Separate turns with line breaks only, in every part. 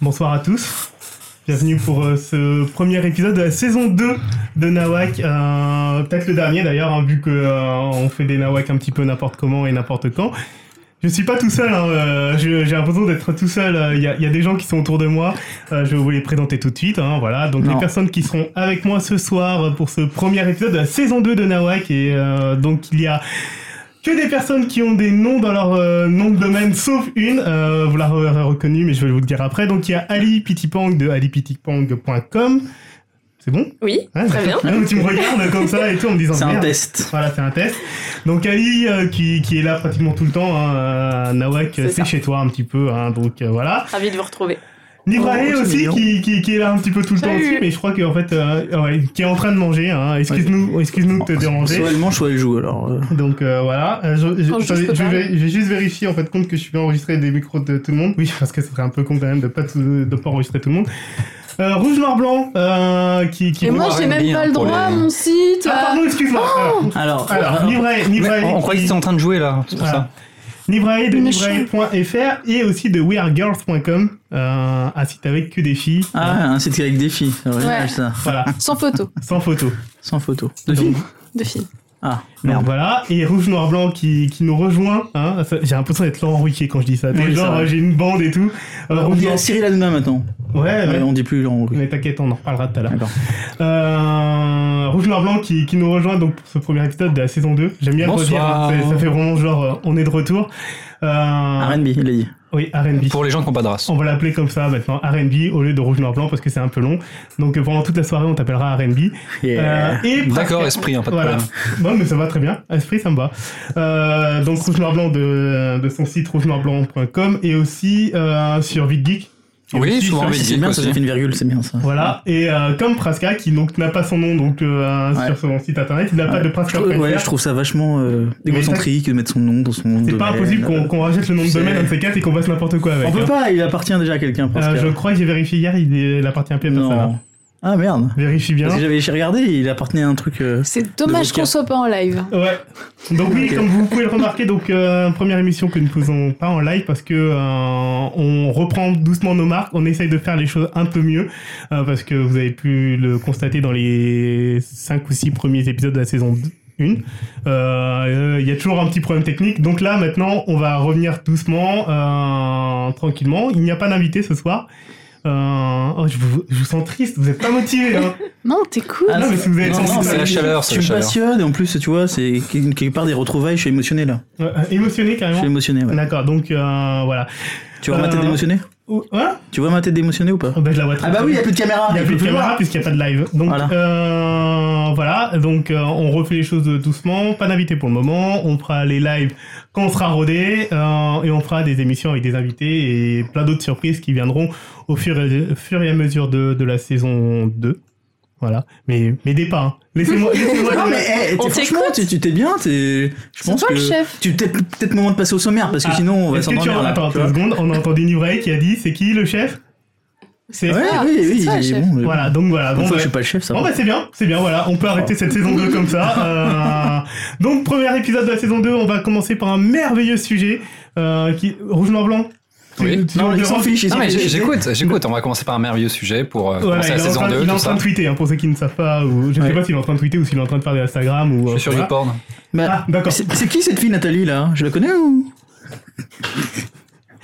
Bonsoir à tous. Bienvenue pour euh, ce premier épisode de la saison 2 de Nawak. Euh, Peut-être le dernier d'ailleurs, hein, vu que euh, on fait des Nawak un petit peu n'importe comment et n'importe quand. Je suis pas tout seul, hein, euh, je- j'ai l'impression d'être tout seul. euh, Il y, a, il y a des gens qui sont autour de moi. Euh, je vais vous les présenter tout de suite. hein, voilà. Donc les
Non.
personnes qui seront avec moi ce soir euh, pour ce premier épisode de la saison 2 de Nawak. Et euh, donc il y a que des personnes qui ont des noms dans leur euh, nom de domaine, sauf une. Euh, vous la aurez reconnue, mais je vais vous le dire après. Donc il y a Ali Pitipang de alipitipang.com. C'est bon
Oui,
Hein
très bien.
Non, Tu me regardes comme ça et tout en me disant
C'est un
Oh, merde.
test.
Voilà, c'est un test. Donc Ali, euh, qui, qui est là pratiquement tout le temps, hein, euh, Nawak,
C'est
c'est
ça.
chez toi un petit peu, hein, donc euh, voilà.
Ravi de vous retrouver.
Nibrae
Oh, c'est
aussi,
mignon.
qui, qui, qui est là un petit peu tout le temps
Salut.
aussi, mais je crois qu'en fait, euh, ouais, qui est en train de manger, hein. excuse-nous excuse-nous de te déranger.
Soit elle mange, soit elle joue. Alors, euh,
Donc euh, voilà, Euh, je, je-
Quand je
attendez,
peux
je
pas.
vais, je vais juste vérifier en fait compte que je suis bien enregistré des micros de tout le monde. Oui, parce que ce serait un peu con quand même de pas tout- de pas enregistrer tout le monde. Euh, rouge noir blanc, euh, qui, qui
Et moi, j'ai même
bien
pas le
pour
droit à
les-
mon site. euh,
Ah,
à-
pardon, excuse-moi.
Oh
Alors,
alors, euh,
alors,
alors,
Nibrae,
Oh, mais
Nibrae,
on, on croyait que
qui-
c'était en train de jouer là. C'est pour
Voilà.
ça.
Nibrae Ah. de
Mais
nibrae.fr et aussi de wearegirls.com, euh, un site avec que des filles.
Ah, un site avec des filles. C'est original,
Ouais.
ça.
Voilà,
Sans photo
sans photo.
Sans photo. De filles
de filles.
Ah,
Donc
merde.
voilà, et Rouge Noir Blanc qui, qui nous rejoint. Hein. Ça- J'ai l'impression d'être Laurent Ruquier quand je dis ça. T'es
Oui,
genre,
ça va.
euh, j'ai une bande et tout. Euh,
on
Rouge
dit
Noir-
à Cyril Hanouna maintenant.
Ouais,
Ouais,
ouais.
on dit plus Laurent Ruquier.
Mais t'inquiète, on en reparlera tout à l'heure.
D'accord.
Euh, Rouge Noir Blanc qui, qui nous rejoint donc pour ce premier épisode de la saison 2. J'aime bien
Bonsoir.
le redire, hein. ça, ça fait vraiment genre euh, on est de retour. Euh,
R&B, il a dit.
Oui, RB.
Pour les gens qui n'ont pas de race.
On va l'appeler comme ça maintenant, RB, au lieu de rouge noir blanc parce que c'est un peu long. Donc euh, pendant toute la soirée, on t'appellera RB.
Yeah.
Euh, et
D'accord,
presque-
esprit, hein, pas de
Voilà.
problème.
Bon, mais ça va très bien. Esprit, ça me va. Euh, donc rouge noir blanc de, de son site rouge-noir-blanc.com et aussi euh, sur VidGeek. Et
Oui,
aussi
souvent.
sur-
Ah,
on va
si,
dire
c'est bien,
quoi,
ça
c'est-
fait une virgule, c'est bien ça.
Voilà, et euh, comme Praska, qui donc n'a pas son nom donc euh,
Ouais.
sur son site internet, il n'a pas de
Je
Praska.
trouve,
Praska.
ouais, je trouve ça vachement euh,
Mais
égocentrique de mettre son nom dans son nom. de
c'est pas
domaine.
impossible qu'on qu'on rajoute le nom de
C'est-
domaine un de ces quatre et qu'on fasse n'importe quoi avec.
On peut
hein.
pas, il appartient déjà à quelqu'un.
Euh,
Pascal.
je crois que j'ai vérifié hier, il, est- il appartient plus à personne. hein.
non. Ah merde.
Vérifie bien.
Parce que j'avais regardé, il appartenait à un truc. euh,
C'est dommage
De
qu'on
vodka.
soit pas en live.
Ouais. Donc oui, comme vous pouvez le remarquer, donc euh, première émission que nous ne faisons pas en live parce que euh, on reprend doucement nos marques, on essaye de faire les choses un peu mieux euh, parce que vous avez pu le constater dans les cinq ou six premiers épisodes de la saison 1. Euh, euh, Il y a toujours un petit problème technique. Donc là, maintenant, on va revenir doucement, euh, tranquillement. Il n'y a pas d'invité ce soir. Euh, oh, je, vous, je vous sens triste, vous êtes pas motivé. Hein.
Non, t'es cool.
Ah, non, mais si vous avez
Non,
senti
non,
ça,
c'est la
oui.
chaleur, c'est
Tu
la
me
chaleur.
passionnes et en plus, tu vois, c'est quelque part des retrouvailles, je suis émotionné là.
Ouais, euh, émotionné
Je
carrément.
suis émotionné, ouais.
D'accord, donc euh, voilà.
Tu vois ma
Euh,
tête d'émotionné
Ou- hein
Tu vois ma tête d'émotionné ou pas
Ah bah, je la vois très
Ah bah
bien.
oui, il y a plus de caméra.
Il n'y a plus de caméra puisqu'il n'y a pas de live. Donc
Voilà.
euh, voilà, donc euh, on refait les choses doucement, pas d'invité pour le moment, on fera les lives quand on sera rodé euh, et on fera des émissions avec des invités et plein d'autres surprises qui viendront au fur et, euh, fur et à mesure de, de la saison 2. Voilà, mais m'aidez pas. hein. Laissez-moi laissez-moi
Non mais eh, eh,
On
t'es- franchement, tu
t'écoute.
tu t'es bien, t'es. Je
C'est
pense
toi
que
le chef.
tu peut-être peut-être moment de passer au sommaire parce que
Ah,
sinon on va
Est-ce que tu
s'endormir
en
là.
attends
tu
deux
vois.
secondes, on a entendu Nivray qui a dit c'est qui le chef C'est
Ouais,
Ah, c'est
oui,
toi le
oui,
chef.
bon. mais-
Voilà, donc voilà,
Pour
bon,
une
bah,
fois que je suis pas le chef, ça.
Bon
va.
bah c'est bien, c'est bien, voilà, on peut arrêter cette saison 2 comme ça. Euh, donc premier épisode de la saison 2, on va commencer par un merveilleux sujet, euh, qui... rouge noir blanc. Tu-
Oui.
bah, tu
Non,
nous
il s'en
déranges
fiche. il
Non,
s'en
mais
fiche.
j- j'écoute, j'écoute. On va commencer par un merveilleux sujet pour euh,
Voilà,
commencer
il,
la
est en
saison
train,
2,
il est en
tout
train
ça.
de tweeter, hein, pour ceux qui ne savent pas, ou je sais
Ouais.
pas s'il est en train de tweeter ou s'il est en train de faire des Instagram ou...
Je
euh,
suis sur
voilà.
YouPorn.
Bah,
Ah, d'accord.
C'est c'est qui cette fille Nathalie là Je la connais ou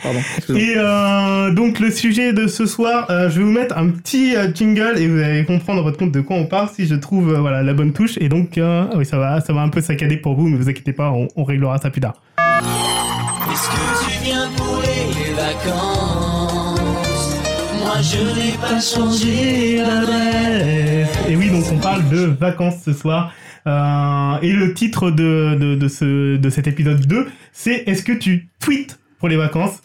Pardon. excusez-moi.
Et euh, donc le sujet de ce soir, euh, je vais vous mettre un petit euh, jingle et vous allez comprendre votre compte de quoi on parle si je trouve euh, voilà la bonne touche. Et donc euh, oui ça va ça va un peu saccader pour vous mais vous inquiétez pas on, on réglera ça plus tard.
Est-ce que tu viens pour les vacances Moi je n'ai pas changé d'adresse.
Et oui, donc on parle de vacances ce soir. Euh, et le titre de, de, de, ce, de cet épisode 2, c'est Est-ce que tu tweets pour les vacances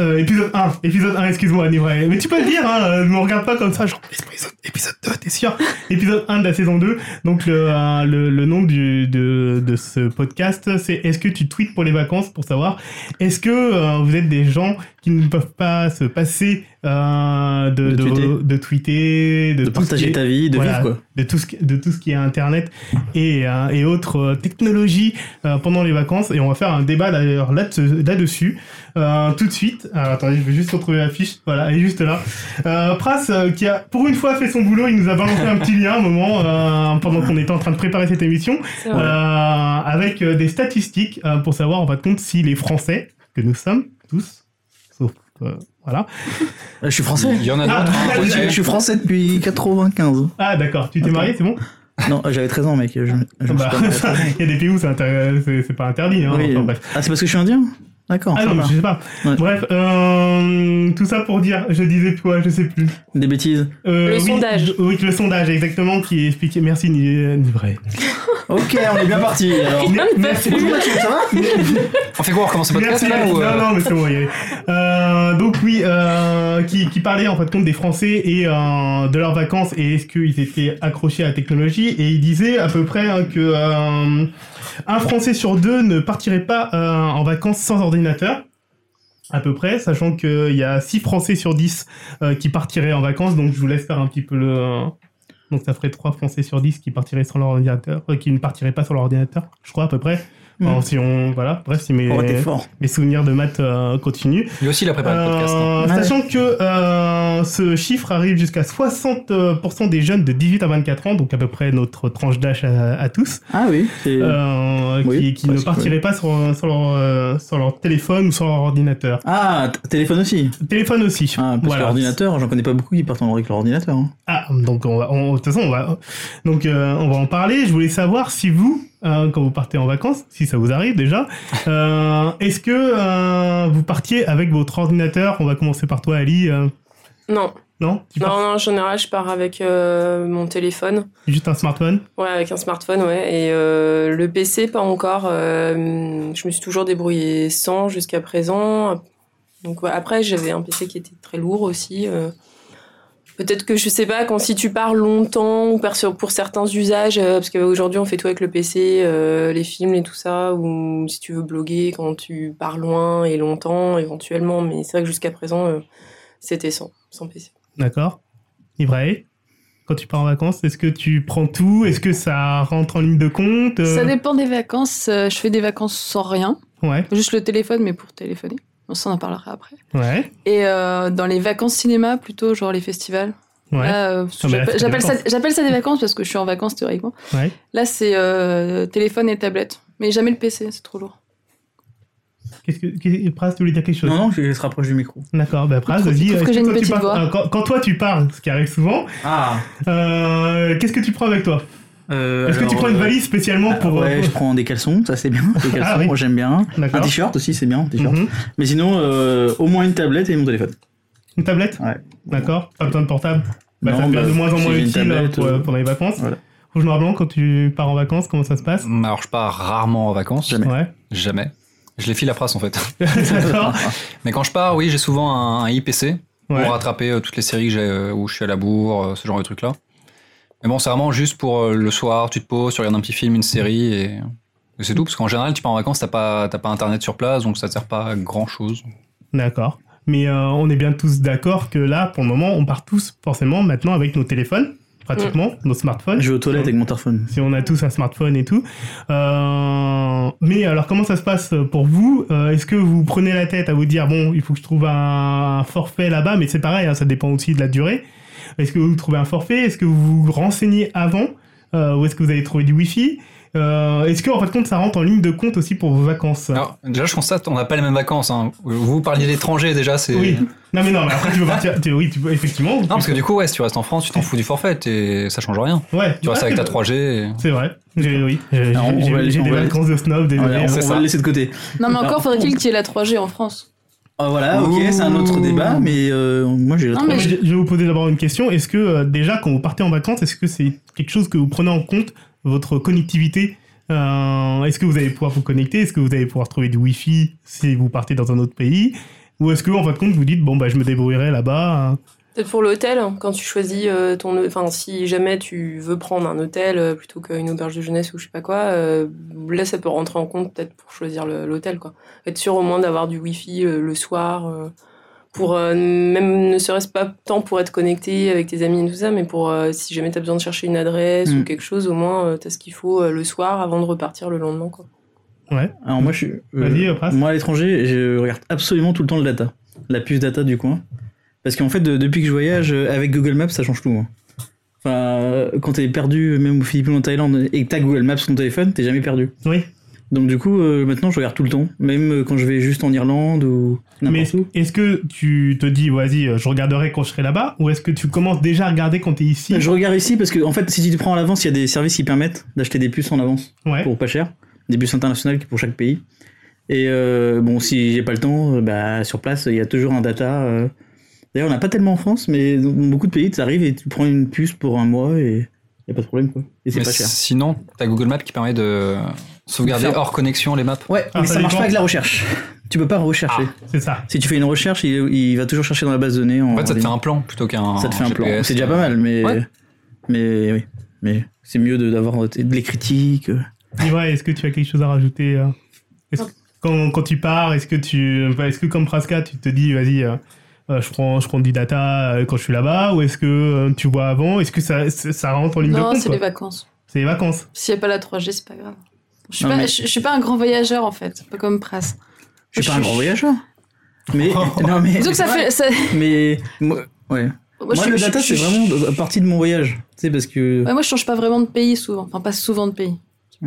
euh, épisode 1, épisode 1, excuse-moi, Nivray. Mais tu peux le dire, hein, ne me regarde pas comme ça, genre, épisode, épisode 2, j'étais sûr. Épisode 1 de la saison 2. Donc le, euh, le, le nom du, de, de ce podcast, c'est Est-ce que tu tweets pour les vacances pour savoir est-ce que euh, vous êtes des gens qui ne peuvent pas se passer euh, de,
De
de,
tweeter.
de tweeter, de,
De
tout ce qui
partager
est-
ta vie, de
voilà,
vivre quoi.
de tout ce qui- de tout ce qui est internet et, euh, et autres euh, technologies euh, pendant les vacances et on va faire un débat d'ailleurs là dessus tout de suite Alors, attendez je vais juste retrouver la fiche voilà elle est juste là euh, Pras euh, qui a pour une fois fait son boulot il nous a balancé un petit lien un moment euh, pendant qu'on était en train de préparer cette émission
C'est vrai.
euh, avec euh, des statistiques euh, pour savoir en fin de compte si les Français que nous sommes tous sauf euh, voilà
Ah, Je suis français.
Il y en a
Ah,
d'autres. hein,
ok.
Je
Gauthier.
suis français depuis 95.
ah d'accord tu t'es
Attends.
marié c'est bon
Non, euh, j'avais 13 ans, mec. Je, je me suis
Bah,
pas marié.
il y a des pays où c'est inter- c'est c'est pas interdit hein,
Oui.
enfin, bref.
Ah, c'est parce que je suis indien D'accord.
Ah
ça
non,
va.
je sais pas.
Ouais.
Bref, euh, tout ça pour dire, je disais quoi, je sais plus.
Des bêtises.
Euh,
Le
oui,
sondage.
je- Oui, le sondage, exactement, qui expliquait. Merci, Ni- Nivray.
Ok, on est bien parti. Alors,
Il en peut
merci.
plus.
ça va
On fait quoi On recommence le podcast
Merci,
là ou,
Non,
euh,
non, mais c'est bon, il y est. Euh, donc oui, euh, qui, qui parlait en fait compte des Français et euh, de leurs vacances et est-ce qu'ils étaient accrochés à la technologie et il disait à peu près hein, que euh, un Français sur deux ne partirait pas euh, en vacances sans ordinateur. À peu près, sachant qu'il y a 6 Français sur 10 euh, qui partiraient en vacances, donc je vous laisse faire un petit peu le. euh, Donc ça ferait 3 Français sur 10 qui partiraient sans leur ordinateur, euh, qui ne partiraient pas sur leur ordinateur, je crois à peu près.
Mm.
Mhm.
Alors, si on. Voilà, bref, si mes
Oh, t'es fort.
mes souvenirs de maths euh, continuent.
Lui aussi, il a préparé le podcast. hein.
Euh,
Ouais.
Sachant que euh, ce chiffre arrive jusqu'à 60% des jeunes de 18 à 24 ans, donc à peu près notre tranche d'âge à, à tous,
Ah oui, c'est.
euh,
Oui,
qui, qui ne
presque,
partiraient pas sur, sur leur, euh, sur leur téléphone ou sur leur ordinateur.
Ah, t- téléphone aussi.
Téléphone aussi.
Ah, parce que
Voilà.
l'ordinateur, j'en connais pas beaucoup qui partent en avec leur ordinateur. hein.
Ah, donc on va, on- de toute façon, on va, donc euh, on va en parler. Je voulais savoir si vous, euh, quand vous partez en vacances, si ça vous arrive déjà, euh, est-ce que euh, vous partiez avec votre ordinateur On va commencer par toi, Ali. euh,
Non.
non, tu
non,
pars
non, en général, je pars avec euh, mon téléphone.
juste un smartphone.
Ouais, avec un smartphone, ouais. Et euh, le PC, pas encore. Euh, je me suis toujours débrouillée sans jusqu'à présent. Donc ouais, après, j'avais un PC qui était très lourd aussi. euh. Peut-être que je sais pas quand si tu pars longtemps ou par- sur- pour certains usages, euh, parce qu'aujourd'hui on fait tout avec le PC, euh, les films et tout ça, ou si tu veux bloguer quand tu pars loin et longtemps éventuellement. Mais c'est vrai que jusqu'à présent, euh, c'était sans, sans PC.
D'accord. Ibrahim, quand tu pars en vacances, est-ce que tu prends tout Est-ce que ça rentre en ligne de compte Euh,
Ça dépend des vacances. Euh, Je fais des vacances sans rien,
Ouais,
juste le téléphone, mais pour téléphoner. On s'en en parlera après.
ouais,
Et euh, dans les vacances cinéma, plutôt genre les festivals.
ouais.
Là, euh,
Ah, mais là,
j'appelle-
c'est des
j'appelle ça,
vacances.
j'appelle ça des vacances parce que je suis en vacances théoriquement.
Ouais.
Là, c'est euh, téléphone et tablette, mais jamais le PC, c'est trop lourd.
Qu'est-ce que, qu'est- Pras, tu voulais dire quelque chose
Non, non, je se rapproche du micro.
D'accord, bah Pras,
Je trouve- je
vas-y.
trouve
est-ce
que j'ai une
toi, tu
petite
pars-
voix.
euh, quand, quand toi tu parles, ce qui arrive souvent,
Ah
euh, qu'est-ce que tu prends avec toi
euh,
Est-ce que tu
alors,
prends une
euh,
valise spécialement pour.
Ouais, je
pour-
prends des caleçons, ça c'est bien. Des caleçons,
Ah oui.
moi, j'aime bien. Un
D'accord.
t-shirt aussi, c'est bien. un t-shirt.
Mhm.
Mais sinon, euh, au moins une tablette et mon téléphone.
Une tablette
Ouais.
D'accord. Pas besoin de portable. Bah,
Non,
ça devient
bah,
de moins en
si
moins
j'ai une
utile euh,
tablette,
pour,
euh,
pendant les vacances.
voilà.
Rouge noir blanc, quand tu pars en vacances, comment ça se passe
hein. Alors, je pars rarement en vacances.
Jamais.
Ouais.
Jamais. Je les file à phrase en fait.
D'accord.
Mais quand je pars, oui, j'ai souvent un, un IPC
Ouais.
pour rattraper euh, toutes les séries que j'ai, euh, où je suis à la bourre, euh, ce genre de trucs là. Mais bon, c'est vraiment juste pour euh, le soir, tu te poses, tu regardes un petit film, une série et, et c'est tout. Parce qu'en général, tu pars en vacances, t'as pas, t'as pas internet sur place, donc ça te sert pas à grand chose.
D'accord. Mais euh, on est bien tous d'accord que là, pour le moment, on part tous forcément maintenant avec nos téléphones, pratiquement, nos smartphones.
Je vais aux toilettes avec mon téléphone.
Si on a tous un smartphone et tout. Euh, mais alors, comment ça se passe pour vous Euh, Est-ce que vous prenez la tête à vous dire, bon, il faut que je trouve un forfait là-bas, mais c'est pareil, hein, ça dépend aussi de la durée. Est-ce que vous trouvez un forfait Est-ce que vous vous renseignez avant Euh, Ou est-ce que vous avez trouvé du Wi-Fi Euh, Est-ce que, en fin de compte, ça rentre en ligne de compte aussi pour vos vacances
Alors, déjà, je constate, on n'a pas les mêmes vacances. hein. Vous parliez d'étrangers déjà, c'est.
Oui. Non, mais non, mais après, tu peux partir. tu- oui, tu peux, effectivement.
Non, parce que du coup, ouais, si tu restes en France, tu t'en fous du forfait et ça change rien.
Ouais.
Tu restes avec ta 3G. et-
C'est vrai. J'ai, oui. J'ai,
Alors, on
j'ai-
va-
j'ai
on
des
va-
vacances de snob, des
Ouais, on,
c'est
on va
ça.
le laisser de côté.
Non,
Ah,
mais
Alors,
encore faudrait-il qu'il y ait la 3G en France.
Ah, voilà, ok, c'est un autre
Ouh.
débat, mais euh, moi j'ai la
Non,
trouvé.
mais
Je je vais vous poser d'abord une question. Est-ce que, euh, déjà, quand vous partez en vacances, est-ce que c'est quelque chose que vous prenez en compte, votre connectivité Euh, Est-ce que vous allez pouvoir vous connecter Est-ce que vous allez pouvoir trouver du Wi-Fi si vous partez dans un autre pays Ou est-ce que, en fin de compte, vous dites, bon, bah, je me débrouillerai là-bas hein
Peut-être pour l'hôtel, quand tu choisis euh, ton. Enfin, si jamais tu veux prendre un hôtel euh, plutôt qu'une auberge de jeunesse ou je sais pas quoi, euh, là, ça peut rentrer en compte peut-être pour choisir le- l'hôtel, quoi. Être sûr au moins d'avoir du wifi euh, le soir, euh, pour euh, même ne serait-ce pas tant pour être connecté avec tes amis et tout ça, mais pour euh, si jamais t'as besoin de chercher une adresse
Mm.
ou quelque chose, au moins euh, t'as ce qu'il faut euh, le soir avant de repartir le lendemain, quoi.
Alors moi, je suis. euh,
Vas-y, euh, passe.
moi, à l'étranger, je regarde absolument tout le temps le data. La puce data du coin. Parce qu'en fait, de- depuis que je voyage, euh, avec Google Maps, ça change tout. hein. Enfin, euh, quand t'es perdu, même aux Philippines, en Thaïlande, et que t'as Google Maps sur ton téléphone, t'es jamais perdu.
Oui.
Donc du coup, euh, maintenant, je regarde tout le temps. Même euh, quand je vais juste en Irlande ou
Mais
n'importe
est-ce
où.
est-ce que tu te dis, vas-y, euh, je regarderai quand je serai là-bas, ou est-ce que tu commences déjà à regarder quand t'es ici
Je regarde ici parce que, en fait, si tu te prends en avance, il y a des services qui permettent d'acheter des puces en avance.
Ouais.
pour pas cher, des bus internationaux qui pour chaque pays. Et euh, bon, si j'ai pas le temps, euh, bah, sur place, il y a toujours un data. euh. D'ailleurs, on n'a pas tellement en France, mais dans beaucoup de pays, tu arrives et tu prends une puce pour un mois et y a pas de problème quoi. Et c'est
Mais
pas cher.
Sinon, t'as Google Maps qui permet de sauvegarder
Faire-
hors connexion les maps.
Ouais,
Ah,
mais
ça
ça marche
dépend.
pas avec la recherche. Tu peux pas rechercher.
C'est ça.
Si tu fais une recherche, il, il va toujours chercher dans la base de données.
En fait, ça te fait un plan plutôt qu'un.
ça te fait un plan.
GPS.
C'est déjà pas mal, mais
Ouais.
mais oui, mais c'est mieux de- d'avoir euh, des critiques. euh.
Ivoire, est-ce que tu as quelque chose à rajouter euh Est-ce- quand, quand tu pars, est-ce que tu, enfin, est-ce que comme Praska, tu te dis, vas-y, euh, euh, je prends, je prends du data euh, quand je suis là-bas, ou est-ce que euh, tu vois avant Est-ce que ça, ça- ça rentre en ligne de
Non,
compte
c'est
quoi
les vacances.
C'est les vacances.
S'il n'y a pas la 3G, c'est pas grave. Je suis,
Non,
pas,
mais-
je, je suis pas un grand voyageur en fait, pas comme Pras.
Je suis
Moi,
pas un grand voyageur. Mais non mais.
Disons que ça fait. ça-
Mais moi- ouais. Moi,
Moi, je,
le
je-
data,
je-
c'est vraiment de- de- partie de mon voyage. Tu sais, parce que.
Ouais, moi, je change pas vraiment de pays souvent. Enfin, pas souvent de pays.
Mm.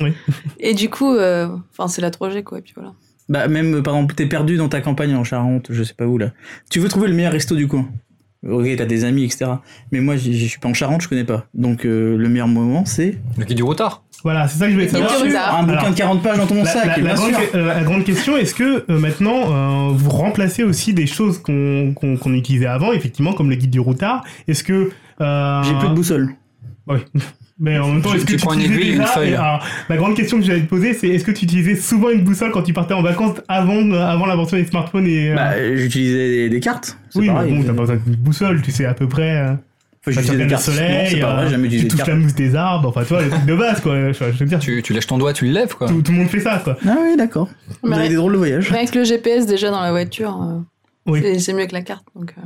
Oui.
Et du coup, euh, enfin, c'est la 3G, quoi. Et puis voilà.
Bah, même, euh, par exemple, t'es perdu dans ta campagne en Charente, je sais pas où, là. Tu veux trouver le meilleur resto du coin. Ok, t'as des amis, etc. Mais moi, j'y- je suis pas en Charente, je connais pas. Donc, euh, le meilleur moment, c'est.
Le guide du routard.
Voilà, c'est ça que je voulais
Guide du
savoir.
routard.
Un
Alors,
bouquin de 40 pages dans ton
La,
sac,
la- la
bien
grande,
sûr.
que- euh, la grande question, est-ce que euh, maintenant euh, vous remplacez aussi des choses qu'on qu'on- qu'on utilisait avant, effectivement, comme le guide du routard Est-ce que euh,
J'ai plus de boussole.
Oui. Mais en même temps,
Tu-
est-ce que
tu
tu
prends une
utilisais
aiguille et une
déjà-
feuille.
alors, la grande question que j'allais te poser, c'est est-ce que tu utilisais souvent une boussole quand tu partais en vacances avant, euh, avant l'invention des smartphones et, euh,
Bah, euh, j'utilisais des, des cartes. c'est
Oui,
pareil.
mais bon, t'as pas besoin d'une boussole, tu sais à peu près. euh,
Enfin,
tu
j'utilisais
regardes
des
le
cartes. Non,
soleil,
c'est pas
euh,
vrai, jamais
tu
utilisé des
touches
cartes.
la mousse des arbres, enfin, tu vois, le truc de base, quoi. Je, je veux dire,
Tu, tu lèches ton doigt, tu le lèves quoi.
tout, tout le monde fait ça, quoi.
Ah oui, d'accord. Vous
Mais
avez
rien-
des drôles de voyage.
rien que le GPS déjà dans la voiture, euh,
Oui.
c'est- c'est mieux que la carte. Donc, euh,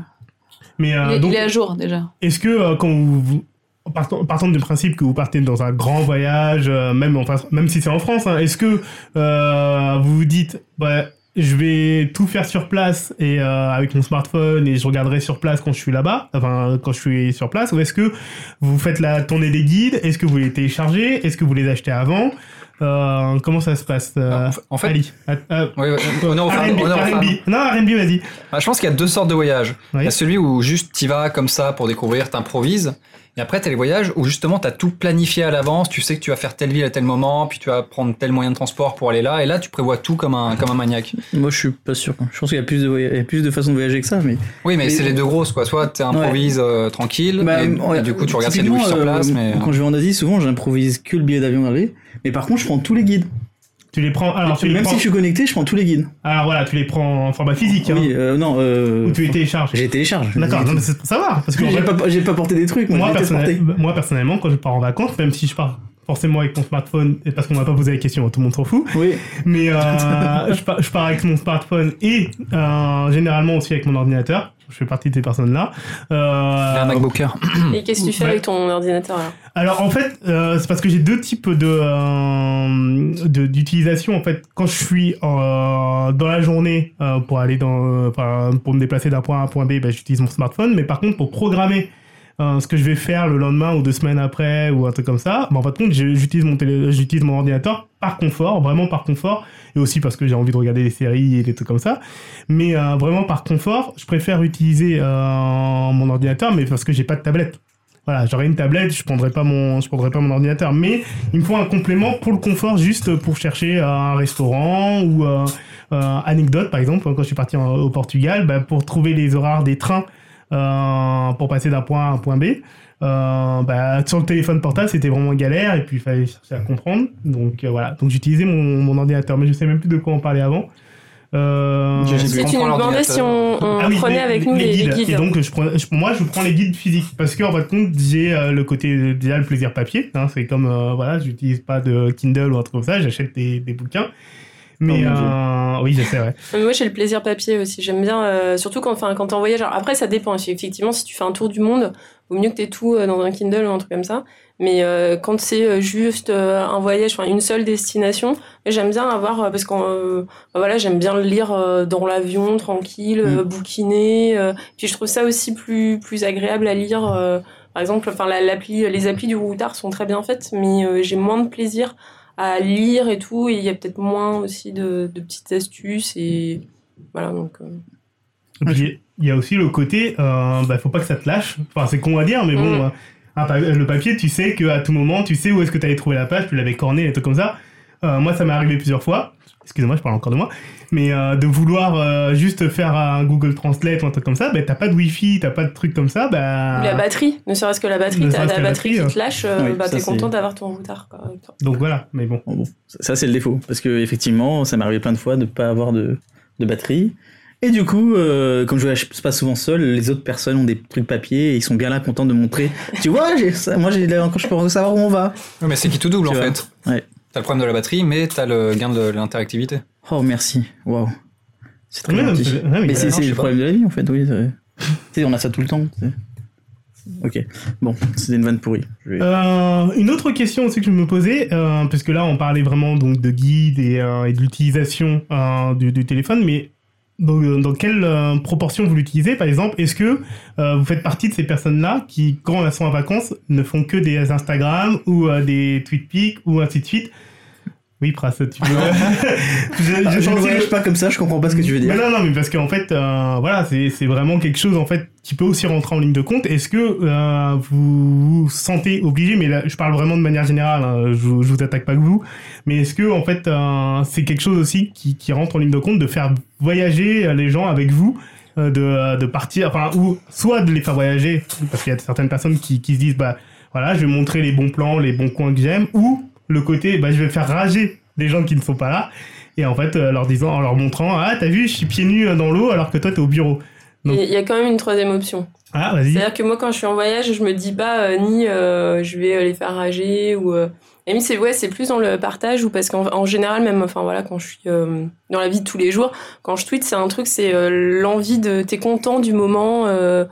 Mais euh,
il, est-
donc,
il est à jour déjà.
Est-ce que euh, quand vous, vous- partant, partant du principe que vous partez dans un grand voyage, euh, même, en, France- même si c'est en France, hein, est-ce que euh, vous vous dites bah, je vais tout faire sur place et euh, avec mon smartphone et je regarderai sur place quand je suis là-bas, enfin quand je suis sur place, ou est-ce que vous faites la tournée des guides, est-ce que vous les téléchargez, est-ce que vous les achetez avant, Euh, comment ça se passe euh,
En fait- Ah, en fait,
Ali, Att- euh,
Ouais, Oh, ouais, honneur aux femmes,
R&B,
honneur aux femmes.
R&B. non R&B, vas-y.
Ah, je pense qu'il y a deux sortes de voyages.
Oui.
Il y a celui où juste t'y vas comme ça pour découvrir, t'improvises. Et après, t'as les voyages où justement t'as tout planifié à l'avance. Tu sais que tu vas faire telle ville à tel moment, puis tu vas prendre tel moyen de transport pour aller là. Et là, tu prévois tout comme un, comme un maniaque.
Moi, je suis pas sûr. Je pense qu'il y a plus de, voya- il y a plus de façons de voyager que ça, mais.
Oui, mais,
Mais-
c'est les deux grosses quoi. Soit t'improvises euh, tranquille,
Bah,
et,
ouais,
et du coup tu regardes s'il y a du
typiquement,
wifi sur
euh,
place. mais...
Quand je vais en Asie, souvent j'improvise que le billet d'avion d'aller. Mais par contre, je prends tous les guides.
Tu les prends, alors tu les
Même
prends,
si je suis connecté, je prends tous les guides.
alors voilà, tu les prends en format physique, hein,
Oui, euh, non.
ou
Euh,
tu les télécharges.
j'ai télécharge.
D'accord, non,
J'ai-
mais c'est pour savoir. Parce que en
J'ai
fait,
pas, j'ai pas porté des trucs, moi,
moi,
j'ai été
personnel-
porté.
moi, personnellement, quand je pars en vacances, même si je pars forcément avec mon smartphone, et parce qu'on m'a pas posé la question, tout le monde s'en fout,
Oui,
mais euh, je, pars, je pars avec mon smartphone et euh, généralement aussi avec mon ordinateur. Je fais partie de ces personnes-là. Euh,
Il y a un MacBook Air.
Et qu'est-ce que tu fais
Ouais.
avec ton ordinateur alors
alors en fait, euh, c'est parce que j'ai deux types de euh, de- d'utilisation en fait. Quand je suis euh, dans la journée euh, pour aller dans euh, enfin, pour me déplacer d'un point A à un point B, ben, j'utilise mon smartphone. Mais par contre, pour programmer euh, ce que je vais faire le lendemain ou deux semaines après ou un truc comme ça, ben, en fin de compte, je- j'utilise mon télé, j'utilise mon ordinateur par confort, vraiment par confort, et aussi parce que j'ai envie de regarder des séries et des trucs comme ça. Mais euh, vraiment par confort, je préfère utiliser euh, mon ordinateur, mais parce que j'ai pas de tablette. Voilà, j'aurais une tablette, je prendrais pas mon, je prendrais pas mon ordinateur, mais il me faut un complément pour le confort, juste pour chercher euh, un restaurant ou euh, euh, anecdote par exemple. Quand je suis parti en- au Portugal, bah, pour trouver les horaires des trains euh, pour passer d'un point A à un point B, euh, bah, sur le téléphone portable c'était vraiment galère et puis il fallait chercher à comprendre. Donc euh, voilà, donc j'utilisais mon, mon ordinateur, mais je sais même plus de quoi on parlait avant. Euh,
J'ai-
Si
Je
tu
comprends
nous demandais
l'ordinateur.
si on, on
Ah oui,
prenait
les-
avec nous les, les guides.
Et donc, je prenais- je- moi, je prends les guides physiques parce qu'en fin de compte, j'ai euh, le côté déjà le plaisir papier. hein, c'est comme euh, voilà, j'utilise pas de Kindle ou un truc comme ça, j'achète des, des bouquins. Mais
Oh, mon Dieu.
euh, oui, je sais, ouais.
Mais moi, j'ai le plaisir papier aussi. J'aime bien, euh, surtout quand, enfin, quand t'es en voyage. Alors, après, ça dépend. Si- Effectivement, si tu fais un tour du monde, vaut mieux que t'aies tout euh, dans un Kindle ou un truc comme ça. Mais euh, quand c'est euh, juste euh, un voyage, enfin, une seule destination, mais j'aime bien avoir, euh, parce que voilà, j'aime bien le lire euh, dans l'avion, tranquille, euh, bouquiner. euh. puis je trouve ça aussi plus, plus agréable à lire. euh, par exemple, enfin, la- l'appli, les applis du Routard sont très bien faites, mais euh, j'ai moins de plaisir à lire et tout. Et il y a peut-être moins aussi de, de petites astuces. Et voilà, donc. euh,
Et puis, il y a aussi le côté, euh, bah, faut pas que ça te lâche. Enfin, c'est con à dire, mais bon,
Mm.
euh, un pa- le papier, tu sais qu'à tout moment, tu sais où est-ce que tu allais trouver la page, tu l'avais cornée, et trucs comme ça. Euh, moi, ça m'est arrivé plusieurs fois. Excusez-moi, je parle encore de moi. Mais euh, de vouloir euh, juste faire un Google Translate ou un truc comme ça, bah, t'as pas de Wi-Fi, t'as pas de truc comme ça, bah.
ou La batterie, ne serait-ce que la batterie,
Ne
t'as
serait-ce
la,
que la
batterie qui
batterie, hein.
te lâche, euh,
Oui,
bah,
ça,
t'es
c'est-
content d'avoir ton routard. Quoi, avec toi.
Donc voilà, mais bon.
Bon, bon, ça c'est le défaut parce que effectivement ça m'arrivait plein de fois de pas avoir de, de batterie et du coup euh, comme je voyage pas souvent seul les autres personnes ont des trucs papier et ils sont bien là contents de montrer tu vois j'ai ça, moi j'ai là, encore je peux savoir où on va
Ouais, mais c'est qui tout double en
Tu vois.
fait.
Ouais.
T'as le problème de la batterie, mais t'as le gain de l'interactivité.
oh merci waouh c'est très
Ouais, non,
gentil
c'est- ouais, mais
mais c'est
non,
c'est
je sais
le
pas.
problème de la vie en fait oui c'est- tu sais on a ça tout le temps c'est- ok bon c'était une vanne pourrie Je vais-
Euh, une autre question aussi que je me posais, euh, parce que là on parlait vraiment donc de guide et, euh, et de l'utilisation euh, du, du téléphone, mais dans, dans quelle euh, proportion vous l'utilisez par exemple Est-ce que euh, vous faites partie de ces personnes-là qui, quand elles sont en vacances, ne font que des Instagram ou euh, des TweetPic ou ainsi de suite Oui, Pras, tu veux
Ah, je ne
sentais le-
voyage pas comme ça je comprends pas ce que tu veux dire
mais non, non, mais parce qu'en fait, euh, voilà, c'est c'est vraiment quelque chose en fait qui peut aussi rentrer en ligne de compte. Est-ce que euh, vous vous sentez obligé, mais là, je parle vraiment de manière générale, hein, je, vous- je vous attaque pas que vous, mais est-ce que en fait euh, c'est quelque chose aussi qui, qui rentre en ligne de compte de faire voyager euh, les gens avec vous euh, de, euh, de partir, enfin, ou soit de les faire voyager, parce qu'il y a certaines personnes qui, qui se disent, bah voilà, je vais montrer les bons plans, les bons coins que j'aime, ou le côté, bah je vais faire rager les gens qui ne sont pas là, et en fait, euh, leur disant, en leur montrant, ah, t'as vu, je suis pieds nus euh, dans l'eau alors que toi, t'es au bureau.
Il
Donc-
y- il y a quand même une troisième option.
Ah, vas-y.
C'est-à-dire que moi, quand je suis en voyage, je me dis pas euh, ni euh, je vais euh, les faire rager ou. euh, Et mais c'est ouais, c'est plus dans le partage ou parce qu'en en général, même, enfin voilà, quand je suis euh, dans la vie de tous les jours, quand je tweete, c'est un truc, c'est euh, l'envie de. T'es content du moment. euh,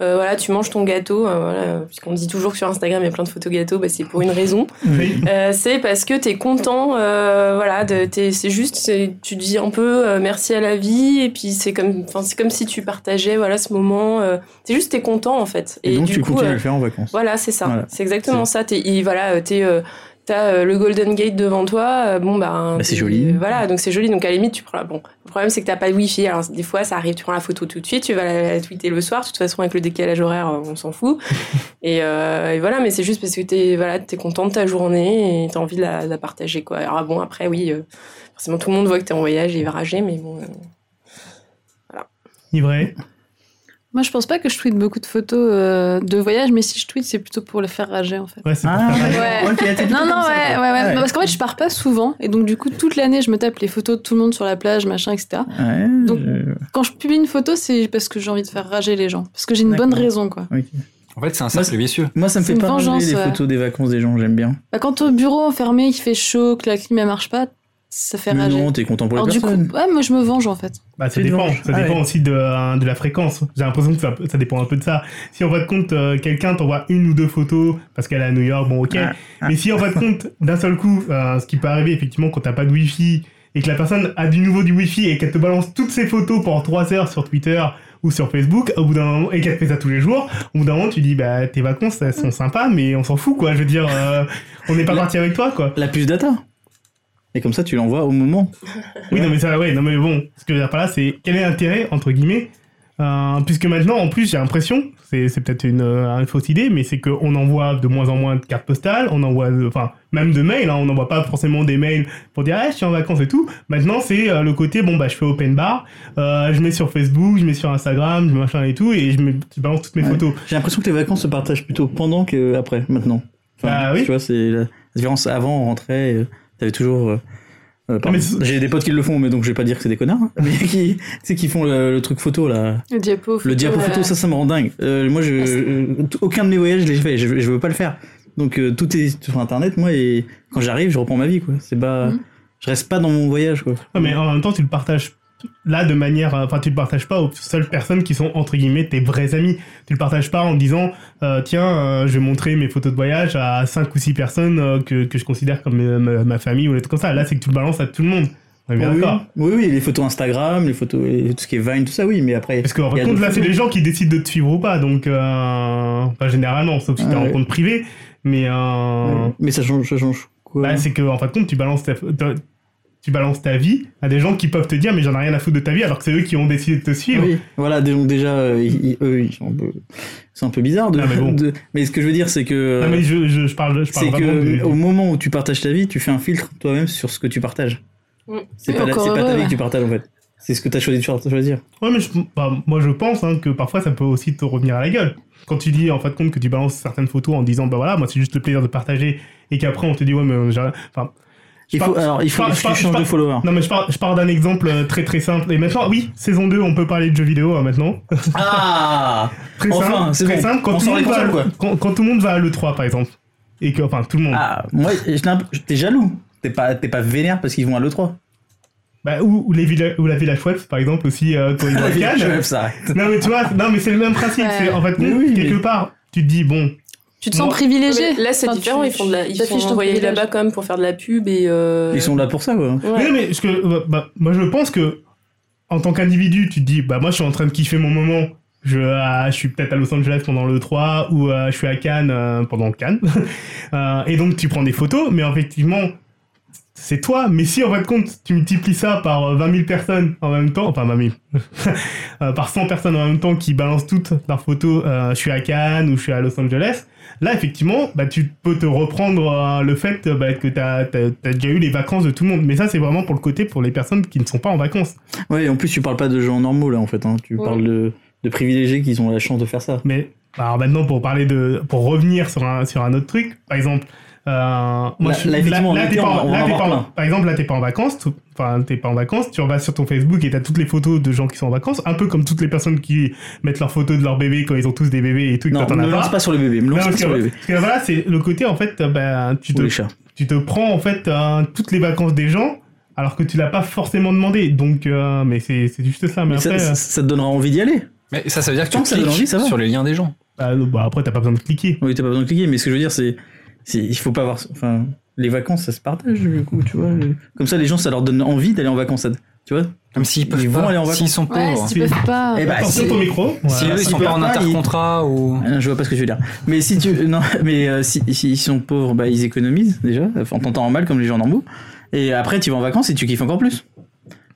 euh, voilà, tu manges ton gâteau, euh, voilà, puisqu'on dit toujours que sur Instagram il y a plein de photos gâteaux, bah, c'est pour une raison.
Oui.
Euh, c'est parce que t'es content, euh, voilà, de- t'es- c'est juste, c'est- tu dis un peu euh, merci à la vie, et puis c'est comme, enfin, c'est comme si tu partageais, voilà, ce moment. euh, c'est juste, t'es content en fait.
et, donc tu continues
euh,
à le faire en vacances
voilà, c'est ça.
Voilà.
C'est exactement ça. T'es, et voilà, euh, t'es, euh, t'as euh, le Golden Gate devant toi. euh, bon bah,
Bah, c'est joli.
Voilà, donc c'est joli. Donc à la limite, tu prends. la- Bon, le problème c'est que t'as pas de Wi-Fi. Alors des fois, ça arrive. Tu prends la photo tout de suite. Tu vas la, la tweeter le soir. De toute façon, avec le décalage horaire, euh, on s'en fout. et, euh, et voilà, mais c'est juste parce que t'es voilà, t'es content de ta journée et t'as envie de la, de la partager quoi. Alors ah bon, après oui, euh, forcément tout le monde voit que t'es en voyage et il va rager, mais bon. euh,
Ni vrai.
Moi, je pense pas que je tweete beaucoup de photos euh, de voyage, mais si je tweete, c'est plutôt pour le faire rager, en fait.
Ouais, c'est
ah,
pour ça.
Ouais.
ok, t'es plutôt
Non,
comme
non,
ça,
ouais, ouais,
toi.
ouais.
Ah
Parce qu'en fait, je pars pas souvent. Et donc, du coup, toute l'année, je me tape les photos de tout le monde sur la plage, machin, etc.
Ouais,
Donc-
euh,
Quand je publie une photo, c'est parce que j'ai envie de faire rager les gens. Parce que j'ai une
D'accord.
bonne raison, quoi.
ok.
En fait, c'est un cercle vicieux.
Moi, ça me
C'est
fait
une
pas ranger
vengeance, euh,
les
ouais.
photos des vacances des gens, j'aime bien.
Bah, quand t'es au bureau enfermé, il fait chaud, que la clim, elle marche pas, ça fait
Mais
rager.
non, t'es content pour les
Alors, du coup,
personnes.
ouais, moi, je me venge, en fait.
Bah, ça
Tu te
dépend.
manges.
Ça
Ah
dépend
ouais.
aussi de, euh, de la fréquence. J'ai l'impression que ça, ça dépend un peu de ça. Si en fin de compte, euh, quelqu'un t'envoie une ou deux photos parce qu'elle est à New York, bon, ok.
Ah, ah.
Mais si en fin de compte, d'un seul coup, euh, ce qui peut arriver effectivement quand t'as pas de wifi et que la personne a du nouveau du wifi et qu'elle te balance toutes ses photos pendant 3 heures sur Twitter ou sur Facebook, au bout d'un moment, et qu'elle fait ça tous les jours, au bout d'un moment, tu dis, bah, tes vacances, elles sont sympas, mais on s'en fout, quoi. Je veux dire, euh, on n'est pas
La-
parti avec toi, quoi.
La puce data. Et comme ça, tu l'envoies au moment.
Oui, non, mais ça, ouais, non, mais bon, ce que je veux dire par là, c'est quel est l'intérêt, entre guillemets, euh, puisque maintenant, en plus, j'ai l'impression, c'est c'est peut-être une, euh, une fausse idée, mais c'est qu'on envoie de moins en moins de cartes postales, on envoie, de- enfin, même de mails, hein, on n'envoie pas forcément des mails pour dire, ah, je suis en vacances et tout. Maintenant, c'est euh, le côté, bon, bah, je fais open bar, euh, je mets sur Facebook, je mets sur Instagram, je machin et tout, et je, mets, je balance toutes mes
Ouais.
photos.
J'ai l'impression que les vacances se partagent plutôt pendant que après, maintenant.
Bah oui.
Tu vois, c'est la la différence. Avant, on rentrait, euh, t'avais toujours euh, Euh, pardon.
mais c'est-
J'ai des potes qui le font, mais donc je vais pas dire que c'est des connards, hein. mais qui, tu sais, qui font le, le truc photo là.
Le diapo photo.
Le diapo
ouais.
photo, ça, ça me rend dingue. Euh, moi, je,
Ah, c'est-
euh, t- aucun de mes voyages, je les fais. Je, je veux pas le faire. Donc, euh, tout est sur internet, moi, et quand j'arrive, je reprends ma vie, quoi. C'est pas.
Mhm.
Je reste pas dans mon voyage, quoi.
Ouais, mais en même temps, tu le partages là de manière. euh, Enfin, tu le partages pas aux seules personnes qui sont entre guillemets tes vrais amis. Tu le partages pas en disant euh, tiens, euh, je vais montrer mes photos de voyage à cinq ou six personnes euh, que, que je considère comme euh, ma, ma famille ou des trucs comme ça. Là, c'est que tu le balances à tout le monde. On est bien
oui,
d'accord.
oui, oui, les photos Instagram, les photos, tout ce qui est Vine, tout ça, oui, mais après.
Parce qu'en
il y a
rencontre,
d'autres
là, c'est
photos.
les gens qui décident de te suivre ou pas. Donc, euh, pas généralement, sauf si
Ah,
t'es en
ouais.
rencontre privée. Mais euh,
Ouais. Mais ça change, ça change quoi
bah, c'est que, en fin de compte, tu balances ta, ta- tu balances ta vie à des gens qui peuvent te dire, mais j'en ai rien à foutre de ta vie, alors que c'est eux qui ont décidé de te suivre.
Oui, voilà, donc déjà, euh, ils- ils- eux, ils sont un peu- c'est un peu bizarre de.
Ah, mais bon.
de- mais ce que je veux dire, c'est que.
Non, mais je, je, je parle, je parle
Euh, c'est
vraiment
que euh,
du-
au moment où tu partages ta vie, tu fais un filtre toi-même sur ce que tu partages.
Mm.
C'est
Oui,
pas, la-
encore
c'est pas ta
heureux,
vie
ouais.
que tu partages en fait. C'est ce que tu as choisi de cho- choisir.
Ouais, mais je- bah, moi, je pense hein, que parfois, ça peut aussi te revenir à la gueule. Quand tu dis, en fin de compte, que tu balances certaines photos en disant, bah voilà, moi, c'est juste le plaisir de partager, et qu'après, on te dit, ouais, mais j'ai rien- enfin, je
Il
parle-
faut, alors, il faut
parle-
que
je
tu
parle- je
changes de
parle-
follower. hein.
Non mais je pars, je pars d'un exemple euh, très très simple et maintenant oui saison 2 on peut parler de jeux vidéo hein, maintenant
Ah
très
Enfin,
simple,
c'est
très
bon.
simple. quand
On
tout, le
sort
monde
les
va, à-
consoles, quoi.
quand, quand tout le monde va à l'E3 par exemple et que enfin tout le monde
Ah, moi, j'étais un peu- j'étais jaloux. T'es pas, t'es pas vénère parce qu'ils vont à l'E3.
bah, ou, ou les villes ou la Village Web par exemple aussi euh, quand ils vont à Cannes.
Je rêve, ça arrête.
non mais tu vois non mais c'est le même principe
Ouais.
c'est en fait
Mais oui, mais-
quelque part tu te dis bon
Tu te
Moi-
sens privilégié.
Mais Là, c'est
Enfin,
différent.
tu-
Ils font de la, ils
t'affiches
sont
ton
envoyés
privilège.
là-bas quand même pour faire de la pub et. euh,
Ils sont là pour ça, quoi.
ouais.
Mais, mais parce que, bah, bah, moi je pense que en tant qu'individu, tu te dis bah moi je suis en train de kiffer mon moment. Je, ah, je suis peut-être à Los Angeles pendant le 3 ou ah, je suis à Cannes euh, pendant Cannes. Euh, et donc tu prends des photos, mais effectivement c'est toi. Mais si en fin de compte tu multiplies ça par euh, 20 000 personnes en même temps, enfin 20 000, euh, par 100 personnes en même temps qui balancent toutes leurs photos, euh, je suis à Cannes ou je suis à Los Angeles, là effectivement, bah, tu peux te reprendre euh, le fait euh, bah, que tu as, déjà eu les vacances de tout le monde. Mais ça, c'est vraiment pour le côté pour les personnes qui ne sont pas en vacances.
Ouais, et en plus, tu parles pas de gens normaux, là, en fait. hein. Tu
Ouais.
parles de, de privilégiés qui ont la chance de faire ça.
Mais bah, alors maintenant, pour parler de, pour revenir sur un, sur un autre truc, par exemple, euh, moi,
Là-
je suis-
là, effectivement, en
t'es
été,
pas en-
on va- on va
là, t'es
avoir
pas en-
plein.
par exemple, là, t'es pas en vacances, tu- enfin, t'es pas en vacances, tu vas sur ton Facebook et t'as toutes les photos de gens qui sont en vacances, un peu comme toutes les personnes qui mettent leurs photos de leur bébé quand ils ont tous des bébés et tout, et que
Non,
toi, t'en
me
as
lance pas sur le bébé. Me
Non,
lance pas
parce que,
sur le bébé.
parce que voilà, c'est le côté en fait, euh, bah, tu
Ou les
te
chats.
tu te prends en fait hein, toutes les vacances des gens alors que tu l'as pas forcément demandé. Donc, euh, mais c'est c'est juste ça. Mais,
Mais ça,
après,
ça-
euh,
ça te donnera envie d'y aller.
Mais ça, ça veut dire que tu
Tant que ça donne
cliques
envie, ça va.
sur les liens des gens.
bah, non, bah, après, t'as pas besoin de cliquer.
Oui, t'as pas besoin de cliquer, mais ce que je veux dire, c'est. c'est- Il faut pas avoir. Enfin, les vacances, ça se partage, du coup, tu vois. Comme ça, les gens, ça leur donne envie d'aller en vacances. ça- Tu vois
Comme s'ils peuvent
Ils vont
pas,
aller en
s'ils
vacances.
sont
Ouais,
pauvres.
s'ils peuvent pas.
Eh ben,
Attention
c'est-
ton micro. Voilà.
si eux, ils
s'ils
sont
peuvent
pas en
pas, ils-
intercontrat ou.
Ah, Je vois pas ce que tu veux dire. Mais si tu. Non, mais euh, si- si- s'ils sont pauvres, bah, ils économisent, déjà, en temps mal, comme les gens normaux. Et après, tu vas en vacances et tu kiffes encore plus.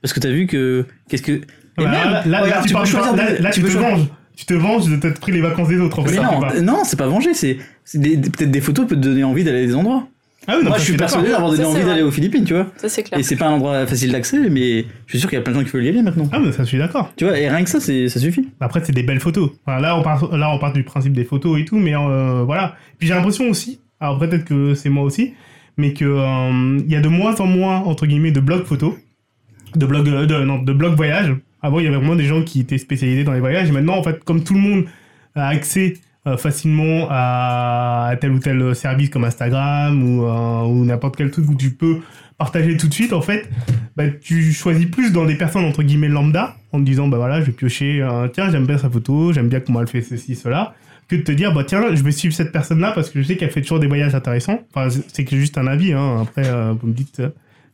Parce que t'as vu que. Qu'est-ce que. Et
Bah,
même,
là, là,
regarde,
tu,
peux
parles-
choisir
là-
de-
là, tu
peux
te
choisir-
venges. Tu te venges de t'être pris les vacances des autres. En fait,
Mais
ça,
non,
tu vois.
non, c'est pas venger, c'est c'est des- peut-être des photos peuvent te donner envie d'aller à des endroits.
Ah oui, non,
Moi,
ça,
je suis
d'accord.
persuadé d'avoir donné
Ça, c'est
envie
vrai.
d'aller aux Philippines, tu vois.
Ça, c'est clair.
Et c'est pas un endroit facile d'accès, mais je suis sûr qu'il y a plein de gens qui veulent y aller maintenant.
Ah, mais ça, je suis d'accord.
Tu vois, et rien que ça, c'est- ça suffit.
Après, c'est des belles photos. Enfin, là, on part, là, on part du principe des photos et tout, mais euh, voilà. Puis j'ai l'impression aussi, alors peut-être que c'est moi aussi, mais que euh, il y a de moins en moins entre guillemets de blogs photos, de blogs euh, de, non, de blogs voyage. Avant, il y avait vraiment des gens qui étaient spécialisés dans les voyages. Et maintenant, en fait, comme tout le monde a accès euh, facilement à, à tel ou tel service comme Instagram ou, euh, ou n'importe quel truc où tu peux partager tout de suite, en fait, bah, tu choisis plus dans des personnes entre guillemets lambda en te disant bah voilà je vais piocher euh, tiens j'aime bien sa photo j'aime bien comment elle fait ceci cela que de te dire bah tiens je vais suivre cette personne là parce que je sais qu'elle fait toujours des voyages intéressants enfin c'est- c'est que juste un avis hein. après euh, vous me dites euh,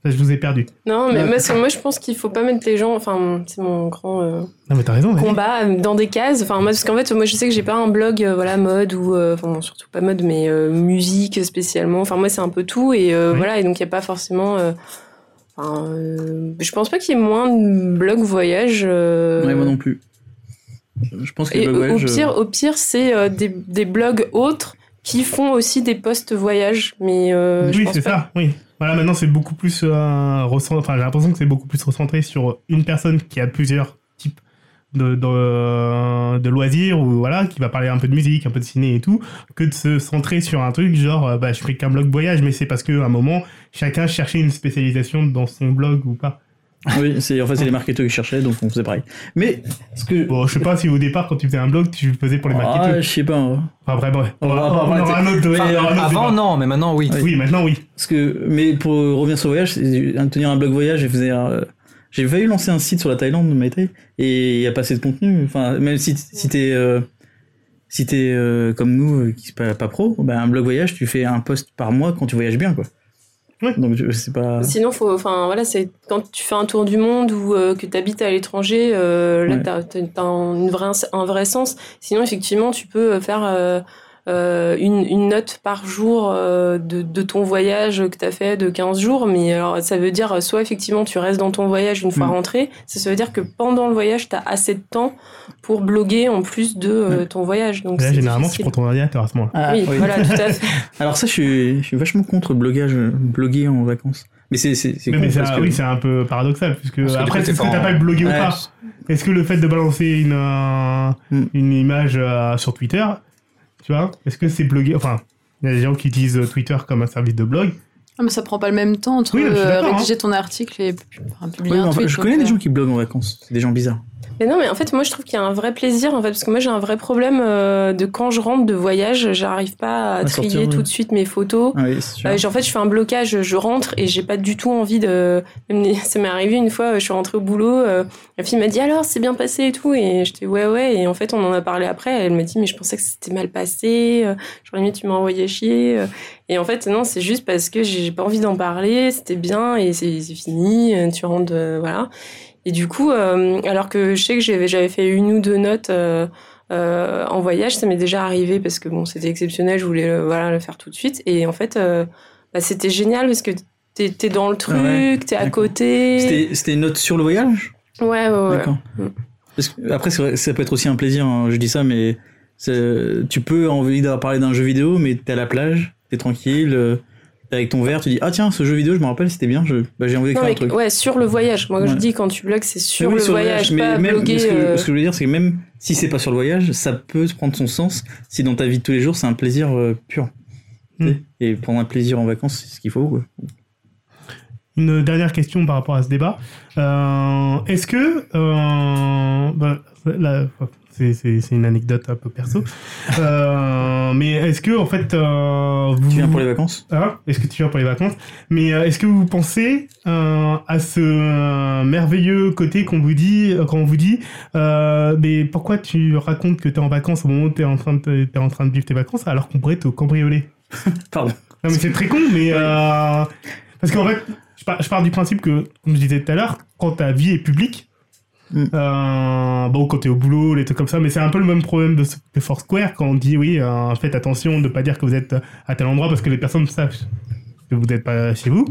là je vous ai perdu
Non, mais
Ouais.
moi, c'est- moi, je pense qu'il faut pas mettre les gens. Enfin, c'est mon grand euh,
non mais t'as raison Valérie.
combat euh, dans des cases. Enfin, moi, parce qu'en fait, moi, je sais que j'ai pas un blog, euh, voilà, mode ou, euh, enfin, bon, surtout pas mode, mais euh, musique spécialement. Enfin, moi, c'est un peu tout et euh,
Oui.
voilà. Et donc, il y a pas forcément. euh, enfin, euh, je pense pas qu'il y ait moins de blogs voyage. euh,
Ouais, moi non plus. Je pense que les
Et
blogs
au- au
voyage, euh,
pire, au pire, c'est euh, des, des blogs autres qui font aussi des posts voyage, mais euh, je
oui
pense
c'est
pas
ça oui voilà maintenant c'est beaucoup plus euh, recent- enfin j'ai l'impression que c'est beaucoup plus recentré sur une personne qui a plusieurs types de, de, de loisirs ou voilà qui va parler un peu de musique, un peu de ciné et tout, que de se centrer sur un truc genre euh, bah, je fais qu'un blog voyage, mais c'est parce qu'à un moment chacun cherchait une spécialisation dans son blog ou pas.
Oui, c'est en fait c'est les marketeurs qui cherchaient, donc on faisait pareil. Mais ce que
Bon, je sais pas si au départ quand tu faisais un blog, tu le faisais pour les
ah,
marketeurs.
je sais pas. hein.
Enfin bref, bref.
On va pas
on
parler de
aura
ça.
un autre- on
Enfin,
aura un autre
avant,
débat.
non, mais maintenant, oui.
Oui, maintenant oui.
Parce que, mais pour revenir sur le voyage, c'est- tenir un blog voyage, j'ai faisais, un- j'ai failli lancer un site sur la Thaïlande, mais t'as- et il n'y a pas assez de contenu. Enfin, même si, si t'es, euh, si t'es euh, comme nous, euh, qui n'est pas, pas pro, ben, un blog voyage, tu fais un post par mois quand tu voyages bien, quoi.
Ouais.
Donc je- c'est pas.
Sinon, faut, enfin, voilà, c'est quand tu fais un tour du monde ou euh, que tu habites à l'étranger, euh, là,
Ouais.
t'as- t'as- t'as un, une vraie- un vrai sens. Sinon, effectivement, tu peux faire euh, euh, une, une note par jour euh, de, de ton voyage que tu as fait de 15 jours. Mais alors, ça veut dire, euh, soit effectivement, tu restes dans ton voyage une fois
Mm.
rentré. Ça, ça veut dire que pendant le voyage, tu as assez de temps pour bloguer en plus de euh, ton voyage. Donc,
Là,
c'est
généralement, tu
difficile.
prends ton ordinateur à ce moment-là.
Ah,
oui,
oui.
voilà, tout à fait.
Alors ça, je suis, je suis vachement contre le blogage, euh, bloguer en vacances. Mais c'est c'est c'est
Mais,
con,
mais c'est
parce
un-
que-
oui, c'est un peu paradoxal, puisque
Parce que du
après,
coup, t'es
est-ce que
pas
t'as
en-
pas blogué ou
Ouais.
pas Est-ce que le fait de balancer une, euh,
Mm.
une image euh, sur Twitter, tu vois, est-ce que c'est blogué Enfin, il y a des gens qui utilisent euh, Twitter comme un service de blog.
Ah, mais ça prend pas le même temps entre
Oui, je suis
euh,
d'accord, hein.
rédiger ton article et pu- enfin,
Oui,
publier
mais
un
enfin,
tweet.
je
donc,
connais des
euh,
gens qui bloguent en vacances, c'est des gens bizarres.
Mais non, mais en fait, moi, je trouve qu'il y a un vrai plaisir, en fait, parce que moi, j'ai un vrai problème euh, de quand je rentre de voyage, j'arrive pas à,
À
trier
sortir, ouais.
tout de suite mes photos.
Ah oui, c'est sûr.
Euh, j'ai- en fait, je fais un blocage, je rentre et j'ai pas du tout envie de. même les- Ça m'est arrivé une fois, je suis rentrée au boulot, euh, la fille m'a dit alors, c'est bien passé et tout, et j'étais ouais, ouais, et en fait, on en a parlé après, elle m'a dit, mais je pensais que c'était mal passé, euh, genre limite, tu m'as envoyé chier. euh. Et en fait, non, c'est juste parce que j'ai pas envie d'en parler, c'était bien et c'est c'est fini, euh, tu rentres, euh, voilà. Et du coup, euh, alors que je sais que j'avais j'avais fait une ou deux notes. euh, euh, en voyage, ça m'est déjà arrivé parce que bon, c'était exceptionnel, je voulais euh, voilà le faire tout de suite. Et en fait, euh, bah, c'était génial parce que t'es t'es dans le truc,
Ah Ouais,
t'es à
d'accord.
côté.
C'était c'était une note sur le voyage
Ouais, ouais, ouais.
D'accord.
Mm.
Parce que, après, c'est vrai, ça peut être aussi un plaisir, hein, je dis ça, mais c'est- tu peux avoir envie de parler d'un jeu vidéo, mais t'es à la plage, t'es tranquille, euh, t'es avec ton verre, tu dis Ah tiens, ce jeu vidéo, je me rappelle, c'était bien, je- bah, j'ai envie
Non,
d'écrire un
mais
truc.
ouais, sur le voyage. Moi, je
Ouais.
dis quand tu blogues, c'est sur
Mais oui,
le voyage, pas
même,
bloguer.
ce, que,
euh,
ce que je veux dire, c'est que même si c'est pas sur le voyage, ça peut prendre son sens si dans ta vie de tous les jours, c'est un plaisir euh, pur.
Mm.
Et prendre un plaisir en vacances, c'est ce qu'il faut. quoi.
Une dernière question par rapport à ce débat. Euh, Est-ce que. euh, bah, là, c'est- c'est c'est une anecdote un peu perso. Euh, mais est-ce que, en fait. euh, vous...
Tu viens pour les vacances
Hein est-ce que tu viens pour les vacances Mais euh, est-ce que vous pensez euh, à ce euh, merveilleux côté qu'on vous dit, euh, quand on vous dit, euh, mais pourquoi tu racontes que t'es en vacances au moment où t'es en train de, t'es- t'es en train de vivre tes vacances alors qu'on pourrait te cambrioler
Pardon.
Non mais c'est très con, mais euh, parce qu'en fait, je, par- je pars du principe que, comme je disais tout à l'heure, quand ta vie est publique.
Mm.
euh, bon, quand t'es au boulot, les trucs comme ça, mais c'est un peu le même problème de, ce- de Foursquare quand on dit oui, euh, faites attention de pas dire que vous êtes à tel endroit parce que les personnes savent que vous n'êtes pas chez vous.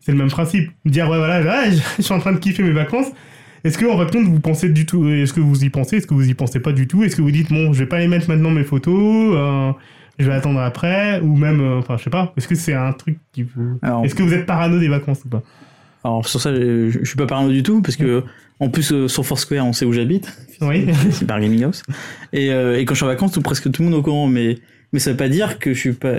C'est le même principe. Dire, ouais, voilà, ouais, je, je suis en train de kiffer mes vacances. Est-ce que, en fin de compte, vous pensez du tout Est-ce que vous y pensez Est-ce que vous y pensez pas du tout Est-ce que vous dites, bon, je vais pas les mettre maintenant mes photos euh, Je vais attendre après Ou même, euh, enfin, je sais pas. Est-ce que c'est un truc qui vous.
Alors,
Est-ce que vous êtes parano des vacances ou pas
Alors sur ça, je, je suis pas parano du tout, parce que en plus euh, sur Foursquare, on sait où j'habite,
Oui.
c'est par Gaming House. Et, euh, et quand je suis en vacances, tout presque tout le monde est au courant, mais mais ça veut pas dire que je suis pas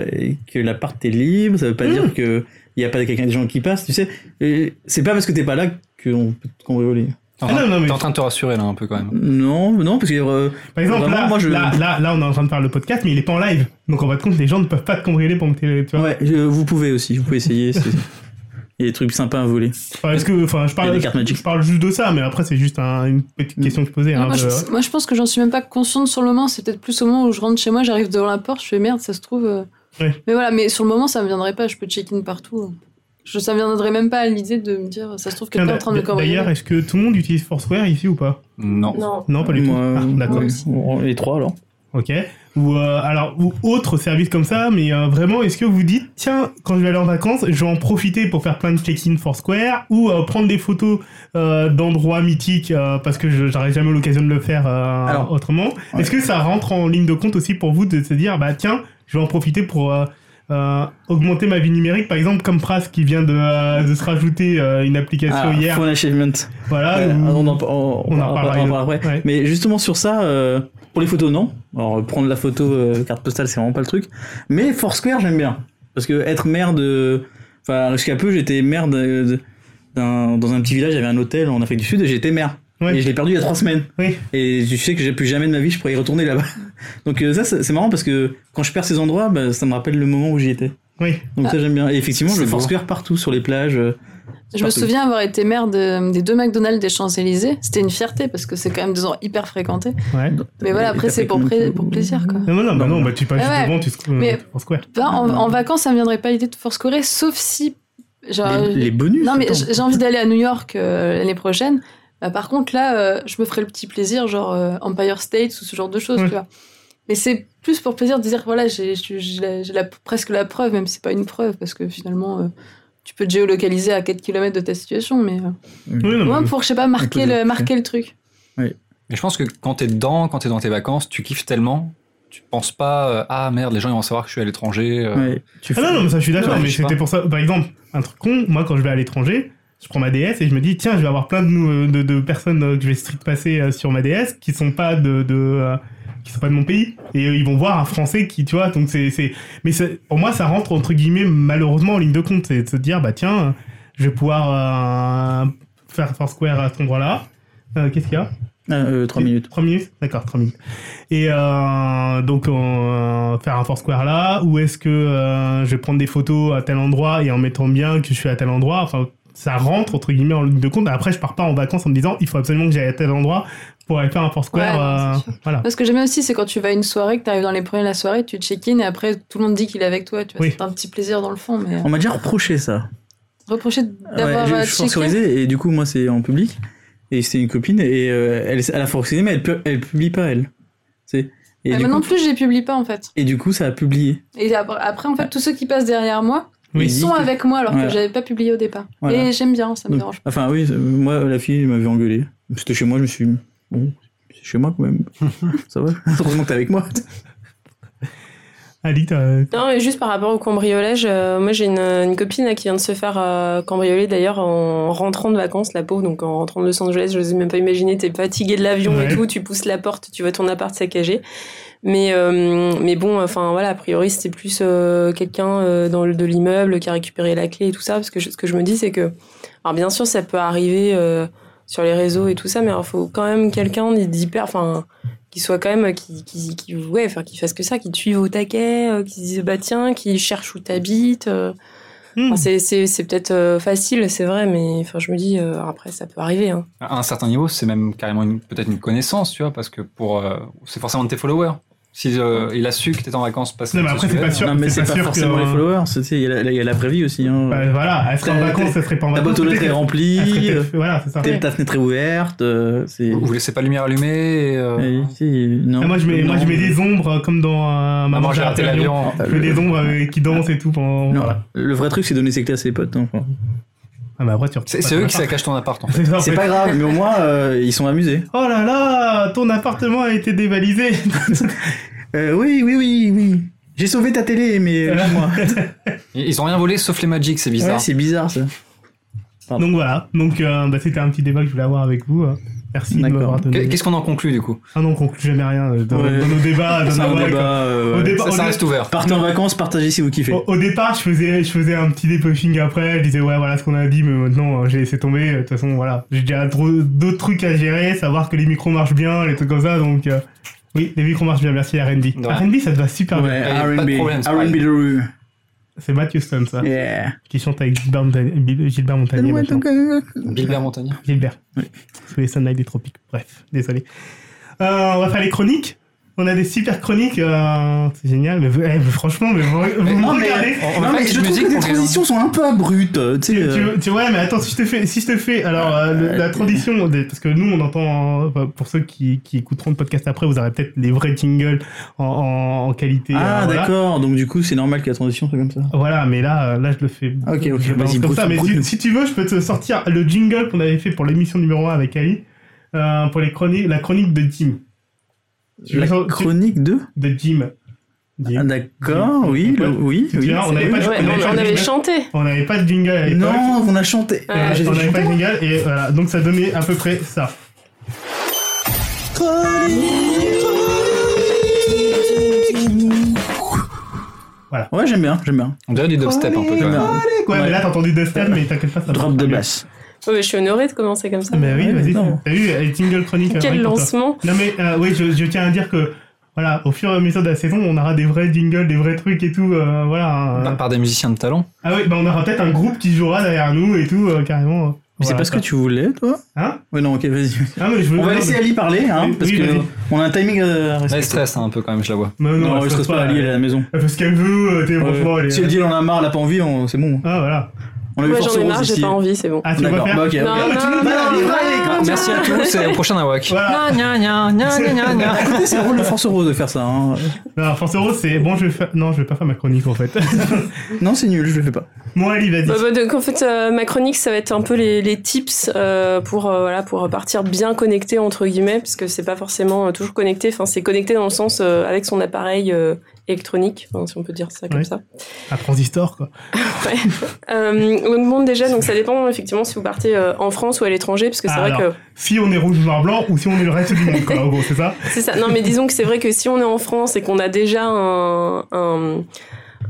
que l'appart est libre, ça veut pas
Mmh.
dire que il y a pas quelqu'un des gens qui passent, tu sais. Et C'est pas parce que t'es pas là qu'on peut te cambrioler.
T'es en train-
Ah non, non, mais-
t'es en train de te rassurer, là, un peu, quand même.
Non, non, parce que euh,
Par exemple,
Vraiment,
là,
moi, je-
là, là, là, on est en train de faire le podcast, mais il est pas en live. Donc, en fin de compte, les gens ne peuvent pas te cambrioler pendant que t'es. Tu vois
ouais, je- vous pouvez aussi, vous pouvez essayer. c'est- Il y a des trucs sympas à voler.
Enfin, est-ce que, enfin, je
Il y a
parle,
des cartes Magic.
je parle juste de ça, mais après, c'est juste un- une petite
Mm.
question que je posais.
non,
hein,
moi,
de-
je, moi, je pense que j'en suis même pas consciente sur le moment. C'est peut-être plus au moment où je rentre chez moi, j'arrive devant la porte, je fais merde, ça se trouve. euh.
Ouais.
Mais voilà, mais sur le moment, ça me viendrait pas. Je peux check-in partout. Je, ça me viendrait même pas à l'idée de me dire, ça se trouve
Tiens,
quelqu'un est en train de me cambrioler.
D'ailleurs, est-ce que tout le monde utilise Foursquare ici ou pas
Non.
Non.
Non, pas du
Euh, Moi,
tout. Ah, D'accord.
ouais, on- les trois alors.
Ok. Ou euh, alors ou autre service comme ça, mais euh, vraiment, est-ce que vous dites tiens, quand je vais aller en vacances, je vais en profiter pour faire plein de check-in Foursquare ou euh, prendre des photos euh, d'endroits mythiques euh, parce que je- j'aurais jamais eu l'occasion de le faire euh,
Alors,
autrement.
ouais.
Est-ce que ça rentre en ligne de compte aussi pour vous de se dire bah tiens, je vais en profiter pour euh, euh, augmenter ma vie numérique, par exemple, comme Pras qui vient de, euh, de se rajouter euh, une application
Ah, euh,
hier.
Phone Achievement.
Voilà.
Ouais,
où-
on en, on-
Ah, on en
on en
parlera,
parlera après.
ouais.
Mais justement sur ça, euh, pour les photos, non. Alors euh, prendre la photo euh, carte postale, c'est vraiment pas le truc. Mais Foursquare, j'aime bien. Parce que être maire de. Enfin, jusqu'à peu, j'étais maire de- de- d'un- dans un petit village, j'avais un hôtel en Afrique du Sud et j'étais maire.
Ouais.
euh, Et je l'ai perdu il y a trois semaines.
Oui.
Et je sais que j'ai plus jamais de ma vie, je pourrais y retourner là-bas. Donc euh, ça, c'est c'est marrant parce que quand je perds ces endroits, bah, ça me rappelle le moment où j'y étais.
Oui.
Donc ça, j'aime bien. Et effectivement, je
C'est
le
beau.
Ah. Foursquare partout, sur les plages. euh,
Je me
partout.
souviens avoir été maire de- des deux McDonald's des Champs-Élysées. C'était une fierté parce que c'est quand même des endroits hyper fréquentés.
Ouais.
Mais voilà,
Et
après,
t'as
c'est
fait
pour,
combien de
pré-
kilos
pour plaisir, quoi.
Non, non, bah
Non,
non, bah tu passes
Ah ouais.
devant, tu se
Mais-
tu te square.
Ben, en, en vacances, ça me viendrait pas l'idée de Force Corée, sauf si. Genre,
Les, les bonus.
Bah, euh, non, mais
attends.
j- j'ai envie d'aller à New York euh, l'année prochaine. Bah, par contre, là, euh, je me ferai le petit plaisir, genre euh, Empire State ou ce genre de choses,
Ouais.
tu vois. Mais c'est plus pour plaisir de dire, voilà, j'ai j'ai- j'ai la- j'ai la- presque la preuve, même si c'est pas une preuve, parce que finalement, euh, tu peux te géolocaliser à 4 km de ta situation, mais. euh,
Oui, non,
au moins
mais-
pour, je sais pas, marquer
peut
le,
le-
marquer le truc.
Mais je pense que quand t'es dedans, quand t'es dans tes vacances, tu kiffes tellement, tu penses pas euh, ah merde, les gens ils vont savoir que je suis à l'étranger. euh.
Ouais, tu
Ah
fais-
non, non, mais ça, je suis d'accord,
Ouais,
mais
je sais
c'était
pas.
pour ça. Par exemple, un truc con, moi, quand je vais à l'étranger, je prends ma DS et je me dis, tiens, je vais avoir plein de, nou- de, de personnes euh, que je vais street passer euh, sur ma DS qui sont pas de. de euh, qui sont pas de mon pays et euh, ils vont voir un français qui tu vois donc c'est c'est mais c'est- pour moi ça rentre entre guillemets malheureusement en ligne de compte c'est de se dire bah tiens euh, je vais pouvoir euh, faire Foursquare à cet endroit là qu'est-ce qu'il y a
Ah, euh, trois minutes.
3 minutes D'accord, 3 minutes. Et euh, donc, on, euh, faire un Foursquare là, ou est-ce que euh, je vais prendre des photos à tel endroit et en mettant bien que je suis à tel endroit Enfin, ça rentre, entre guillemets, en ligne de compte. Après, je pars pas en vacances en me disant, il faut absolument que j'aille à tel endroit pour aller faire un Foursquare.
Ouais, non,
euh,
c'est sûr.
voilà.
Moi, ce que j'aime bien aussi, c'est quand tu vas à une soirée, que tu arrives dans les premiers de la soirée, tu check-in et après tout le monde dit qu'il est avec toi. Tu vois,
Oui.
c'est un petit plaisir dans le fond, mais euh,
On m'a déjà reproché ça.
reprocher
Ah Ouais,
d'avoir
je-
euh,
je suis
check-in.
sponsorisé et du coup, moi, c'est en public. Et c'est une copine et euh, elle, elle a forcé, mais elle, pu- elle publie pas, elle. C'est. Et,
Ah, Mais
du
moi non
coup,
plus, je les publie pas en fait.
et du coup, ça a publié.
Et après, après, en fait, tous ceux qui passent derrière moi,
Oui.
ils sont
Dit-
avec moi alors
Voilà.
que j'avais pas publié au départ.
Voilà.
Et j'aime bien, ça me
Donc,
dérange pas.
Enfin, oui, euh, moi, la fille, elle m'avait engueulé. C'était chez moi, je me suis dit, bon, c'est chez moi quand même. ça va Heureusement que t'es avec moi.
Ali, t'as-
Non, et juste par rapport au cambriolage, euh, moi j'ai une, une copine là, qui vient de se faire euh, cambrioler d'ailleurs en rentrant de vacances, la peau. Donc en rentrant de Los Angeles, je n'osais même pas imaginer, t'es fatigué de l'avion
Ouais.
et tout, tu pousses la porte, tu vois ton appart saccagé. Mais, euh, mais bon, enfin voilà, a priori c'était plus euh, quelqu'un euh, dans le, de l'immeuble qui a récupéré la clé et tout ça. Parce que je- ce que je me dis, c'est que. Alors bien sûr, ça peut arriver euh, sur les réseaux et tout ça, mais il faut quand même quelqu'un d'hyper. Enfin qui soit quand même euh, qui qui, qui ouais enfin qui fasse que ça qui te suive au taquet euh, qui se dise bah tiens qui cherche où t'habites euh.
Hmm.
Enfin, c'est c'est c'est peut-être euh, facile c'est vrai mais enfin je me dis euh, après ça peut arriver hein.
À un certain niveau, c'est même carrément une- peut-être une connaissance, tu vois, parce que pour euh, c'est forcément de tes followers. Si euh, il a su que t'étais en vacances, parce
Non, mais
que
après, c'est pas sûr.
non, mais
c'est pas
c'est pas,
sûr que-
forcément les followers. c'est- tu sais, Il y, a la- il y a la prévie aussi. Hein.
Bah, voilà, elle serait en
T'as-
vacances, elle serait pas en
Ta
vacances.
boîte aux lettres est
peut-être
remplie,
qu'elle- elle serait
euh,
peut-être- Voilà, c'est ça.
t'es- ta fenêtre est ouverte. euh, C'est.
Vous, vous laissez pas la lumière allumée. Et, euh,
Eh, si, non.
Ah, moi, je mets, moi, je mets des ombres euh, comme dans euh,
maman,
Maman,
Ah, j'ai raté
l'avion.
l'avion.
Ah,
Je mets des ombres euh, qui dansent et tout pendant.
Non,
Voilà.
le vrai truc, c'est donner ses clés à ses potes. hein, enfin.
Ah, bah après, tu
C'est c'est eux qui saccagent ton appart. En
C'est
fait.
ça, en
C'est
fait.
pas grave, mais au moins, euh, ils sont amusés.
Oh là là, ton appartement a été dévalisé.
Euh, oui, oui, oui, oui. J'ai sauvé ta télé, mais euh, moi.
Ils ils ont rien volé sauf les Magic, c'est
Ouais,
bizarre.
c'est bizarre ça.
Donc voilà, donc euh, bah, c'était un petit débat que je voulais avoir avec vous. euh. Merci de
D'accord.
m'avoir
Qu'est-
donné.
Qu'est-ce qu'on en conclut du coup
Ah non, on conclut jamais rien euh, dans,
Ouais.
dans nos débats. dans
C'est un
nos- ouais,
débat, euh,
Au Oh,
ouais.
débat-
Ça, ça
au
reste ouvert.
Partez en vacances, partagez si vous kiffez.
Au, au départ, je faisais, je faisais un petit dépuffing après, je disais ouais, voilà ce qu'on a dit, mais maintenant euh, j'ai laissé tomber. De toute façon, voilà, j'ai déjà trop- d'autres trucs à gérer, savoir que les micros marchent bien, les trucs comme ça. Donc euh, oui, les micros marchent bien, merci R&B.
Ouais.
R&B, ça te va super bien.
Ouais,
pas de
R&B,
problème, c'est
R&B
pareil.
de rue.
Ah, C'est Matthew Stone, ça,
Yeah.
qui chante avec Gilbert Montagnier. Gilbert Montagnier maintenant.
euh,
Bilbert Montagnier.
Gilbert.
Oui.
Sous les sunlights des tropiques. Bref, désolé. Euh, on va faire les chroniques. On a des super chroniques. euh, c'est génial. Mais vous- eh, mais franchement, mais vous, vous me
non, mais-
regardez.
On- on va
Non,
faire
mais
une
je
petite
trouve
musique
que les
pour les gens.
transitions sont un peu abruptes. euh,
Tu,
Tu sais, euh,
tu- tu vois, mais attends, si je te fais, si je te fais, alors euh, le- la tradition, des- parce que nous on entend, euh, enfin, pour ceux qui, qui écouteront le podcast après, vous aurez peut-être les vrais jingles en, en- en qualité.
Ah,
euh, voilà.
d'accord. Donc, du coup, c'est normal que la transition soit comme ça.
Voilà, mais là, euh, là, je le fais.
Ok, ok,
je balance
vas-y,
comme
broute-
ça. Mais
broute-
si, si tu veux, je peux te sortir le jingle qu'on avait fait pour l'émission numéro 1 avec Ali, euh, pour les chroniques, la chronique de Jim. Tu veux
La
sor- tu-
chronique de
de Jim. Dis.
Ah, D'accord, oui, le- oui,
Tu
oui.
vois, on
c'est-
avait pas-
Ouais, on, on avait chanté.
On n'avait pas de jingle à l'époque. Euh,
Non, on a chanté. Euh,
Ouais.
J'ai
on n'avait pas
chanté.
de jingle et voilà. Donc ça donnait à peu près ça.
Ouais, j'aime bien, j'aime bien.
On dirait du dubstep un peu quand
J'aime
même.
bien.
Ouais, mais là t'as entendu Dustin, mais t'inquiète pas, ça
Drop de basse.
Ouais, mais je suis honorée de commencer comme ça.
Mais oui,
Ouais, mais
vas-y.
non.
T'as vu, elle jingle chronique. euh,
Quel
rien que pour toi.
lancement
Non mais euh, oui, je, je tiens à dire que voilà, au fur et à mesure de la saison, on aura des vrais jingles, des vrais trucs et tout. euh, voilà. hein.
Bah,
Par- Par des musiciens de talent.
Ah oui, bah on aura peut-être un groupe qui jouera derrière nous et tout, euh, carrément. euh,
Mais C'est
voilà,
pas ce que
quoi.
tu voulais, toi
Hein
Oui, non, ok, vas-y.
Ah mais je veux.
On va
non,
laisser
mais-
Ali parler, hein,
Oui,
parce
oui, vas-y.
que on a un timing à
Elle
respecter.
stresse hein, un peu quand même, je la vois.
Mais
Non,
elle
je
se
stresse pas, euh, Ali, elle est à la maison.
Elle fait ce qu'elle veut, euh, t'es
Ouais.
franchement, elle est-
Si elle dit elle en a marre, elle a pas envie, on- c'est bon.
Ah voilà.
On a eu
Ouais,
Force
j'en ai
Rose
marre, j'ai
ici.
pas envie, c'est bon.
Ah tu vas
D'accord,
faire.
bah, ok.
Non,
ok.
Ah, mais tu
non,
nous
non,
donnes
non,
les
non,
vrais,
non.
Merci à tous et au prochain AWAC.
Voilà.
À côté, c'est le rôle de Force Rose de faire ça. hein.
Non, France Euro, c'est bon, je vais faire. Non, je vais pas faire ma chronique en fait.
Non, c'est nul, je le fais pas.
Moi, Ali, vas-y.
Bah, bah, donc en fait, euh, ma chronique, ça va être un peu les, les tips euh, pour euh, voilà pour partir bien connecté entre guillemets, parce que c'est pas forcément euh, toujours connecté. Enfin, c'est connecté dans le sens euh, avec son appareil euh, électronique, enfin, si on peut dire ça comme
Ouais.
ça.
Un transistor, quoi.
Euh, donc bon, déjà, donc ça dépend effectivement si vous partez euh, en France ou à l'étranger, parce que c'est
Ah,
vrai
alors.
que
Si on est rouge, noir, blanc, ou si on est le reste du monde, quoi. En gros, c'est ça
C'est ça. Non, mais disons que c'est vrai que si on est en France et qu'on a déjà un, un,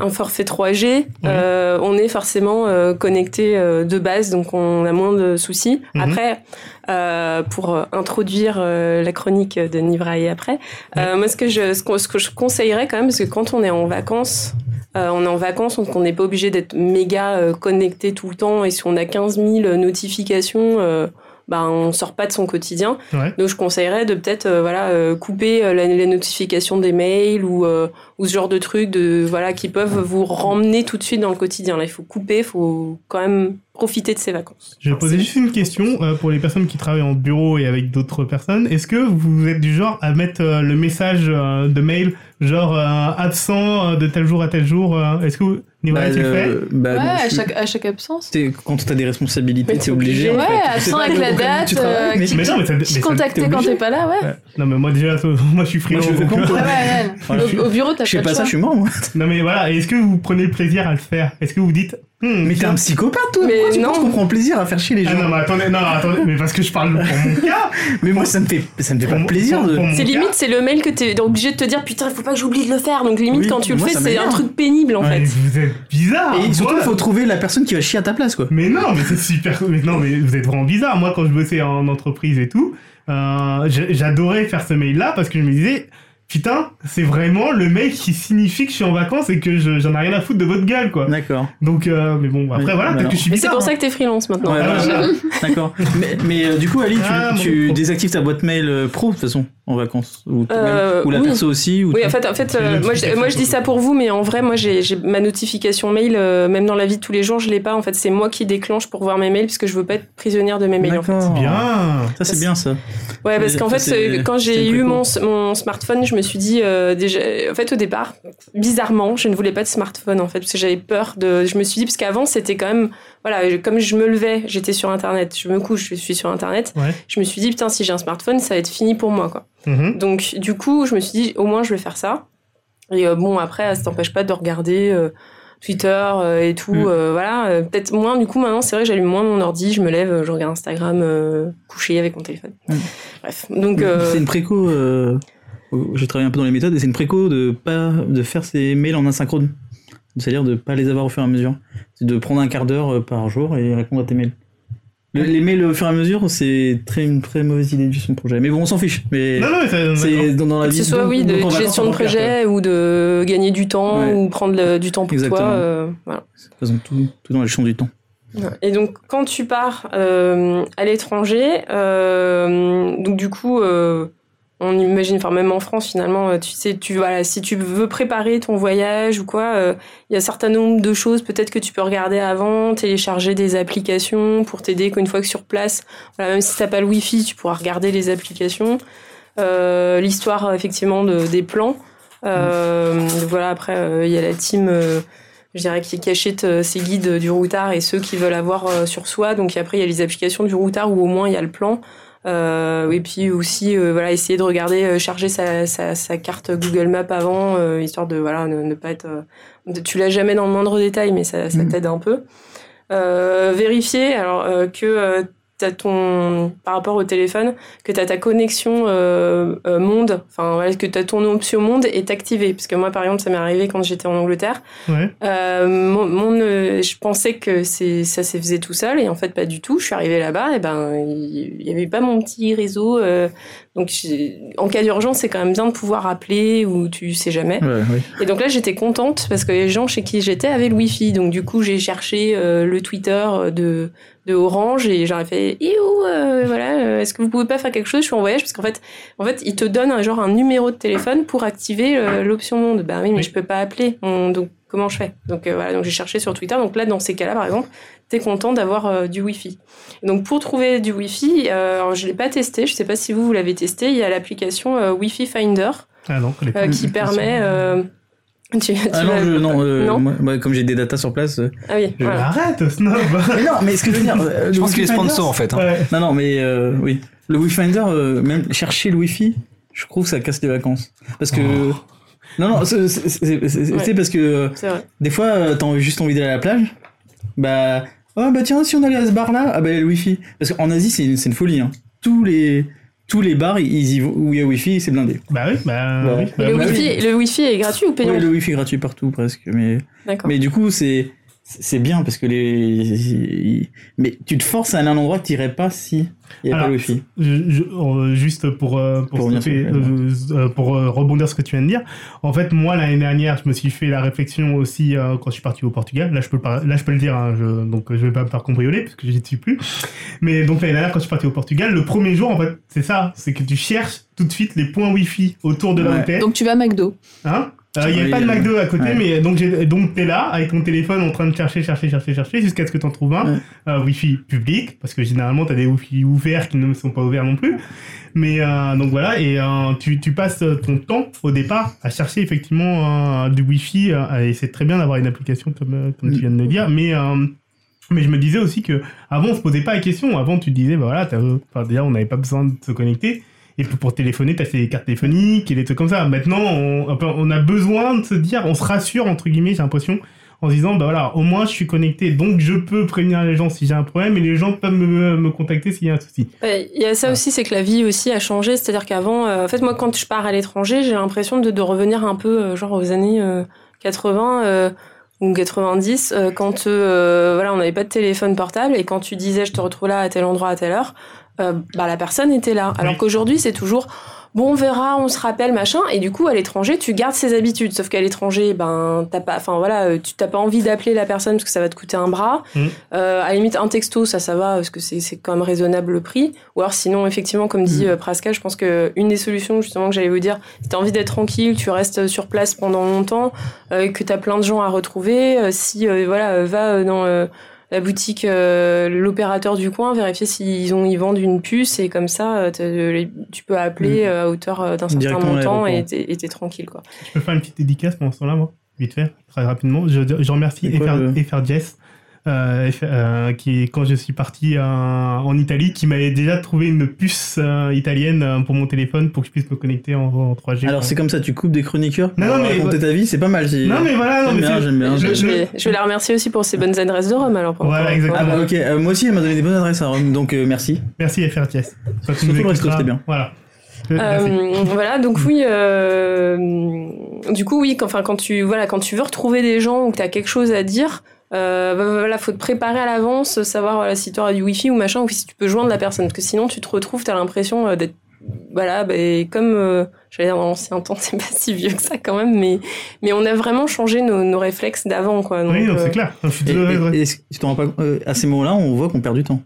un forfait 3G, euh, on est forcément euh, connecté euh, de base, donc on a moins de soucis.
Mhm.
Après, euh, pour euh, introduire euh, la chronique de Nivra et après, euh, moi, ce que, je, ce, qu'on- ce que je conseillerais quand même, parce que quand on est en vacances, euh, on est en vacances, donc on n'est pas obligé d'être méga euh, connecté tout le temps, et si on a 15 000 notifications, euh, ben, on sort pas de son quotidien.
Ouais.
Donc je conseillerais de peut-être euh, voilà euh, couper euh, la- les notifications des mails ou euh, ou ce genre de trucs de voilà qui peuvent vous ramener tout de suite dans le quotidien. Là, il faut couper, il faut quand même profiter de ses vacances.
Je vais poser
C'est-
juste une question euh, pour les personnes qui travaillent en bureau et avec d'autres personnes. Est-ce que vous êtes du genre à mettre euh, le message euh, de mail, genre euh, absent euh, de tel jour à tel jour euh, Est-ce que vous, Nicolas, tu le fais
euh, bah,
Ouais,
non,
à
tu-
chaque, à chaque absence.
t'es- Quand t'as des responsabilités,
Mais
t'es
t'es
obligé.
obligé.
en
Ouais,
fait.
absent
Tu sais pas
avec la
pourquoi
date,
tu travailles,
euh,
mais-
qui-
Mais non, mais ça. mais
Qui
ça-
contacter quand
obligé.
t'es pas là, ouais.
Ouais. Non, mais moi déjà, toi, moi je suis
Moi,
freelance.
je fais
donc,
comme
euh,
toi.
Ouais, ouais,
Voilà.
ouais. Au, au bureau, t'as
Je sais
pas
pas
le
ça, je
choix.
suis mort, moi.
Non, mais voilà, est-ce que vous prenez plaisir à le faire Est-ce que vous dites. Hmm,
Mais t'es un psychopathe, toi.
Mais
Pourquoi tu
non.
penses qu'on prend plaisir à faire chier les
ah non,
gens
mais attendez, non, attendez, mais parce que je parle pour mon cas.
Mais moi, ça me fait ça me fait
pour
pas
mon-
plaisir
pour-
de.
pour mon
C'est
cas.
limite, c'est le mail que t'es obligé de te dire putain, il faut pas que j'oublie de le faire. Donc limite
Oui,
quand tu le
moi,
fais,
ça
c'est un
m'énerve.
truc pénible en
Ouais, mais
fait.
Vous êtes bizarre.
Et surtout, il
voilà.
faut trouver la personne qui va chier à ta place, quoi.
Mais non, mais c'est super. Mais non, mais vous êtes vraiment bizarre. Moi, quand je bossais en entreprise et tout, euh, j'a- j'adorais faire ce mail-là parce que je me disais, putain, c'est vraiment le mail qui signifie que je suis en vacances et que je- j'en ai rien à foutre de votre gueule, quoi.
D'accord.
Donc, euh, mais bon, après,
Oui,
voilà,
bah
peut-être que je suis
Mais c'est
bizarre.
pour ça
hein.
que t'es freelance maintenant.
Ouais,
Ah,
voilà. D'accord. Mais, mais, euh, du coup, Ali, tu,
Ah, mon
tu
pro.
désactives ta boîte mail euh, pro, de toute façon, en vacances. Ou,
Euh,
ou la
oui.
perso aussi. Ou
Oui,
tout.
en fait, en fait
C'est
euh,
une
moi, je, moi je dis
notification.
ça pour vous, mais en vrai, moi j'ai j'ai ma notification mail, euh, même dans la vie de tous les jours, je l'ai pas. En fait, c'est moi qui déclenche pour voir mes mails, parce que je veux pas être prisonnière de mes mails. en fait.
D'accord.
Bien.
Ça, c'est bien, ça.
Ouais, parce
Mais
qu'en
ça,
fait,
c'est-
euh, quand
c'est
j'ai eu
préco.
mon, s- mon smartphone, je me suis dit, euh, déjà, en fait, au départ, bizarrement, je ne voulais pas de smartphone, en fait, parce que j'avais peur de. Je me suis dit, parce qu'avant, c'était quand même. Voilà, je- comme je me levais, j'étais sur Internet, je me couche, je suis sur Internet.
Ouais.
Je me suis dit, putain, si j'ai un smartphone, ça va être fini pour moi, quoi.
Mhm.
Donc, du coup, je me suis dit, au moins, je vais faire ça. Et euh, bon, après, ça t'empêche pas de regarder euh, Twitter euh, et tout.
Mm.
euh, voilà, Euh, peut-être moins. Du coup, maintenant, c'est vrai que j'allume moins mon ordi. Je me lève, euh, je regarde Instagram euh, couché avec mon téléphone.
Mm.
Bref. Donc, euh,
C'est une préco. euh, je travaille un peu dans les méthodes et c'est une préco de pas de faire ses mails en asynchrone. C'est-à-dire de pas les avoir au fur et à mesure. C'est de prendre un quart d'heure euh, par jour et répondre à tes mails. Le- les mails au fur et à mesure, c'est très, une très mauvaise idée de son projet. Mais bon, on s'en fiche. Mais
Non, non, mais ça- d'accord.
c'est dans, dans la
que
vie.
ce soit,
donc-
oui, de
donc en vacances,
gestion
on
de
peut faire, quoi.
projet ou de gagner du temps
Ouais.
ou prendre le- du temps pour
Exactement.
toi. euh, voilà.
De toute façon, tout, tout dans les champs du temps.
Et donc, quand tu pars euh, à l'étranger, euh, donc du coup, euh, on imagine, enfin même en France finalement, euh, tu sais, tu voilà, si tu veux préparer ton voyage ou quoi, euh, il y a un certain nombre de choses peut-être que tu peux regarder avant, télécharger des applications pour t'aider qu'une fois que sur place, voilà, même si t'as pas le wifi, tu pourras regarder les applications. Euh, L'histoire effectivement de, des plans. Euh, Voilà, après euh, il y a la team. euh, je dirais qui cachette euh, ses guides euh, du routard et ceux qui veulent avoir euh, sur soi. Donc après, il y a les applications du routard où au moins il y a le plan. Euh, et puis aussi, euh, voilà, essayer de regarder, euh, charger sa, sa, sa carte Google Maps avant, euh, histoire de voilà, ne, ne pas être. euh, de- tu l'as jamais dans le moindre détail, mais ça, ça
Mhm.
t'aide un peu. Euh, vérifier alors euh, que euh, t'as ton par rapport au téléphone que tu as ta connexion euh, euh, monde enfin voilà, que tu ton option monde est activée parce que moi par exemple ça m'est arrivé quand j'étais en Angleterre
Ouais.
euh, mon, mon, euh, je pensais que c'est, ça se faisait tout seul et en fait pas du tout. Je suis arrivée là-bas et ben il il y avait pas mon petit réseau. euh, donc j'ai- en cas d'urgence, c'est quand même bien de pouvoir appeler ou tu sais jamais.
Ouais, oui.
Et donc là, j'étais contente parce que les gens chez qui j'étais avaient le Wi-Fi. Donc du coup, j'ai cherché euh, le Twitter de, de Orange et j'aurais fait Eh oh, euh, voilà, euh, est-ce que vous pouvez pas faire quelque chose Je suis en voyage parce qu'en fait, en fait, ils te donnent un, genre un numéro de téléphone pour activer euh, l'option monde. Bah oui, mais
Oui.
je peux pas appeler. On- donc comment je fais Donc euh, voilà, donc j'ai cherché sur Twitter. Donc là, dans ces cas-là, par exemple, t'es content d'avoir euh, du Wi-Fi. Donc pour trouver du Wi-Fi, euh, alors, je l'ai pas testé. Je sais pas si vous vous l'avez testé. Il y a l'application euh, Wi-Fi Finder
Ah non, je connais pas.
euh, qui
Mm,
permet. euh, tu, tu
Ah non,
vas-
je- non, euh,
Non.
moi- moi, comme j'ai des datas sur place. euh,
Ah oui,
Je-
voilà.
Arrête, Snob
Mais non, mais ce que je veux dire. euh,
Je
le
pense qu'il est
Wikifinder,
sponsor en fait. hein.
Ouais.
Non, non, mais euh, oui. Le Wi-Finder, euh, même chercher le Wi-Fi, je trouve que ça casse les vacances. Parce que. Non, non, c'est c'est- c'est- c'est-
Oh. Ouais.
c'est parce que euh,
C'est vrai.
des fois, euh, t'as juste envie d'aller à la plage. Bah. Oh, bah tiens, si on allait à ce bar-là, ah bah il y a le Wi-Fi. Parce qu'en Asie, c'est une, c'est une folie. Hein. Tous les. Tous les bars ils y vont, où il y a Wi-Fi, c'est blindé.
Bah oui, bah,
Ouais.
oui. bah
Et le,
oui.
Ah, oui.
wifi, le wifi est gratuit ou payant
Ouais, le Wi-Fi est gratuit partout presque. Mais,
D'accord.
mais du coup, c'est c'est bien parce que les. Mais tu te forces à aller à un endroit que t'irais pas si il n'y a pas
Alors,
le Wi-Fi.
Je- je- euh, juste pour, euh, pour,
Pour revenir sur
stopper,
le
euh, euh, pour, euh, rebondir sur ce que tu viens de dire, en fait, moi, l'année dernière, je me suis fait la réflexion aussi euh, quand je suis parti au Portugal. Là, je peux le, par- là, je peux le dire, hein, je, donc euh, je vais pas me faire cambrioler parce que j'y suis plus. Mais donc, l'année dernière, quand je suis parti au Portugal, le premier jour, en fait, c'est ça c'est que tu cherches tout de suite les points Wi-Fi autour de
Ouais.
l'hôtel.
Donc tu vas à McDo.
Hein Euh, Il n'y avait
Oui,
pas de
euh,
McDo à côté,
ouais.
mais donc, j'ai- donc t'es là avec ton téléphone en train de chercher, chercher, chercher, chercher jusqu'à ce que t'en trouves un
Ouais.
euh, Wi-Fi public, parce que généralement t'as des Wi-Fi ouverts qui ne sont pas ouverts non plus. Mais euh, donc voilà, et euh, tu, tu passes ton temps au départ à chercher effectivement euh, du Wi-Fi, euh, et c'est très bien d'avoir une application comme, euh, comme tu viens de le dire, mais. euh, mais je me disais aussi que avant on se posait pas la question. Avant tu te disais bah voilà, t'as- enfin, déjà on n'avait pas besoin de se connecter. Et puis pour téléphoner, t'as les cartes téléphoniques et des trucs comme ça. Maintenant, on, enfin, on a besoin de se dire, on se rassure entre guillemets, j'ai l'impression, en se disant bah voilà, au moins je suis connecté, donc je peux prévenir les gens si j'ai un problème et les gens peuvent me, me contacter s'il y a un souci.
Ouais, Il y a ça aussi, c'est que la vie aussi a changé. C'est-à-dire qu'avant, euh, en fait, moi, quand je pars à l'étranger, j'ai l'impression de, de revenir un peu, euh, genre, aux années euh, 80 euh, ou 90, euh, quand euh, voilà, on n'avait pas de téléphone portable et quand tu disais je te retrouve là à tel endroit à telle heure, euh, bah, la personne était là. Alors
Oui.
qu'aujourd'hui, c'est toujours. Bon, on verra, on se rappelle, machin. Et du coup, à l'étranger, tu gardes ses habitudes. Sauf qu'à l'étranger, ben, t'as pas, enfin voilà, euh, tu t'as pas envie d'appeler la personne parce que ça va te coûter un bras. Euh, à la limite, un texto, ça, ça va, parce que c'est c'est quand même raisonnable le prix. Ou alors, sinon, effectivement, comme
Mm.
dit euh, Praska, je pense que une des solutions, justement, que j'allais vous dire, si t'as envie d'être tranquille, tu restes euh, sur place pendant longtemps, euh, que t'as plein de gens à retrouver, euh, si, euh, voilà, euh, va euh, dans euh, la boutique, euh, l'opérateur du coin, vérifier s'ils ont, ils vendent une puce, et comme ça, euh, t'as- euh, les- tu peux appeler
Mhm.
euh, à hauteur euh, d'un certain
Directement à
montant et
l'aéroport.
t'es et t'es tranquille, quoi.
Je peux faire une petite dédicace pendant ce temps-là, moi, vite fait, très rapidement. Je, je remercie
C'est quoi,
FR,
le-
FR Jess, euh, FR, euh, qui, quand je suis parti euh, en Italie, qui m'avait déjà trouvé une puce euh, italienne euh, pour mon téléphone pour que je puisse me connecter en, en 3G.
Alors c'est comme ça, tu coupes des chroniqueurs pour
Non, non, mais-
raconter ta vie, c'est pas mal. c'est-
Non, mais voilà, non,
J'aime
mais
bien,
c'est-
j'aime bien.
Le-
Je,
j'aime-
je
le-
vais, je vais la remercier aussi pour ses bonnes adresses de Rome, alors. pour-
Voilà,
pour-
exactement.
Ah bah ok, euh, moi aussi elle m'a donné des bonnes adresses à Rome, donc euh, merci.
Merci FR Jess. Quand tu
Surtout
nous
le resto,
écouteras,
c'était bien.
Voilà. Euh, merci.
Euh, voilà, donc oui, euh, du coup, oui, quand, enfin, quand, tu, voilà, quand tu veux retrouver des gens ou que tu as quelque chose à dire, euh, bah, bah, voilà, faut te préparer à l'avance, savoir voilà, si tu auras du wifi ou machin, ou si tu peux joindre la personne, parce que sinon tu te retrouves, tu as l'impression euh, d'être. Voilà, bah, comme euh, j'allais dire dans l'ancien temps, c'est pas si vieux que ça quand même, mais, mais on a vraiment changé nos, nos réflexes d'avant, quoi. Donc,
oui, non,
euh,
c'est clair. Je suis
Et,
désolé, ouais.
et- et tu t'en rends pas compte, euh, à ces moments-là, on voit qu'on perd du temps.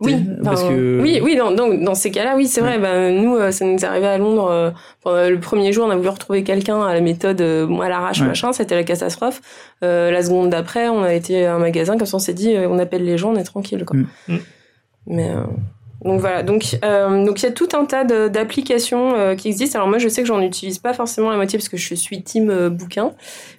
Oui,
T'sais, parce
enfin,
que-
oui, oui, dans, dans, dans ces cas-là, oui, c'est vrai. Ben, nous, euh, ça nous est arrivé à Londres. euh, pendant le premier jour, on a voulu retrouver quelqu'un à la méthode euh, bon, à l'arrache,
Ouais.
machin. C'était la catastrophe. Euh, la seconde d'après, on a été à un magasin. Comme ça, on s'est dit, euh, on appelle les gens, on est tranquille. Quoi.
Mm.
Mm.
Mais euh, Donc voilà, donc euh, donc il y a tout un tas de- d'applications euh, qui existent. Alors moi je sais que j'en utilise pas forcément la moitié parce que je suis team euh, bouquin,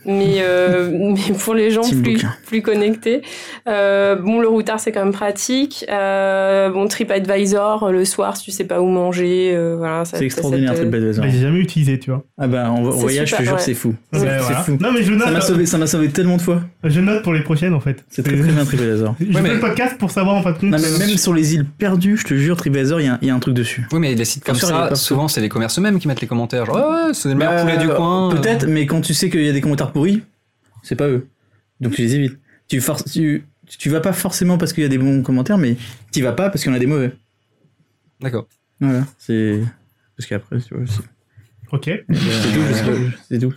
mais euh, mais pour les gens
Team
plus
bouquin.
plus connectés, euh, bon le routard c'est quand même pratique. Euh, bon TripAdvisor euh, le soir si tu sais pas où manger, euh, voilà. ça-
C'est
ça-
extraordinaire,
ça te-
TripAdvisor.
Bah, j'ai jamais utilisé, tu vois.
Ah bah, en
C'est
voyage, je te
super,
jure,
ouais.
c'est fou.
Ouais,
C'est c'est
voilà.
fou.
Non, mais je
Ça m'a
note,
sauvé, ça m'a sauvé tellement de fois.
je note pour les prochaines, en fait.
C'est très très bien TripAdvisor.
Je
Ouais,
fais
mais-
le podcast pour savoir, en fait,
Non, mais même sur les îles perdues, je te jure, TripAdvisor, il y a- il y, a un truc dessus.
Oui, mais les sites comme
Bien sûr, il est
ça,
partout.
souvent, c'est les commerces eux-mêmes qui mettent les commentaires. Genre, ouais, ouais, c'est le meilleur
Bah,
poulet du coin. euh,
Peut-être, mais quand tu sais qu'il y a des commentaires pourris, c'est pas eux. Donc tu les évites. Tu, forces- tu, tu vas pas forcément parce qu'il y a des bons commentaires, mais tu vas pas parce qu'il y en a des mauvais.
D'accord.
Voilà. C'est. Parce qu'après, tu vois, c'est
Ok.
Euh,
c'est tout, je sais pas, c'est tout.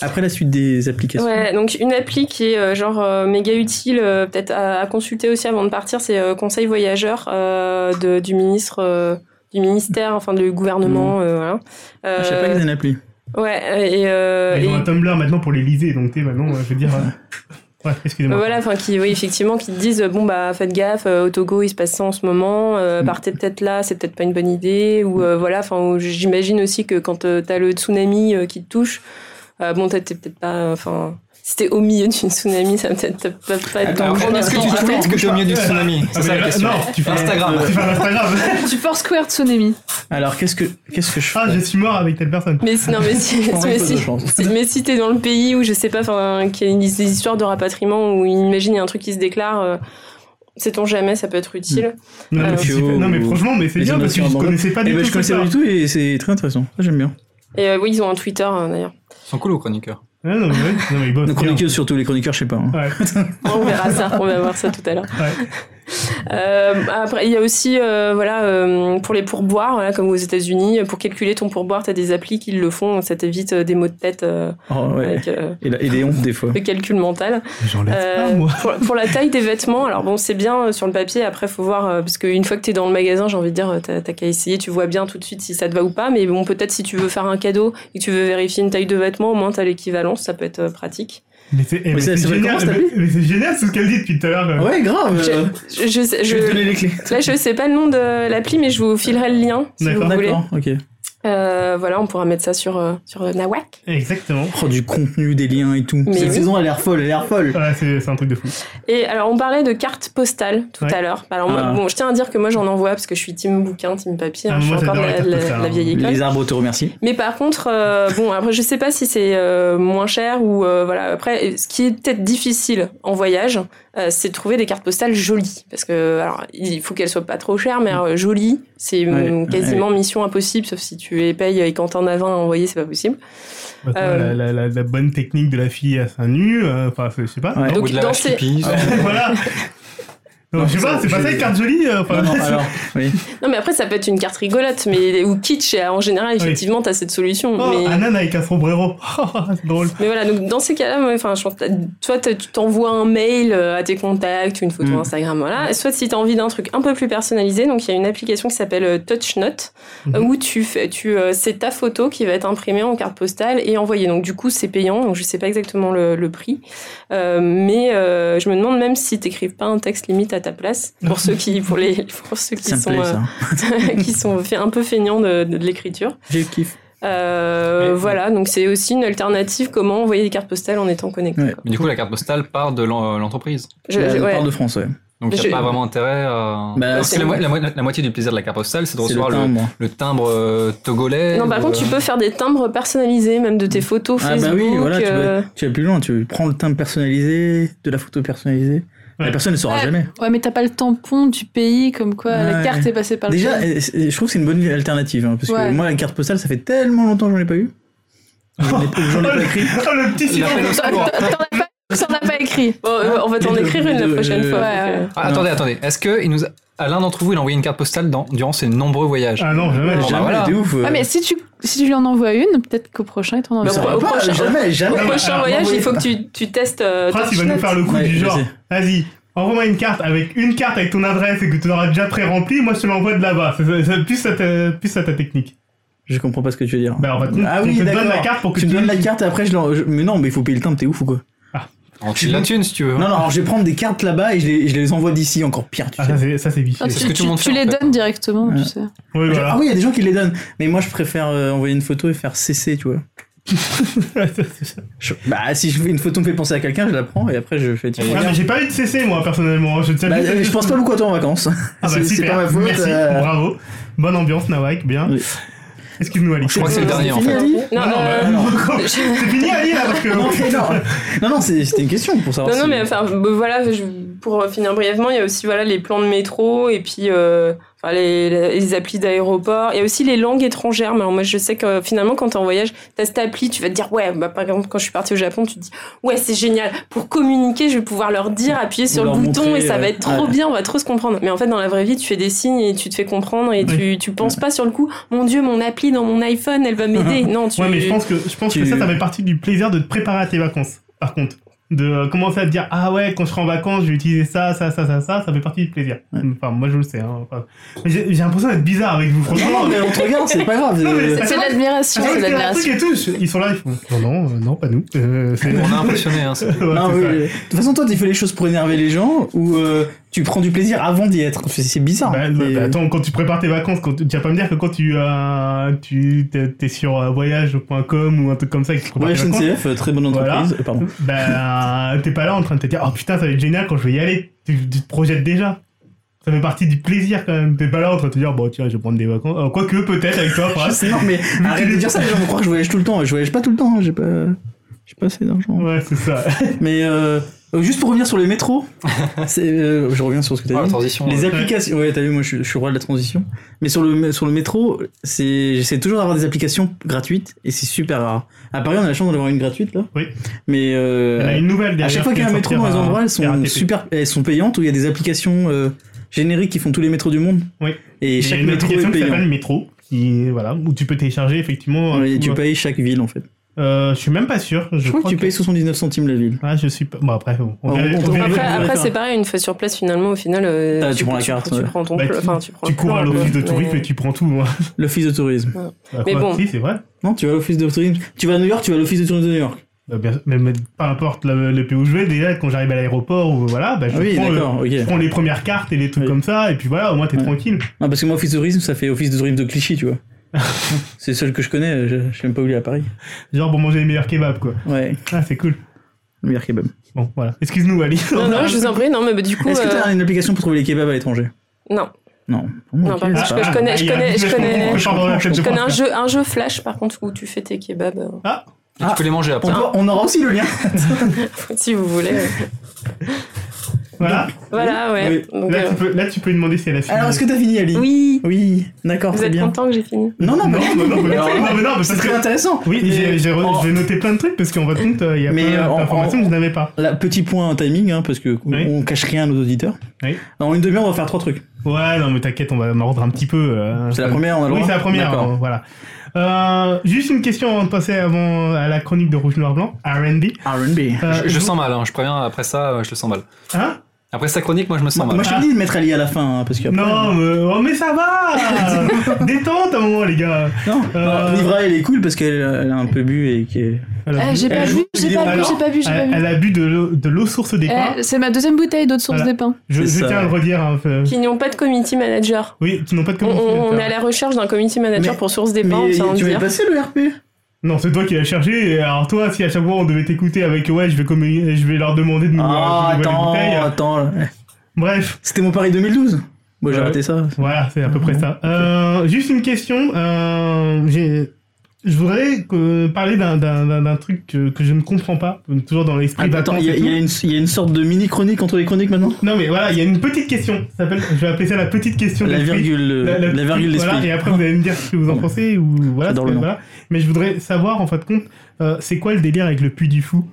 Après la suite des applications.
Ouais, donc une appli qui est euh, genre euh, méga utile, euh, peut-être à, à consulter aussi avant de partir, c'est euh, Conseil Voyageur euh, de- du ministre, euh, du ministère, enfin du gouvernement, euh, voilà.
Ah, Je sais pas
Euh,
qu'ils avaient une appli.
ouais, et, euh,
Ils ont
et-
un Tumblr maintenant pour l'Elysée, donc tu sais, maintenant, euh, je veux dire. euh, Ouais, excusez-moi.
voilà, enfin qui, oui, effectivement, qui te disent euh, bon bah faites gaffe, euh, au Togo il se passe ça en ce moment,
Mm.
euh, partez peut-être là, c'est peut-être pas une bonne idée, ou euh, voilà, enfin ou j'imagine aussi que quand euh, t'as le tsunami euh, qui te touche, euh, bon t'es t'es peut-être pas, enfin si t'es au milieu d'une tsunami, ça va peut-être pas, pas être
Alors,
ton
est-ce que tu
instant.
tweets que tu es au milieu du
Ouais.
tsunami
Ah,
C'est
mais
ça la
là-
question.
Non, tu fais
Instagram.
Tu fais un Instagram.
Tu Foursquare Tsunami.
Alors qu'est-ce que qu'est-ce que je fais Eh
Ah, je suis mort avec telle personne.
Mais si- non, mais si,
Je prends un
mais
peu
si,
de chance.
si- mais si t'es dans le pays où je sais pas, enfin, qu'il y a une- des histoires de rapatriement où imagine il y a un truc qui se déclare, euh, sait-on jamais, ça peut être
Mm.
utile.
Non, mais,
Euh,
tu-
Tokyo,
non, mais
ou-
franchement, mais c'est
les
bien parce que je
inondations à
connaissais pas
Eh
du
ben,
tout.
je
ce
connaissais
soir.
pas du tout et c'est très intéressant. Ça j'aime bien.
Et euh, oui, ils ont un Twitter euh, d'ailleurs.
Ils sont cool aux chroniqueurs.
Ouais, Ah, non, mais ouais, non, mais ils bossent
Les
bien.
chroniqueurs surtout, les chroniqueurs je sais pas. hein.
Ouais.
On verra ça, on va voir ça tout à l'heure.
Ouais.
Euh, après, il y a aussi, euh, voilà, euh, pour les pourboires, voilà, comme aux États-Unis, pour calculer ton pourboire, t'as des applis qui le font, ça t'évite euh, des maux de tête euh,
Oh, ouais.
avec euh,
Et, la- et des hontes des fois.
le calcul mental.
J'enlève
Euh,
Bah, pas, Ah, moi.
pour, pour la taille des vêtements, alors bon, c'est bien euh, sur le papier. Après, faut voir euh, parce qu'une fois que t'es dans le magasin, j'ai envie de dire, euh, t'as t'as qu'à essayer. Tu vois bien tout de suite si ça te va ou pas. Mais bon, peut-être si tu veux faire un cadeau et que tu veux vérifier une taille de vêtement, au moins t'as l'équivalence. Ça peut être euh, pratique.
Mais c'est eh, mais
c'est-
c'est
c'est vrai,
génial.
comment ça
Mais mais c'est génial ce qu'elle dit depuis tout à l'heure. euh.
Ouais grave.
Je-
euh,
Je, je sais-
Je vais te donner
je-
les clés.
là, je sais pas le nom de l'appli, mais je vous filerai le lien si vous
D'accord.
voulez.
D'accord, ok.
Euh, voilà, on pourra mettre ça sur euh, sur euh, Nawak.
Exactement.
Oh, du contenu, des liens et tout.
Mais
Cette
oui.
saison, elle a l'air folle, elle a l'air folle.
Ouais, c'est c'est un truc de fou.
Et alors, on parlait de cartes postales tout
Ouais.
à l'heure. Alors, moi,
Ah.
bon, je tiens à dire que moi, j'en envoie parce que je suis team bouquin, team papier. hein.
Ah,
je suis
moi,
encore de
j'adore
la,
les
de la-
cartes postales,
de la vieille
hein.
école.
Les arbres te remercient.
Mais par contre, euh, bon, après, je sais pas si c'est euh, moins cher ou euh, voilà. Après, ce qui est peut-être difficile en voyage, euh, c'est de trouver des cartes postales jolies. Parce que, alors, il faut qu'elles soient pas trop chères, mais euh, jolies, c'est
Ouais,
euh, quasiment mission impossible, sauf si tu les payes et quand t'en as 20 à envoyer, c'est pas possible.
Bah,
Euh.
la, la- la- la bonne technique de la fille à seins nus, euh, enfin, c'est- je sais pas.
Ouais.
Ah, Ou
Donc,
de la
dans
vache
ces-
qui pisse.
voilà. Non,
Non,
je sais pas,
ça,
c'est pas
je-
ça une carte jolie. euh, enfin,
Non, non, alors, oui.
Non, mais après, ça peut être une carte rigolote, mais ou kitsch. Et en général, effectivement, t'as cette solution.
Oh,
mais...
Anan avec un sombrero. c'est drôle.
Mais voilà, donc dans ces cas-là, moi, enfin, je pense que t'as- soit t'as- tu t'envoies un mail euh, à tes contacts, une photo
Mm.
Instagram, voilà. Et Soit si tu as envie d'un truc un peu plus personnalisé, donc il y a une application qui s'appelle euh, TouchNote,
Mhm.
Mm-hmm.
euh, où tu fais, tu, euh, c'est ta photo qui va être imprimée en carte postale et envoyée. Donc du coup, c'est payant, donc je sais pas exactement le, le prix. Euh, mais euh, je me demande même si t'écrives pas un texte limite à ta place, pour ceux qui, pour les, pour ceux qui
ça me
sont,
plaît,
euh,
ça.
qui sont fait un peu feignants de- de- de l'écriture.
Je kiffe.
Euh,
Ouais.
voilà, donc c'est aussi une alternative comment envoyer des cartes postales en étant connecté.
Ouais.
quoi.
Mais du coup, la carte postale part de l'en- euh, l'entreprise.
Je-
la
je-
la
ouais.
part de France, ouais.
Donc, il
Je-
n'y a pas vraiment intérêt à.
Bah,
Parce que
c'est-
la, mo- la mo- la moitié du plaisir de la carte postale, c'est de
C'est le
recevoir le,
timbre.
le timbre euh, togolais.
Non, par
ou,
contre, tu
euh,
peux faire des timbres personnalisés, même de tes photos
Ah
Facebook.
bah oui, voilà, tu
euh,
vas, tu vas plus loin, tu prends le timbre personnalisé, de la photo personnalisée. La
Ouais.
personne ne saura
Ouais.
jamais.
Ouais, mais t'as pas le tampon du pays, comme quoi
Ouais.
la carte est passée par le
Déjà,
pays.
eh, c'est- je trouve que c'est une bonne alternative, hein, parce que
Ouais.
moi, la carte postale, ça fait tellement longtemps que j'en ai pas eu. J'en ai, j'en ai pas écrit.
Oh, le petit silence.
l'appel au
T'en
secours.
t'en- t'en as pas- t'en as pas écrit.
Bon, euh, on va t'en
Les deux,
écrire une
les
la
deux,
prochaine
euh,
fois.
ouais, ouais.
donc,
Ah, attendez, attendez. Est-ce que il nous a- à l'un d'entre vous, il a envoyé une carte postale dans- durant ses nombreux voyages
Ah non, jamais.
Bon, bah
Jamais,
voilà.
t'es ouf. euh.
Ah, mais si tu, si tu lui en envoies une, peut-être qu'au prochain, il t'en Ah,
Mais
envoie
ça
Au
va pas,
prochain-
jamais,
euh,
jamais.
Au
Ouais,
prochain
ouais,
voyage,
ouais.
il faut que tu, tu testes. euh,
Prince, il va
Touchnote.
Ah, nous faire le coup
Ouais,
du
je
genre.
sais.
Vas-y, envoie-moi une carte avec une carte avec ton adresse et que tu l'auras déjà pré-remplie. Moi, je te l'envoie de là-bas. C'est- c'est- c'est Plus ça ta, plus à ta technique.
Je comprends pas ce que tu veux dire.
Bah, en fait, on-
ah
on
oui,
te donne
d'accord.
la carte pour que
tu me
tu-
donnes la carte et après je l'en- je- Mais non, mais il faut payer le timbre, t'es ouf ou quoi
On file la thune si tu veux. hein.
Non, non, alors je vais prendre des cartes là-bas et je les, je les envoie d'ici, encore pire, tu
Ah,
sais.
ça, c'est- ça, c'est vicieux.
Ah,
c'est ce que
tu
tout le monde
tu
fait, en
les
fait.
donnes directement,
Ouais.
tu sais.
Oui,
Ah
voilà.
oui, il y a des gens qui les donnent. Mais moi, je préfère euh, envoyer une photo et faire CC, tu vois.
C'est ça.
Je- Bah, si je fais une photo me fait penser à quelqu'un, je la prends et après je fais tiens,
Ah, mais
regarde.
j'ai pas eu de CC, moi, personnellement. Je tiens
Bah,
juste à
euh,
dire
je pense pas beaucoup à toi en vacances.
Ah bah
c'est c'est
super,
pas ma faute.
merci,
euh,
bravo. Bonne ambiance Nawak, bien.
Oui.
Excuse-nous Ali.
Je crois que c'est le dernier en
fini,
fait.
Ali
Non,
Non, non,
euh,
bah, non, encore. c'est fini Ali là parce que...
Non, c'est- non, non, non, c'est- c'était une question pour savoir.
Non, non,
si-
mais enfin, bah, voilà, je- pour finir brièvement, il y a aussi voilà, les plans de métro et puis euh, enfin, les, les applis d'aéroport. Il y a aussi les langues étrangères. Mais alors, moi, je sais que finalement, quand t'es en voyage, t'as cette appli, tu vas te dire, ouais, bah, par exemple, quand je suis partie au Japon, tu te dis, ouais, c'est génial. Pour communiquer, je vais pouvoir leur dire, appuyer sur le
leur
bouton
montrer,
et ça
euh,
va être trop
ouais.
bien, on va trop se comprendre. Mais en fait, dans la vraie vie, tu fais des signes et tu te fais comprendre et tu, tu penses pas sur le coup, mon Dieu, mon appli dans mon iPhone, elle va m'aider. Non, tu.
Ouais mais je pense que je pense que
tu-
ça ça fait partie du plaisir de te préparer à tes vacances. Par contre, de euh, commencer à te dire ah ouais quand je serai en vacances je vais utiliser ça ça ça ça ça ça fait partie du plaisir. Enfin moi je le sais. Hein. Enfin, mais j'ai j'ai l'impression d'être bizarre avec vous
Non,
franchement.
non, mais on te regarde, c'est pas grave.
Non, mais
euh,
c'est-
C'est
vrai Ah,
l'admiration,
ouais,
c'est
c'est un
l'admiration.
truc et tout. Je- Ils sont là ils font non non euh, non pas nous. Euh, c'est-
On a impressionné, hein. c'est-
Ouais,
Euh, non,
c'est
oui,
ça.
oui. De toute façon, toi, tu fais les choses pour énerver les gens ou euh, tu prends du plaisir avant d'y être. C'est c'est bizarre.
Bah,
C'est-
bah, attends, quand tu prépares tes vacances, quand tu tu vas pas me dire que quand tu, euh, tu es sur euh, voyage.com ou un truc comme ça, et que tu prépares
Ouais,
tes vacances,
SNCF, euh, très bonne
Voilà.
entreprise. Euh, Pardon.
bah t'es pas là en train de te dire oh putain ça va être génial quand je vais y aller, tu, tu te projettes déjà. Ça fait partie du plaisir quand même. T'es pas là en train de te dire bon tiens je vais prendre des vacances. Euh, Quoique peut-être avec toi, Fras.
Non, mais arrête de dire ça, les gens vont croire que je voyage tout le temps. Je voyage pas tout le temps, hein, j'ai pas, j'ai pas assez d'argent.
Ouais c'est ça.
Mais euh, euh, juste pour revenir sur les métros, c'est, euh, je reviens sur ce que tu
Oh,
as
la
dit.
transition.
Les
ouais.
applications, ouais, t'as vu, moi je, suis- je suis roi de la transition. Mais sur le, sur le métro, c'est, j'essaie toujours d'avoir des applications gratuites et c'est super rare. À Paris, on a la chance d'en avoir une gratuite là.
Oui.
Mais euh,
Il y en a une nouvelle
à
derrière
chaque fois
qui
qu'il y a un
va
métro dans
sortir
les
à
endroits, elles sont
RATP.
super, elles sont payantes ou il y a des applications euh, génériques qui font tous les métros du monde.
Oui.
Et
Il y a
chaque
une
métro est
application qui
payant.
s'appelle Métro, qui, voilà, où tu peux télécharger effectivement.
Ouais, et tu
euh,
payes chaque ville en fait.
euh, je suis même pas sûr. Je,
Je crois que tu payes 79 centimes la ville.
Ah, je suis pas. Bon, après, on,
On-
verra-
on-
on
on-
verra-
Après,
Ouais,
après
d'accord.
c'est pareil, une fois sur place, finalement, au final, euh,
Ah, tu prends la carte,
Tu,
ouais.
prends ton
Bah,
pl-
tu-
enfin, tu prends
Tu
le
cours à
plan,
l'office de
mais-
tourisme et tu prends tout. hein.
L'office de tourisme.
Bah,
Mais
quoi,
bon.
Si, c'est vrai.
Non, tu vas à l'office de tourisme. Tu vas à New York, tu vas à l'office de tourisme de New York.
Bah, bien- mais, mais peu importe le, le pays où je vais, déjà, quand j'arrive à l'aéroport, ou voilà, bah, je,
Ah oui,
prends le-
d'accord, ok.
je prends les premières cartes et les trucs
Oui.
comme ça, et puis voilà, au moins t'es
Ouais.
tranquille.
Non, Ah, parce que moi, office de tourisme, ça fait office de tourisme de Clichy, tu vois. c'est celle que je connais, je, je sais même pas où il est à Paris.
Genre pour manger les meilleurs kebabs, quoi.
Ouais,
Ah, c'est cool.
le meilleur kebab.
Bon, voilà. Excuse-nous, Ali.
Non, non, je vous en prie, non, mais bah, du coup.
Est-ce que
euh,
t'as une application pour trouver les kebabs à l'étranger Ah,
Non,
Non.
Non, par contre,
c'est
je- je
pas-
connais-
Ah, il y a un
connais-
business
je connais-
plan qu'on prépare dans la tête de
je connais un
France,
jeu, un jeu flash, par contre, où tu fais tes kebabs, euh,
Et Tu peux les manger
On,
après.
peut- on aura aussi le lien.
si vous voulez.
là. Voilà.
Voilà, ouais. Donc,
Là
euh,
tu, peux, là, tu peux lui demander si elle a fini.
Alors, est-ce que t'as fini, Ali
Oui,
Oui, d'accord,
vous
très
êtes
bien.
content que j'ai fini
Non,
Non,
non, mais
non, non, non, mais non, non, mais non, parce
c'est très
que-
intéressant.
Oui,
Mais-
j'ai j'ai re-
en-
j'ai noté plein de trucs parce qu'en fin de compte, euh, il y a
Mais, euh,
plein
en-
d'informations que je n'avais pas.
là, petit point timing, hein, parce que
Oui.
on cache rien à nos auditeurs.
Oui.
En une demi-heure, on va faire trois trucs.
Ouais, non, mais t'inquiète, on va mordre un petit peu. euh,
C'est la
ça-
première, on a le
Oui,
droit
c'est la première.
D'accord.
euh, voilà. Euh, juste une question avant de passer avant à la chronique de Rouge Noir Blanc, R&B.
R&B.
Euh,
Je, je sens mal, hein, je préviens, après ça, euh, je le sens mal.
Hein
Après sa chronique, moi je me sens
Moi,
mal.
je te dis de mettre Ali à la fin, hein, parce que.
Non, mais, oh, mais ça va Détente à un moment, les gars.
Non,
Euh,
non, Livra, elle est cool parce qu'elle elle a un peu bu et que.
Elle a
Ah,
bu-
j'ai pas
elle-
vu, j'ai pas vu,
Alors,
j'ai pas vu, j'ai pas
Elle,
vu.
elle a bu de l'eau- de l'eau source des pins.
Eh, C'est ma deuxième bouteille d'eau de source
Voilà.
des pins.
Je,
c'est
je
ça.
tiens à le redire. hein, euh,
Qui n'ont pas de community manager.
Oui, tu n'as pas de
On,
community
on- on est
manager.
à la recherche d'un community manager
Mais-
pour Source des Pins, on
Mais
vient de
tu m'as
dire.
passé le RP
Non, c'est toi qui l'as cherché. et Alors toi, si à chaque fois on devait t'écouter avec ouais, je vais communier- je vais leur demander de nous
Ah,
euh, de nous
attends,
envoyer des bouteilles.
attends.
Bref,
C'était mon pari 2012 Moi, j'ai
Bah Ouais.
raté ça.
voilà, c'est à peu près ça. Euh, juste une question. euh, j'ai- je voudrais que- parler d'un- d'un d'un- d'un truc que, que je ne comprends pas, toujours dans l'esprit
Attends, attends,
vacances
il y, a-
et
il y
bah, tout.
a une- il y a une sorte de mini-chronique entre les chroniques maintenant
Non mais voilà, il y a une petite question. Ça s'appelle, je vais appeler ça la petite question.
La
d'esprit.
virgule, euh, la, virgule d'esprit.
Voilà, et après vous allez me dire ce que vous en pensez ou voilà.
J'adore
ce que-
le nom.
voilà. Mais je voudrais savoir en fin de compte, euh, c'est quoi le délire avec le puits du fou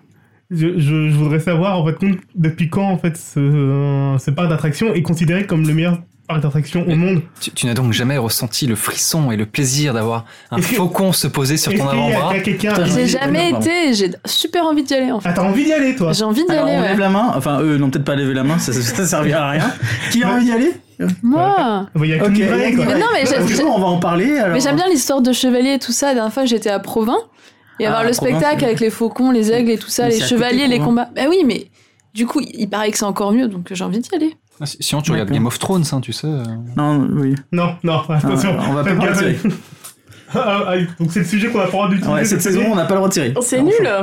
je, je- je voudrais savoir en fin de compte depuis quand en fait ce, euh, ce parc d'attraction est considéré comme le meilleur parc d'attraction au monde.
Tu, tu n'as donc jamais ressenti le frisson et le plaisir d'avoir un
Est-ce que-
faucon se poser sur
Est-ce
ton
qu'il y a-
avant-bras
Ah, y a quelqu'un
Putain,
J'ai
oui,
jamais
pardon.
été, et j'ai super envie d'y aller en fait.
Ah t'as envie d'y aller toi
J'ai envie d'y
Alors,
aller,
on
ouais.
lève la main. Enfin, eux, n'ont peut-être pas levé la main, ça, ça, ça servira à rien. Qui a envie d'y aller
Moi
Il y a
Ok,
qu'une
on
vraie,
y
quoi.
va.
Mais non, mais j'ai-
Franchement, on va en parler. alors.
Mais j'aime bien l'histoire de chevalier et tout ça. La dernière fois, j'étais à Provins. Et avoir
Ah,
le
la province,
spectacle
oui.
avec les faucons, les aigles et tout ça,
Mais
les
c'est à côté,
chevaliers, les
province.
combats. Ben oui, mais du coup, il paraît que c'est encore mieux, donc j'ai envie d'y aller.
Ah, si- Sinon, tu regardes
D'accord.
Game of Thrones, hein, tu sais. euh.
Non, oui.
Non, non,
Ah,
attention.
on va pas
Faites
parler de
gaffe.
série.
Ah, ah, Donc c'est le sujet qu'on va pouvoir du tout.
Ouais, cette saison, on n'a pas le droit de tirer.
Oh.
Oh, C'est nul
Non,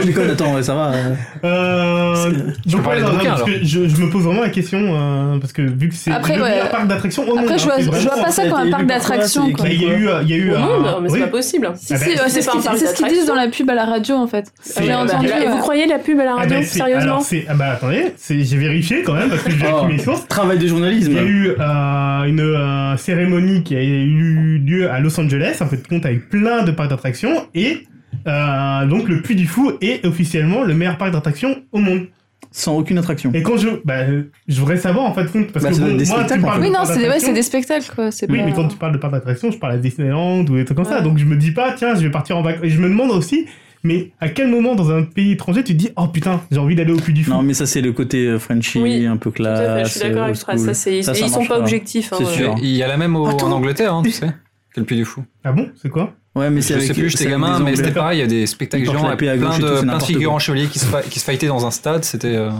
je déconne, attends, ouais, ça va. euh,
Euh, donc,
parler
ouais, non,
des
non,
bouquins,
parce
alors.
que je, je me pose vraiment la question, euh, parce que vu que c'est
Après,
le
ouais.
meilleur parc d'attractions au monde.
Après, je vois,
hein, c'est
je vois
vraiment-
pas
ça
ça
a été
comme un
élu
parc
pour ça,
d'attractions.
c'est
quoi.
Mais Il y a eu, euh, il y a eu
Au
un.
monde, mais c'est
oui.
pas possible.
Si,
Ah
si,
ben,
ouais,
c'est
c'est ce
pas un
qu'ils-
parc
c'est ce qu'ils disent dans la pub à la radio en fait.
C'est-
J'ai entendu. euh,
Bah,
Et
ouais.
vous croyez la pub à la
Ah
radio,
ben, c'est-
sérieusement
alors, c'est- ah ben, attendez, c'est- j'ai vérifié quand même parce que j'ai
Oh.
vérifié mes sources.
Travail de journalisme.
Il y a eu euh, une euh, cérémonie qui a eu lieu à Los Angeles, un peu de compte avec plein de parcs d'attractions, et euh, donc le Puy du Fou est officiellement le meilleur parc d'attractions au monde.
Sans aucune attraction.
Et quand je, bah, je voudrais savoir en fait compte parce
Bah,
que
ça
bon,
donne des
moi, tu
spectacles,
parles
en fait.
de
Oui, non,
parcs
c'est des, ouais,
d'attractions.
c'est des spectacles quoi. c'est
Oui,
pas-
mais quand tu parles de parcs d'attractions, je parle à Disneyland ou des trucs comme ça.
Ouais.
Donc je me dis pas, tiens, je vais partir en vacances. Et je me demande aussi, mais à quel moment dans un pays étranger tu te dis, oh putain, j'ai envie d'aller au Puy du Fou
Non, mais ça, c'est le côté euh, Frenchy,
Oui,
un peu
Tout à
classe.
fait, je suis d'accord
euh,
avec
old
Fred.
school.
Ça, c'est-
Ça, ça
et ils sont
marche
pas
pas.
objectifs. hein,
C'est
ouais.
sûr.
Il y a la même au- en Angleterre, hein, tu sais. Que le Puy du Fou.
Ah bon, c'est quoi
Ouais, mais c'est
Je
avec
sais plus,
c'est
j'étais
avec des
gamin, mais
Anglais.
c'était pareil, il y a des spectacles
Ils portent
géants
la
avec
paix à
plein
gauche et tout,
de,
c'est
plein de
n'importe
figurants
quoi.
chevaliers qui se, fa- qui se fightaient dans un stade. C'était. euh,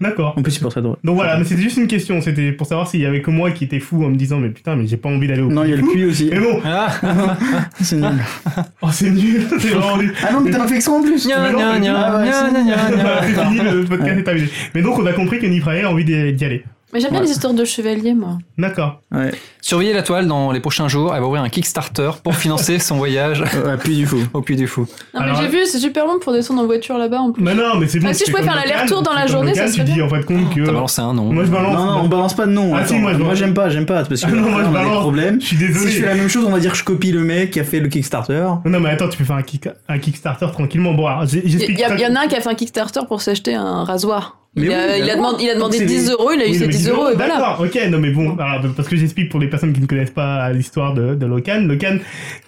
D'accord.
On peut supporter à droite.
Donc voilà, mais c'était juste une question. C'était pour savoir s'il y avait que moi qui était fou en me disant, mais putain, mais j'ai pas envie d'aller au
Non, il y a le
Puy
cul aussi.
du Fou. Mais bon,
Ah. C'est nul.
oh, c'est nul, c'est vraiment nul.
Ah non, mais t'as pas fait exprès en plus
Mais non, mais-
gna,
Ah ouais,
gna,
c'est-
gna, gna.
Bah, c'est fini, le podcast est terminé. Mais donc on a compris que Nifrae a envie d'y d'y aller.
Mais j'aime bien
Ouais.
les histoires de chevaliers, moi.
D'accord.
Ouais,
Surveillez la toile dans les prochains jours. Elle va ouvrir un Kickstarter pour financer son voyage
ouais, puis du fou.
au Puy du Fou.
Non, mais
Alors-
j'ai vu, c'est super long pour descendre en voiture là-bas en plus.
Mais non, mais c'est bon.
Ah, si
c'est
je pouvais
comme
faire
le
l'aller-retour
Cannes,
dans la
c'est comme
journée,
le
ça
Cannes,
serait
Tu dis
bien.
en fait compte que.
T'as balancé un nom.
Moi je
Non,
balance.
non, on balance pas de nom.
Ah si,
attends.
moi, je
moi
balance.
j'aime pas, j'aime pas, parce que
Ah non, moi, je
on a des
balance.
problèmes.
Je suis désolé.
Si je fais la même chose, on va dire je copie le mec qui a fait le Kickstarter.
Non, mais attends, tu peux faire un, kick- un Kickstarter tranquillement. Bon, alors, j'ai-
Il
j'explique.
y, a-
ça-
il y en a un qui a fait un Kickstarter pour s'acheter un rasoir.
Mais
il,
oui,
a, il a
d'accord.
demandé, il a
Donc,
demandé
c'est des-
10 euros, il a eu
Oui,
ses
mais
10 euros et voilà.
D'accord, ok, non mais bon, alors, parce que j'explique pour les personnes qui ne connaissent pas l'histoire de, de Locan, Locan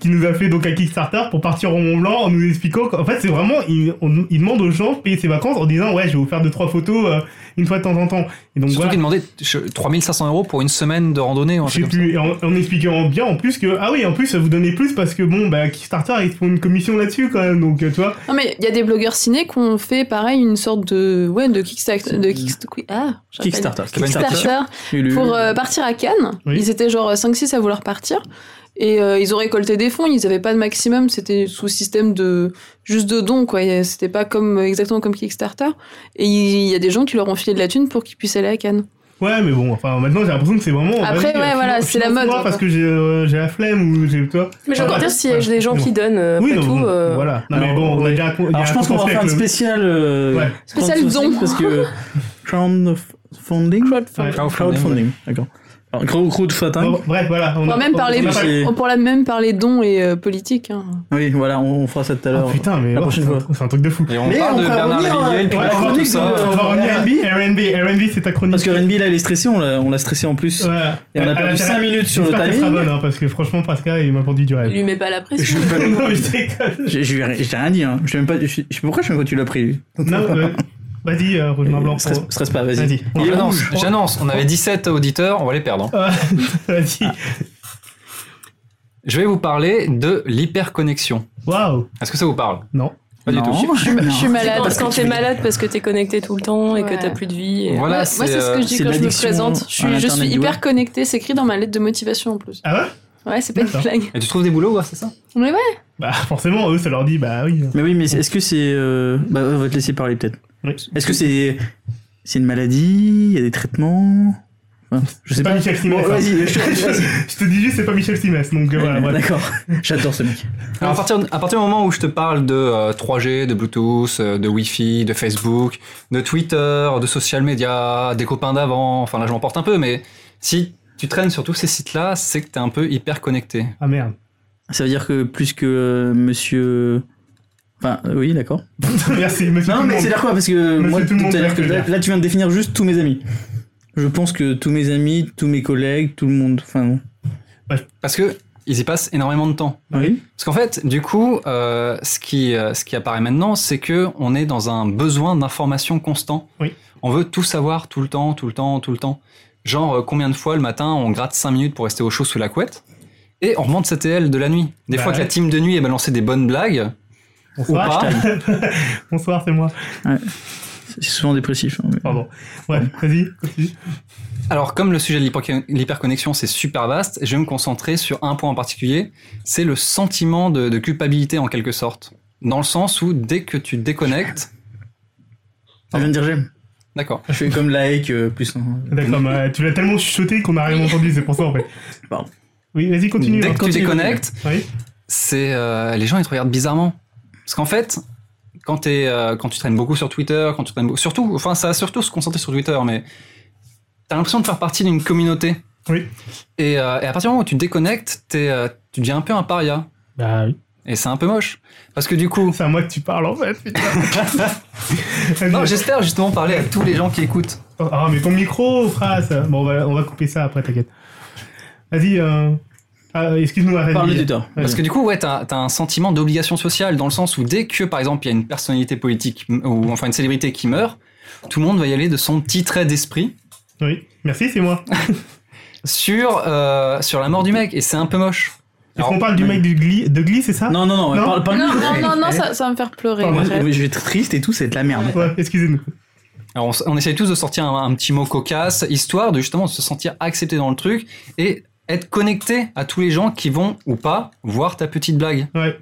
qui nous a fait donc un Kickstarter pour partir au Mont Blanc en nous expliquant qu'en fait c'est vraiment, il, on- il demande aux gens de payer ses vacances en disant ouais je vais vous faire deux trois photos euh, une fois de temps en temps. Et donc
Surtout
voilà,
qu'il demandait je- 3500 euros pour une semaine de randonnée. ou un
je sais
truc comme ça.
plus, et en, en expliquant bien en plus que, ah oui en plus vous donnez plus parce que bon bah Kickstarter ils font une commission là-dessus quand même, donc euh, tu vois.
Non mais il y a des blogueurs ciné qui ont fait pareil une sorte de ouais de Kickstarter de Kicksta- ah, je rappelle.
Kickstarter.
pas une
Kickstarter
Ulu.
pour euh, partir à Cannes.
Oui.
Ils étaient genre 5-6 à vouloir partir. Et euh, ils ont récolté des fonds, ils n'avaient pas de maximum, c'était sous système de juste de dons, quoi. Et C'était pas comme exactement comme Kickstarter. Et il y a des gens qui leur ont filé de la thune pour qu'ils puissent aller à Cannes.
Ouais mais bon, enfin maintenant j'ai l'impression que c'est vraiment...
Après,
vas-y,
ouais,
euh,
voilà,
finance-
c'est la mode,
finance-moi parce
quoi.
que j'ai euh, j'ai la flemme ou j'ai... tu vois.
Mais j'ai
Ah,
encore
ouais.
dire s'il y a
Ouais,
des gens qui
excusez-moi.
donnent, euh,
Oui,
après
non,
tout.
bon,
euh,
voilà. Non, mais
Alors,
bon, on a déjà. il y a
Alors
un
je pense qu'on va
contentieux
faire une
avec le-
spéciale. euh,
Ouais.
Spéciale
crowdsourcing,
don.
Parce que. Crowdfunding
Crowdfunding.
Ouais.
Crowdfunding, d'accord. Alors, gros crowdfunding.
Bon, bref, voilà.
On va même parler
on Oh, a
de-
parlé-
Et-
On pourra même parler dons et euh, politique. hein.
Oui, voilà, on, on fera ça tout à l'heure.
Oh, putain, mais
la
oh,
prochaine
c'est un-
fois.
c'est un truc de fou.
Et on
Mais
parle
on
de
va
Bernard
revenir, hein.
Lavilliers,
ouais,
puis
ouais,
on
on
parle
dit
tout
que
ça.
On
dans-
euh, va revenir
R&B.
à RB. RB, c'est ta chronique.
Parce que RNB, là, elle est stressée, on l'a, on l'a stressée en plus.
Voilà.
Et on a
À la
perdu
fin,
5 minutes sur le
j'espère qu'elle sera
timing.
bonne, hein, parce que franchement, Pascal, il m'a vendu du
Il
rêve.
lui met pas la pression.
Non, mais je déconne.
J'ai, j'ai rien- j'ai rien dit, hein. Je sais même pas, je, sais- je sais pourquoi je sais même pas tu l'as pris, lui.
Non, euh, vas-y, euh, Rouge Noir Blanc.
stresse,
pour-
stresse pas, vas-y.
Vas-y.
Il
On
est
annonce,
rouge.
J'annonce, on avait 17 auditeurs, on va les perdre. hein.
Euh, Vas-y.
Je vais vous parler de l'hyperconnexion.
Waouh.
Est-ce que ça vous parle
Non.
Pas du
Non,
tout.
je suis-
Je suis malade.
Parce quand t'es malade parce que t'es connecté tout le temps et que
Ouais.
t'as plus de vie. et-
Voilà, euh,
Ouais, moi, c'est ce que je dis
c'est
quand je me
l'addiction
présente. Je
à
suis, je
l'Internet
suis
du
hyper
web.
connectée. C'est écrit dans ma lettre de motivation en plus.
Ah ouais
Ouais, c'est pas une
D'accord.
blague.
Et tu trouves des boulots, ouais, c'est ça
Mais ouais,
Bah, forcément, eux, ça leur dit, bah oui.
Mais oui, mais c'est- est-ce que c'est. euh, Bah, on va te laisser parler peut-être.
Oui.
Est-ce que c'est. C'est une maladie Il y a des traitements Enfin, Je sais
pas
pas.
Michel Simès,
Bon,
hein.
vas-y, je te
Je te dis juste, c'est pas Michel Simès, donc euh, voilà. bref.
D'accord, j'adore ce mec.
Alors, à, partir, à partir du moment où je te parle de euh, 3G, de Bluetooth, euh, de Wi-Fi, de Facebook, de Twitter, de social media, des copains d'avant, enfin là j'en porte un peu, mais si tu traînes sur tous ces sites-là, c'est que t'es un peu hyper connecté.
Ah merde.
Ça veut dire que plus que euh, monsieur. Enfin, euh, oui, d'accord.
Merci, monsieur.
Non,
tout le
mais
monde.
c'est dire quoi Parce que
Monsieur
moi,
tout
tout
le monde,
à l'heure,
monsieur
que
le
là,
maire.
là, tu viens de définir juste tous mes amis. Je pense que tous mes amis, tous mes collègues, tout le monde. Enfin,
Parce que ils y passent énormément de temps.
oui.
Parce qu'en fait, du coup, euh, ce, qui, euh, ce qui apparaît maintenant, c'est que on est dans un besoin d'information constant.
Oui.
On veut tout savoir tout le temps, tout le temps, tout le temps. Genre, euh, combien de fois le matin on gratte 5 minutes pour rester au chaud sous la couette et on remonte sa TL de la nuit. Des
Bah
fois que
ouais.
la team de nuit a balancé des bonnes blagues,
Bonsoir.
pas.
Bonsoir, c'est moi.
C'est souvent dépressif. hein, mais-
Pardon. Ouais, vas-y, continue.
Alors, comme le sujet de l'hypercon- l'hyperconnexion, c'est super vaste, je vais me concentrer sur un point en particulier. C'est le sentiment de, de culpabilité, en quelque sorte. Dans le sens où, dès que tu déconnectes...
Ah, Je viens de dire j'aime.
D'accord.
Je suis comme like euh, plus. hein.
D'accord, mais, euh, tu l'as tellement chuchoté qu'on n'a rien entendu, c'est pour ça en fait.
Pardon.
Oui, vas-y, continue.
Dès que tu
Continue.
déconnectes,
Oui.
c'est euh, les gens ils te regardent bizarrement. Parce qu'en fait, quand, t'es, euh, quand tu traînes beaucoup sur Twitter, quand tu traînes beaucoup- surtout, enfin ça va surtout se concentrer sur Twitter, mais t'as l'impression de faire partie d'une communauté.
Oui.
Et, euh, et à partir du moment où tu déconnectes, t'es, euh, tu deviens un peu un paria.
Bah oui.
Et c'est un peu moche. Parce que du coup,
C'est à moi que tu parles en fait, putain. Vas-y.
non, j'espère justement parler à tous les gens qui écoutent.
Ah, mais ton micro, phrase. Bon, on va, on va couper ça après, t'inquiète. Vas-y, euh... ah, excuse-nous, arrête.
Parle de Twitter.
Parce que du coup, ouais, t'as as un sentiment d'obligation sociale dans le sens où dès que, par exemple, il y a une personnalité politique ou enfin une célébrité qui meurt, tout le monde va y aller de son petit trait d'esprit.
Oui, merci, c'est moi.
sur, euh, sur la mort du mec et c'est un peu moche.
Est-ce
Alors,
qu'on parle du mec du Glee, de Glee, c'est ça
Non, non, non,
Non.
parle, parle
Non, non, non, non, ça, ça va me faire pleurer.
Pardon,
Moi,
arrête.
moi, je vais être triste et tout, c'est de la merde.
Ouais, excusez-nous.
alors on, s- on essaye tous de sortir un, un petit mot cocasse, histoire de justement se sentir accepté dans le truc et être connecté à tous les gens qui vont ou pas voir ta petite blague.
Ouais.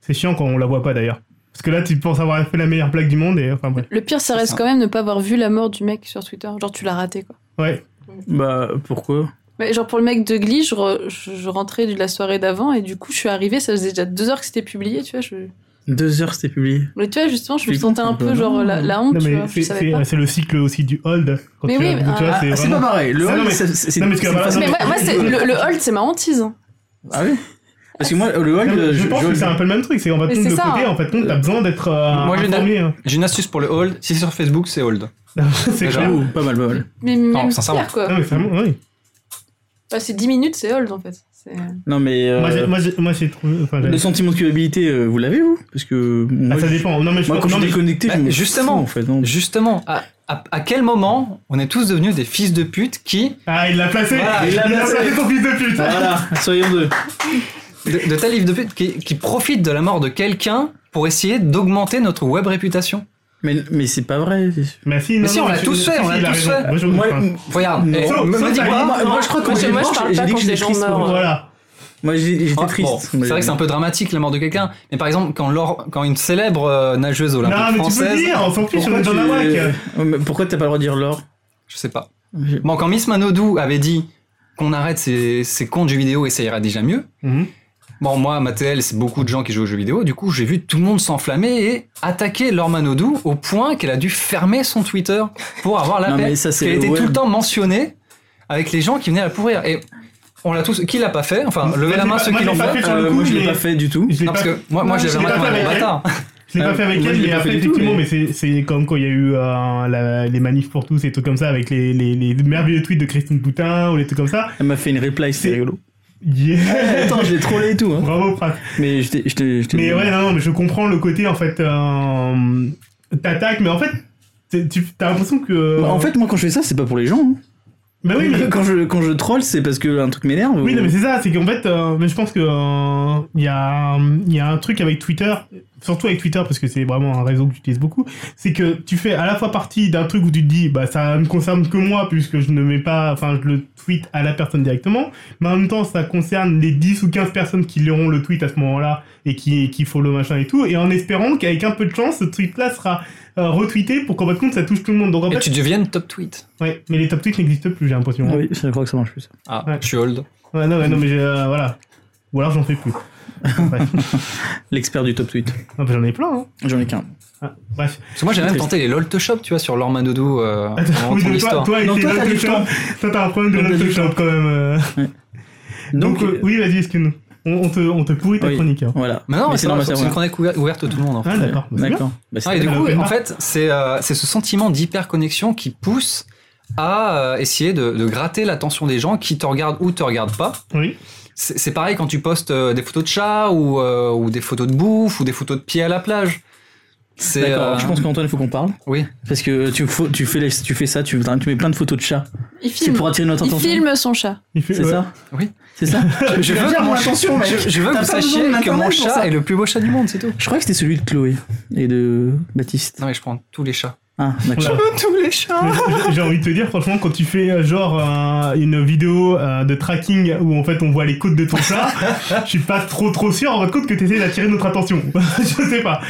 C'est chiant quand on la voit pas d'ailleurs. Parce que là, tu penses avoir fait la meilleure blague du monde et enfin bref.
Le pire, ça reste
ça.
quand même ne pas avoir vu la mort du mec sur Twitter. Genre, tu l'as raté, quoi.
Ouais.
Bah, pourquoi
Mais genre, pour le mec de Glee, je, re- je- je rentrais de la soirée d'avant et du coup, je suis arrivée, ça faisait déjà deux heures que c'était publié, tu vois. Je...
Deux heures, c'était publié.
Mais tu vois, justement, je me
Tu
sentais un
comprends
peu,
pas.
genre, la, la honte,
Non,
tu
mais
vois. Je
c'est-
savais
c'est
pas.
c'est le cycle aussi du hold. Quand tu
Mais oui,
vas-
mais,
tu vois,
Ah,
c'est
c'est
vraiment-
pas pareil. Le
Ah,
hall,
non, mais-
c'est- c'est c'est
non,
une
mais parce que
c'est une
voilà,
façon-
non,
Mais moi, moi, c'est- le, le hold, c'est ma hantise. hein.
Ah oui Parce que moi, le hall,
Je,
euh,
pense que c'est un peu le même truc, c'est on va te
Mais
mettre de
c'est ça.
côté, en fait, compte, t'as besoin d'être euh,
Moi, j'ai une-
informé. hein.
J'ai une astuce pour le hold, si c'est sur Facebook c'est hold.
c'est
Déjà.
clair.
J'avoue, pas mal, pas mal.
Mais même
sincèrement.
pire, quoi.
Non, mais vraiment, oui.
Bah, c'est 10 minutes, c'est hold, en fait. C'est-
Non, mais. euh,
Moi, j'ai- moi, j'ai- moi, j'ai trouvé. enfin, j'ai-
le sentiment de culpabilité, euh, vous l'avez, vous Parce que.
Ah,
Moi,
ça
je-
dépend. Non, mais je
Moi, quand
pense-
je
non,
suis
mais-
déconnecté,
Bah,
je me
justement.
fous, en fait. non.
Justement, à, à- à quel moment on est tous devenus des fils de pute qui,
Ah, il l'a placé
Voilà,
Il
il l'a
l'a
placé.
placé ton fils de pute
Voilà, soyons deux.
de, de tels fils de pute qui, qui profitent de la mort de quelqu'un pour essayer d'augmenter notre web réputation
Mais, mais c'est pas vrai.
Mais si,
Mais
non,
si, on
non,
l'a
je-
tous
si,
fait, on
si,
l'a
il a
tous
raison.
fait.
Moi, je-
Moi,
enfin,
Regarde,
Non.
eh,
Sauf-
me,
sauf
me dis
à
pas-
Lima.
moi, moi, je crois que
Moi,
j'ai
moi, je
mort,
parle
j'ai
pas
dit
quand
que j'étais
les gens
triste.
meurent.
moi.
Voilà.
Moi, j'ai- j'étais
Ah,
triste.
bon,
mais-
C'est vrai que c'est un peu dramatique la mort de quelqu'un, mais par exemple quand, Laure- quand une célèbre euh, nageuse olympique
Non, mais tu peux
française,
le dire, on s'en fiche, on est dans la
tu-
WAC.
Ouais, mais Pourquoi t'as pas le droit de dire l'or
je sais pas.
J'ai-
Bon, quand Miss Manodou avait dit qu'on arrête ces, ces comptes jeux vidéo et ça ira déjà mieux.
Mhm.
Bon, moi, ma TL, c'est beaucoup de gens qui jouent aux jeux vidéo. Du coup, j'ai vu tout le monde s'enflammer et attaquer Laure Manodou au point qu'elle a dû fermer son Twitter pour avoir la
Non,
paix.
mais ça,
Parce
c'est
qu'elle
le
était tout
web.
le temps mentionnée avec les gens qui venaient la pourrir. Et on l'a tous. Qui l'a pas fait Enfin,
Moi,
levez
je
la
l'ai
main
pas-
ceux
bah, moi,
qui
je
l'ont
l'ai pas
fait.
fait. sur
Euh,
le coup,
Moi, je l'ai
mais-
pas fait du tout.
Je l'ai
Non, parce
pas-
que moi, moi
je
j'avais
l'ai
un
pas fait avec elle.
bâtard.
je l'ai pas fait avec
Euh, moi,
elle,
je l'ai
mais
pas
après,
fait du tout,
effectivement,
mais-
mais c'est- c'est comme quand il y a eu euh, la- les manifs pour tous et trucs comme ça, avec les les- les merveilleux tweets de Christine Poutin ou les trucs comme ça.
Elle m'a fait une reply,
C'est-
c'était rigolo.
Yeah.
Attends, je l'ai trollé et tout. Hein.
Bravo, Prat.
Mais je t'ai- je t'ai. je t'ai-
Mais ouais, non, non, mais je comprends le côté, en fait, euh, t'attaques, mais en fait, t'es- tu- t'as l'impression que.
Bah, en fait, moi, quand je fais ça, c'est pas pour les gens. hein.
Bah euh, oui, mais.
Quand je quand je troll, c'est parce que un truc m'énerve.
Oui, non, mais c'est ça, c'est qu'en fait, euh, mais je pense que euh, il y, a, euh, il y a un truc avec Twitter, surtout avec Twitter, parce que c'est vraiment un réseau que j'utilise beaucoup, c'est que tu fais à la fois partie d'un truc où tu te dis, bah ça ne concerne que moi, puisque je ne mets pas, enfin je le tweet à la personne directement, mais en même temps ça concerne les 10 ou 15 personnes qui liront le tweet à ce moment-là et qui, qui follow machin et tout, et en espérant qu'avec un peu de chance, ce tweet-là sera euh, retweeté pour qu'en fin de compte ça touche tout le monde. Donc en
Et
fait,
tu deviennes top tweet.
ouais, mais les top tweets n'existent plus, j'ai l'impression.
Ah Oui, je crois que ça marche plus. ça.
Ah,
Ouais.
je suis old.
Ouais, non, ouais, non, mais j'ai, euh, voilà. Ou alors j'en fais plus. Bref.
L'expert du top tweet.
Ah bah, j'en ai plein, hein.
J'en ai qu'un.
Ah, bref.
Parce que moi j'ai même
Triste.
tenté les LOL to Shop, tu vois, sur Laure Manodou,
Ah,
euh, pendant
Oui, donc
ton
toi,
histoire.
toi, et
Non,
tes
toi, t'as
notes de
du
shop,
temps.
toi, t'as un problème de
Toi, t'as
notes
du
de shop,
temps.
quand même. euh. Donc,
Donc,
euh, oui, vas-y, excuse-nous. On, on te, on te pourrit ta
Oui.
chronique. hein.
voilà.
Mais non, mais c'est
dans ma
c'est une
cervelle.
chronique ouver- ouverte à tout le monde. en fait.
Ah, d'accord. Bah, c'est bien.
D'accord. Bah,
Ah, et
c'est-
du
bien,
coup,
le
en
connard.
fait, c'est euh, c'est ce sentiment d'hyperconnexion qui pousse à euh, essayer de, de gratter l'attention des gens qui te regardent ou te regardent pas.
Oui.
C'est c'est pareil quand tu postes euh, des photos de chats ou, euh, ou des photos de bouffe ou des photos de pieds à la plage. C'est.
D'accord, alors
euh,
je pense qu'Antoine, il faut qu'on parle.
Oui.
Parce que tu, faut- tu, fais, les- tu fais ça, tu, tu mets plein de photos de chats.
Il
C'est
filme,
pour attirer notre
il
attention.
filme son chat.
Il fait-
C'est
ouais.
ça
Oui.
C'est ça
Je,
Tu vas
veux
dire
que
mon
mon
attention, mec.
je, je veux que
T'as
vous
pas besoin
sachiez
de
que mon
m'interrompre pour
chat
ça.
est le plus beau chat du monde, c'est tout.
Je crois que c'était celui de Chloé et de Baptiste.
Non mais je prends tous les chats.
Ah, d'accord.
Voilà.
tous les chats.
Mais j'ai- J'ai envie de te dire, franchement, quand tu fais euh, genre euh, une vidéo euh, de tracking où en fait on voit les côtes de ton chat, je suis pas trop trop sûr en votre compte que tu essaies d'attirer notre attention. je sais pas.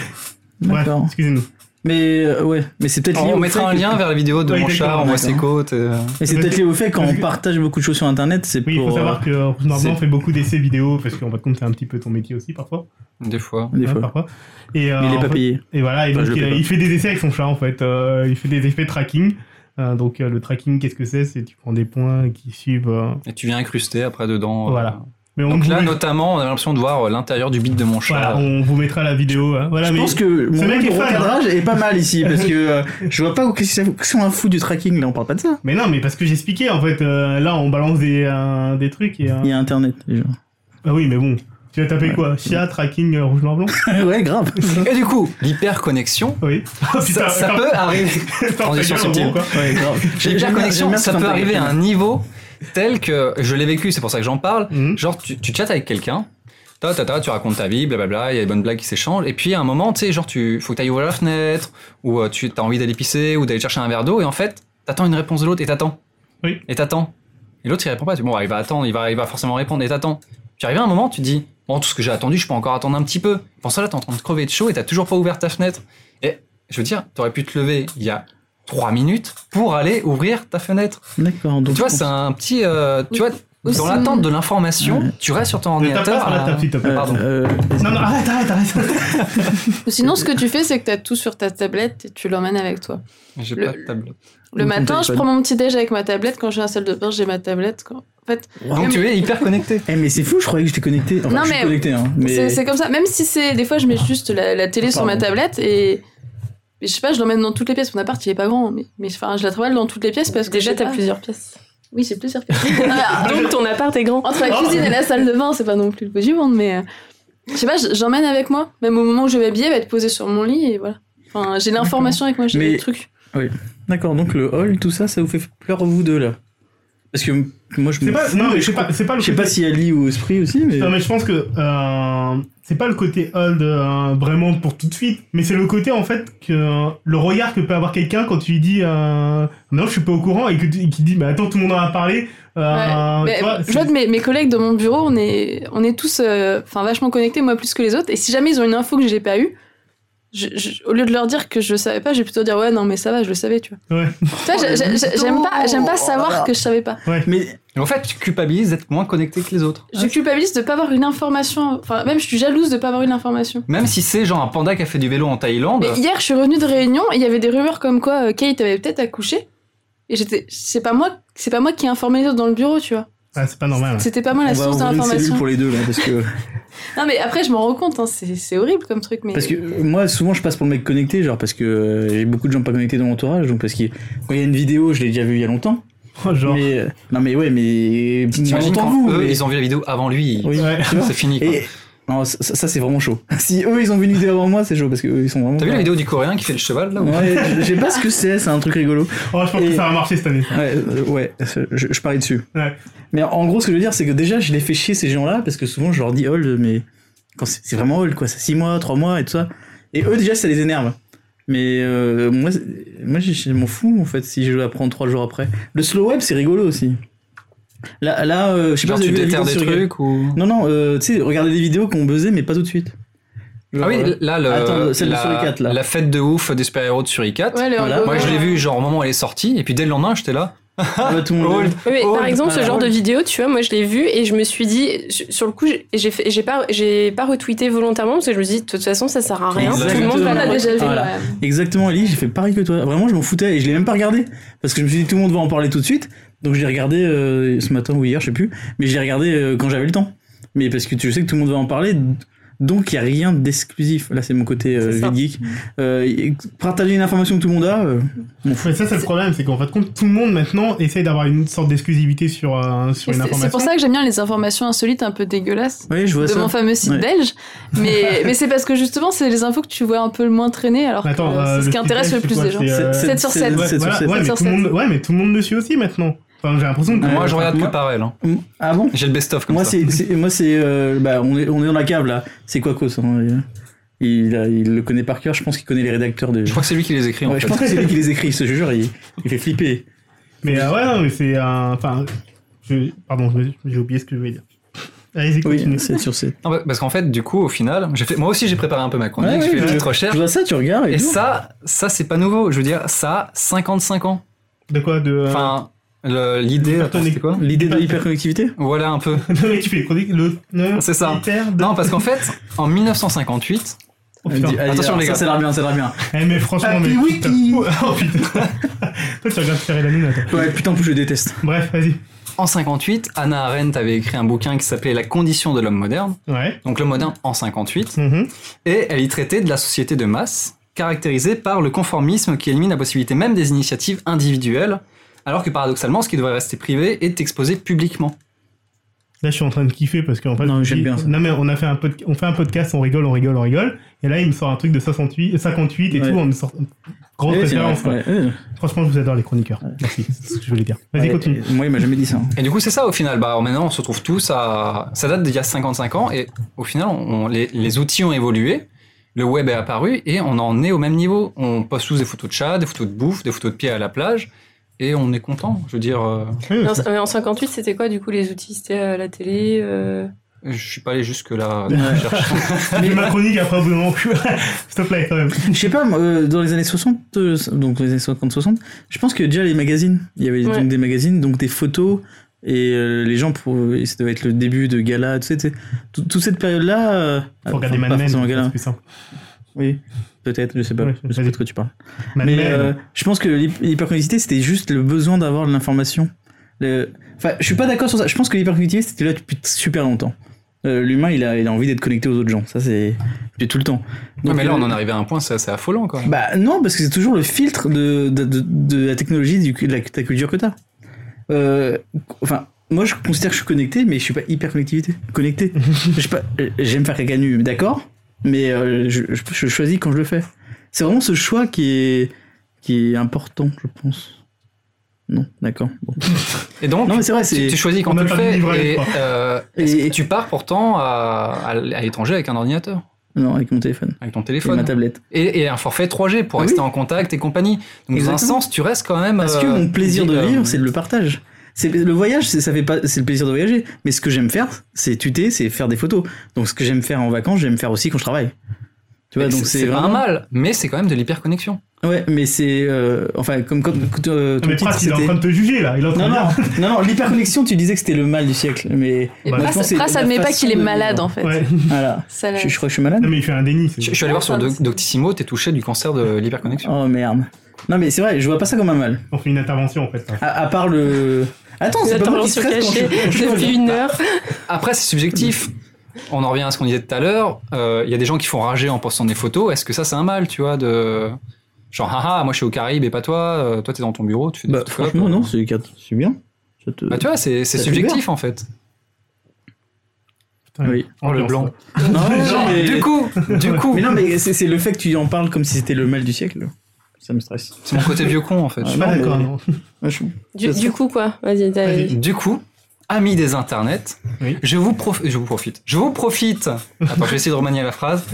Bref,
D'accord.
excusez-nous.
Mais euh, ouais, mais c'est peut-être lié
On
au
mettra
fait
un
que-
lien vers la vidéo de
Ouais,
mon
d'accord,
chat, on voit ses
d'accord.
côtes. et, euh,
Mais c'est peut-être lié au fait quand
Parce
on
que-
partage beaucoup de choses sur Internet, c'est
Oui, il
pour
faut savoir que euh,
c'est-
normalement on fait beaucoup d'essais vidéo parce qu'en fin de compte c'est un petit peu ton métier aussi parfois.
Des fois.
euh, des
hein,
fois.
parfois. Et, euh,
Mais il est
en
pas
fait-
payé.
Et voilà, et
Enfin,
donc
je le
il,
fais pas.
il fait des essais avec son chat en fait. Euh, il fait des effets tracking. Euh, donc euh, le tracking, qu'est-ce que c'est C'est tu prends des points qui suivent. euh,
Et tu viens incruster après dedans. euh,
Voilà. Mais on,
Donc
vous
là,
met-
notamment, on a l'impression de voir euh, l'intérieur du bit de mon chat.
voilà, on vous mettra la vidéo. hein. Voilà,
Je
mais
pense que mon
mec est
mon
fan, hein.
recadrage est pas mal ici parce que euh, je vois pas où qu'est-ce que c'est un fou du tracking là, on parle pas de ça.
Mais non, mais parce que j'expliquais en fait. euh, là, on balance des, euh, des trucs et. euh,
Il y a internet déjà.
Ah oui, mais bon. Tu vas taper quoi Chia, tracking, euh, rouge, noir, blanc
ouais, grave.
Et du coup, l'hyperconnexion,
Oui. Ah,
ça, ça peut arriver.
ça fait
Transition
bien,
subtile.
bon, quoi.
Ouais, grave. j'aime
L'hyperconnexion,
bien
ça
ce
peut
qu'on
arriver hein. à un niveau tel que je l'ai vécu, c'est pour ça que j'en parle.
Mhm.
Genre, tu, tu chattes avec quelqu'un, ta, ta, ta, tu racontes ta vie, blablabla, il y a des bonnes blagues qui s'échangent, et puis à un moment, tu sais, genre, tu faut que tu ouvrir la fenêtre, ou euh, tu as envie d'aller pisser, ou d'aller chercher un verre d'eau, et en fait, t'attends une réponse de l'autre, et t'attends.
Oui.
Et t'attends. Et l'autre, il répond pas, tu dis, bon, bah, il va attendre, il va, il va forcément répondre, et t'attends. Puis arrivé à un moment, tu te dis, bon, tout ce que j'ai attendu, je peux encore attendre un petit peu. Pour ça, là, t'es en train de crever de chaud, et t'as toujours pas ouvert ta fenêtre. Et je veux dire, t'aurais pu te lever il y a trois minutes pour aller ouvrir ta fenêtre.
D'accord. Donc
tu vois,
je pense-
c'est un petit. euh, tu vois,
Aussi-
dans l'attente de l'information,
Ouais.
tu restes sur ton
Ne tape pas
ordinateur.
sur la
à-
table, s'il te plaît.
Euh,
pardon.
euh,
Non, non, arrête, arrête, arrête.
Ou sinon, ce que tu fais, c'est que t'as tout sur ta tablette et tu l'emmènes avec toi.
J'ai
Le-
pas de table.
Ou
Le
ton
matin, je
téléphone.
prends mon petit déj avec ma tablette. Quand j'ai la salle de bain, j'ai ma tablette. Quand- En fait,
Donc tu es hyper connecté.
Eh mais c'est fou, je croyais que j'étais connecté. Enfin,
Non,
je suis
mais-
connecté, hein, mais
c'est- c'est comme ça. Même si c'est. Des fois, je mets juste la, la télé sur ma
Pardon.
tablette et. et je sais pas, je l'emmène dans toutes les pièces. Mon appart, il est pas grand, mais, mais enfin, je la travaille dans toutes les pièces parce que.
Déjà,
je sais
t'as
pas.
plusieurs pièces.
Oui, j'ai plusieurs pièces. Ah,
Donc ton appart est grand.
Entre la cuisine et la salle de bain, c'est pas non plus le bout du monde, mais. euh, Je sais pas, je- j'emmène avec moi. Même au moment où je vais m'habiller, elle va être posée sur mon lit et voilà. Enfin, j'ai l'information avec moi, j'ai
Mais-
le truc.
D'accord, donc le hall, tout ça, ça vous fait peur vous deux là Parce que m- moi je
C'est
me
pas.
fous,
Non, mais
je
c'est pas, c'est pas le
je sais
côté-
pas si Ali ou Esprit aussi, mais.
Non, mais je pense que euh, c'est pas le côté old euh, vraiment pour tout de suite, mais c'est le côté en fait que euh, le regard que peut avoir quelqu'un quand tu lui dis euh, non, je suis pas au courant et que tu- et qu'il dit mais attends, tout le monde en a parlé. Euh,
Mais,
tu vois,
je vois de mes, mes collègues de mon bureau, on est, on est tous euh, enfin vachement connectés, moi plus que les autres. Et si jamais ils ont une info que j'ai pas eue, je- je- au lieu de leur dire que je savais pas, je vais plutôt dire ouais, non, mais ça va, je le savais, tu vois.
Ouais.
Tu vois, j'ai- j'ai- j'ai- j'aime pas, j'aime pas savoir que je savais pas.
Mais
Et en fait, tu culpabilises d'être moins connecté que les autres.
Je culpabilise de pas avoir une information. Enfin, même je suis jalouse de pas avoir une information.
Même si c'est genre un panda qui a fait du vélo en Thaïlande.
Mais hier, je suis revenue de réunion et il y avait des rumeurs comme quoi euh, Kate avait peut-être accouché. Et j'étais, c'est pas moi, c'est pas moi qui ai informé les autres dans le bureau, tu vois.
Ah, c'est pas normal.
C'était pas moi
on
la
va
source de
ouvrir une cellule
l'information.
pour les deux là, parce que.
Non, mais après, je m'en rends compte, hein, c'est c'est horrible comme truc, mais.
Parce que euh, moi, souvent, je passe pour le mec connecté, genre parce que euh, j'ai beaucoup de gens pas connectés dans mon entourage, donc parce que quand il y a une vidéo, je l'ai déjà vue il y a longtemps.
ouais. Oh, Genre.
Mais euh, non, mais ouais, mais moins
T'imagines
longtemps
quand
que vous.
eux,
mais-
ils ont vu la vidéo avant lui.
Oui.
Ouais.
tu vois.
C'est fini. quoi.
Et non, ça, ça- ça, c'est vraiment chaud. Si eux ils ont vu une vidéo avant moi, c'est chaud parce que eux, ils sont vraiment.
T'as vu la
pas-
vidéo du coréen qui fait le cheval là ou-
Ouais, je- je sais pas ce que c'est, c'est un truc rigolo.
Oh, je pense que
Et-
ça va marcher cette année. ça.
Ouais, euh, ouais c'est- je, je parie dessus.
Ouais.
Mais en gros, ce que je veux dire, c'est que déjà, je les fais chier ces gens-là parce que souvent, je leur dis hold, mais quand c'est c'est vraiment hold, quoi. C'est 6 mois, 3 mois et tout ça. Et eux, déjà, ça les énerve. Mais euh, moi, c'est- moi je, je m'en fous en fait si je l'apprends 3 jours après. Le slow web, c'est rigolo aussi. Là, là euh, je sais pas
Genre
si
tu
vous avez vu la
déterres
vidéo
des
sur-
trucs ou.
Non, non, euh, tu sais, regarder des vidéos qui ont buzzé, mais pas tout de suite. Genre,
Ah oui,
euh,
là, le-
Attends, celle de
la,
Suricat, là.
la fête de ouf des super-héros de Suricat.
Ouais, le
Voilà.
hangover.
Moi, je l'ai vu genre au moment où elle est sortie, et puis dès le lendemain, j'étais là.
ah bah, tout le monde
Hold.
Oui, mais
Oh,
par exemple, ce
voilà.
genre de vidéo, tu vois, moi je l'ai vu et je me suis dit, sur- sur le coup, j'ai- j'ai fait- j'ai pas, j'ai pas retweeté volontairement parce que je me suis dit, de toute façon, ça sert à rien. Tout le
Exactement.
monde va
On
la
l'a
regarder.
déjà vu.
Voilà.
ouais.
Exactement, Ellie, j'ai fait pareil que toi. Vraiment, je m'en foutais et je l'ai même pas regardé. Parce que je me suis dit, tout le monde va en parler tout de suite. Donc, je l'ai regardé euh, ce matin ou hier, je sais plus. Mais je l'ai regardé euh, quand j'avais le temps. Mais parce que tu sais que tout le monde va en parler. Donc, il n'y a rien d'exclusif. Là, c'est mon côté euh,
C'est ça.
geek. Euh, et partager une information que tout le monde a, euh, m'en fous.
Mais ça, c'est le problème, c'est qu'en fait, compte, tout le monde maintenant essaye d'avoir une sorte d'exclusivité sur, euh, sur
Et
une
C'est c'est
information.
pour ça que j'aime bien les informations insolites un peu dégueulasses
Oui, je vois
de
ça.
mon fameux site
Ouais.
belge. Mais, mais c'est parce que justement, c'est les infos que tu vois un peu le moins traîner, alors
Mais attends,
que
euh,
c'est ce
le
qui
site
intéresse
belge,
le
c'est
plus
quoi,
des gens.
c'est, euh,
7 sur 7.
Ouais,
C'est
voilà,
sur
ouais, mais
sept.
tout le monde, ouais, mais tout le monde le suit aussi maintenant. Enfin, j'ai l'impression que.
Moi, je regarde
moi-
que par elle. hein.
Mm. Ah bon
J'ai le best-of comme
Moi,
ça.
c'est, c'est- moi, c'est, euh, bah, on est, on est dans la cave là. C'est quoi Cos hein, il, il a- il le connaît par cœur. Je pense qu'il connaît les rédacteurs de.
Je crois que c'est lui qui les écrit en
Ouais, je
fait.
pense que c'est lui qui les écrit. Ce jure, il, il fait flipper.
Mais euh, ouais, non, mais c'est un. Enfin, je- pardon, je- j'ai oublié ce que je voulais dire. Allez-y,
Oui,
continue.
7 sur 7.
Non, bah, parce qu'en fait, du coup, au final, j'ai fait... moi aussi j'ai préparé un peu ma chronique,
Ouais,
j'ai
ouais,
fait une
je-
petite recherche.
Tu vois ça, tu regardes et,
Et
tout.
ça, ça c'est pas nouveau. Je veux dire, ça a 55 ans.
De quoi De. euh,
Enfin, le- l'idée, attends, c'était quoi
L'idée de l'hyperconnectivité
Voilà un peu.
non, mais tu fais chronique, le. le-
C'est ça.
le terre de-
Non, parce qu'en fait, en 1958,
Oh, putain.
Elle dit, allez,
Attention,
alors,
les
ça,
gars.
Ça a l'air bien, ça a l'air bien.
Eh, mais franchement,
Happy
mais.
Wiki.
putain. Oh putain. Toi, tu regardes Cyril Hanouna, toi.
Ouais, putain, en plus je déteste.
Bref, vas-y.
en 58, Anna Arendt avait écrit un bouquin qui s'appelait La condition de l'homme moderne.
Ouais.
Donc le moderne en 58.
Mhm.
Et elle y traitait de la société de masse, caractérisée par le conformisme qui élimine la possibilité même des initiatives individuelles, alors que paradoxalement, ce qui devrait rester privé est exposé publiquement.
Là, je suis en train de kiffer parce qu'en fait.
Non,
je
j'aime
dis-
bien ça.
Non, mais on, a fait un pod- on fait un podcast, on rigole, on rigole, on rigole. Et là, il me sort un truc de 68, 58 et
Ouais.
tout. On me sort. Grosse
Ouais, c'est
référence, quoi.
vrai, ouais, ouais.
Franchement, je vous adore, les chroniqueurs. Merci, c'est ce que je voulais dire. Vas-y,
Ouais,
continue.
et Moi, il m'a jamais dit ça. hein.
Et du coup, c'est ça au final. Bah, maintenant, on se retrouve tous à. Ça date d'il y a 55 ans et au final, on- les, les outils ont évolué, le web est apparu et on en est au même niveau. On poste tous des photos de chat, des photos de bouffe, des photos de pieds à la plage et on est content. Je veux dire, euh,
Oui,
Mais
aussi.
en, mais en 58, c'était quoi du coup les outils C'était euh, la télé euh,
je suis pas allé jusque-là.
Ouais.
Mais
euh,
ma chronique après, au bout d'un moment, s'il te plaît, quand même.
Je sais pas, moi, euh, dans les années 60, euh, donc les années 50-60, je pense que déjà les magazines, il y avait
Ouais.
donc des magazines, donc des photos, et euh, les gens, pour, et ça devait être le début de gala, tu sais, tu sais, tout- toute cette période-là. euh,
Faut regarder
enfin,
Mad
pas
Men,
forcément
c'est
gala,
plus simple.
oui, peut-être, je sais pas,
Ouais,
je sais
vas-y.
pas de quoi tu parles.
Mad
Mais
Men.
euh, je pense que l'hyp- l'hyperconnectivité, c'était juste le besoin d'avoir de l'information. Le- Enfin, je suis pas d'accord sur ça. Je pense que l'hyperconnectivité, c'était là depuis super longtemps. Euh, L'humain, il a, il a envie d'être connecté aux autres gens. Ça, c'est depuis tout le temps.
Non, mais là,
euh,
on en arrive à un point, c'est assez affolant quand même.
bah non, parce que c'est toujours le filtre de, de, de- de la technologie, du, de, la, de la culture que t'as. Euh, enfin, moi je considère que je suis connecté, mais je suis pas hyper connectivité, connecté. Je suis pas- euh, J'aime faire caca nu, d'accord, mais euh, je, je- je choisis quand je le fais. C'est vraiment ce choix qui est, qui est important, je pense. Non, d'accord. bon.
Et donc,
Non, mais c'est vrai,
tu,
c'est.
tu choisis quand
On
tu
a
le
pas de
fais
livret,
et,
quoi.
euh, est-ce
Et-
que tu pars pourtant à, à- à l'étranger avec un ordinateur,
Non, avec mon téléphone.
avec ton
Et ma
téléphone
tablette.
et, et un forfait 3G pour
Ah
rester
oui.
en contact et compagnie. Donc, dans un
Exactement.
sens, tu restes quand même.
Parce que
euh,
mon plaisir de
euh,
vivre, c'est de le partage. C'est le voyage, c'est ça fait pas, c'est le plaisir de voyager. Mais ce que j'aime faire, c'est tuter, c'est faire des photos. Donc ce que j'aime faire en vacances, j'aime faire aussi quand je travaille. Tu vois,
Mais
donc
c'est
c'est
c'est pas un
vraiment.
mal, mais c'est quand même de l'hyperconnexion.
Ouais, mais c'est euh, enfin comme quand quand, euh,
Non,
ton
mais
titre
Pras, il est en
c'était.
train de te juger, là. Il est en train
Non
de
non
dire-
non non l'hyperconnexion, tu disais que c'était le mal du siècle, mais
Et
Bah,
Pras-
je pense que c'est
Pras
la
admet pas
façon
qu'il est
de-
malade hein. en fait.
Ouais.
voilà.
Ça, là-
Je, je crois que je suis malade.
Non, mais il fait un déni. c'est-
Je, je suis allé voir sur
Ah,
Do-
c'est-
Doctissimo, t'es touché du cancer de l'hyperconnexion.
Oh merde. Non mais c'est vrai, je vois pas ça comme un mal.
On fait une intervention, en fait. là.
À, à part le. Attends, c'est pas moi qui
L'intervention
stresse quand je-
cachée
quand je suis
depuis une heure.
Après, c'est subjectif. On en revient à ce qu'on disait tout à l'heure. euh, Il y a des gens qui font rager en postant des photos. Est-ce que ça, c'est un mal, tu vois de... Genre, haha, moi je suis aux Caraïbes et pas toi. euh, toi, t'es dans ton bureau, tu fais des
Bah,
photocopes.
franchement, non, c'est c'est bien. Ça
Ah,
te-
Bah, tu vois, c'est c'est
Ça
subjectif en fait.
Putain,
Oui.
Oh, le
ambiance,
blanc.
quoi.
Non, mais-
Du coup, du coup,
Mais non, mais c'est c'est le fait que tu en parles comme si c'était le mal du siècle. Ça me stresse.
c'est mon côté vieux con en fait.
Je suis pas
Non, mais-
d'accord, non.
Ouais, Ah, je-
Du,
Ça-
du coup, quoi Vas-y, t'as-
Vas-y.
Du coup, amis des internets,
Oui.
je, vous prof- je vous profite. Je vous profite. Attends, je vais essayer de remanier la phrase.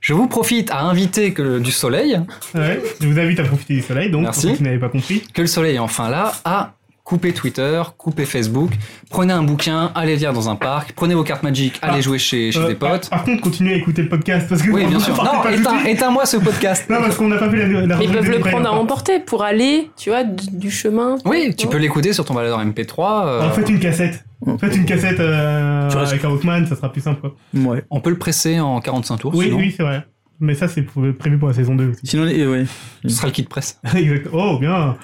Je vous profite à inviter que le- du soleil,
Ouais, je vous invite à profiter du soleil, donc, pour
Merci.
ceux qui n'avaient pas compris.
que le soleil est enfin là, à couper Twitter, couper Facebook. Prenez un bouquin, allez lire dans un parc, prenez vos cartes magiques, allez
Ah,
jouer chez, chez
Euh,
des
Par,
potes.
par contre, continuez à écouter le podcast, parce que
oui, bien
ne
sûr.
partez
Non,
pas tout de
éteins,
suite.
éteins-moi ce podcast.
Non, parce qu'on n'a pas fait la, la
Mais ils
rubrique
peuvent
des
le
libraires
prendre à
encore.
emporter pour aller, tu vois, du, du chemin.
Oui, tu
Ouais.
peux l'écouter sur ton baladeur MP3. euh,
Alors, faites une cassette. Faites une cassette euh,
Oh. Tu restes-
avec un Walkman, ça sera plus simple, quoi.
Ouais.
On peut le presser en 45
Oh,
tours.
Oui,
sinon.
oui, c'est vrai. Mais ça, c'est pour- prévu pour la saison 2 aussi.
Sinon, les- euh, ouais.
Ce sera le kit presse.
Exact. Oh, bien.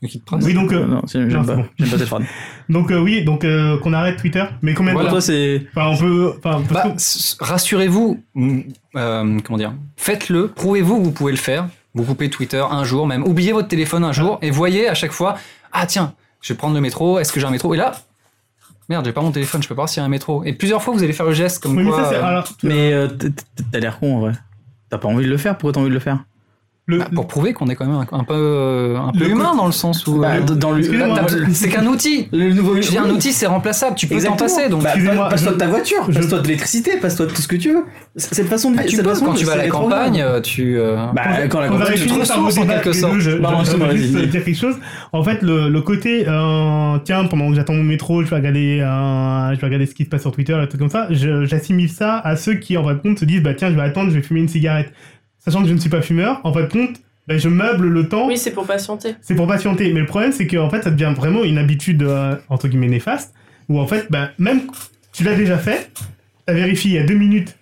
Le kit Pras
Oui, donc, euh,
non, c'est-
non,
j'aime
c'est
pas.
bon.
J'aime pas cette phrase.
Donc euh, oui, donc euh, qu'on arrête Twitter. Mais combien de
Voilà.
Pour
temps
toi, c'est.
Enfin, on peut. Enfin, parce
Bah,
que-
s- rassurez-vous, mm, euh, comment dire, faites-le, prouvez-vous que vous pouvez le faire. Vous coupez Twitter un jour, même oubliez votre téléphone un jour et voyez à chaque fois, ah tiens, je vais prendre le métro, est-ce que j'ai un métro Et là, merde, j'ai pas mon téléphone, je peux pas voir s'il y a un métro. Et plusieurs fois, vous allez faire le geste comme
Oui, mais
quoi.
ça, c'est.
euh,
alors,
Mais euh, t- t- t'as l'air con en vrai. T'as pas envie de le faire, pourquoi t'as envie de le faire
le-
bah, pour prouver qu'on est quand même un, un peu, euh, un peu
Le
humain
côté-
dans le sens où.
Bah,
euh,
d- dans le-
excusez-moi,
t'as-
moi,
c'est qu'un outil.
Le nouveau
Je veux dire, un outil, c'est remplaçable, tu peux t'en passer. Donc,
Bah,
Excusez-moi,
passe-toi
je-
de ta voiture,
je-
passe-toi de l'électricité, passe-toi de tout ce que tu veux. C'est- Cette façon de
Bah, tu
cette
peux,
façon
quand
de-
tu vas à
c'est
la
étrange.
campagne, euh, tu. euh,
Bah, quand la
on
campagne,
avait
tu
fini
te
par
ressources
vos
en
débats
quelque
tous les
sorte.
deux, Je,
Bah,
je-
non,
je
c'est
voudrais
bon,
juste
vas-y.
dire quelque chose. En fait, le, le côté, euh, tiens, pendant que j'attends mon métro, je vais regarder, euh, je vais regarder ce qui se passe sur Twitter, des trucs comme ça. je- J'assimile ça à ceux qui, en fin de compte, se disent, bah tiens, je vais attendre, je vais fumer une cigarette, sachant que je ne suis pas fumeur. En fin de compte, bah, je meuble le temps.
Oui, c'est pour patienter.
C'est pour patienter. Mais le problème, c'est que en fait, ça devient vraiment une habitude euh, entre guillemets néfaste, où en fait, bah, même tu l'as déjà fait, t'as vérifié il y a deux minutes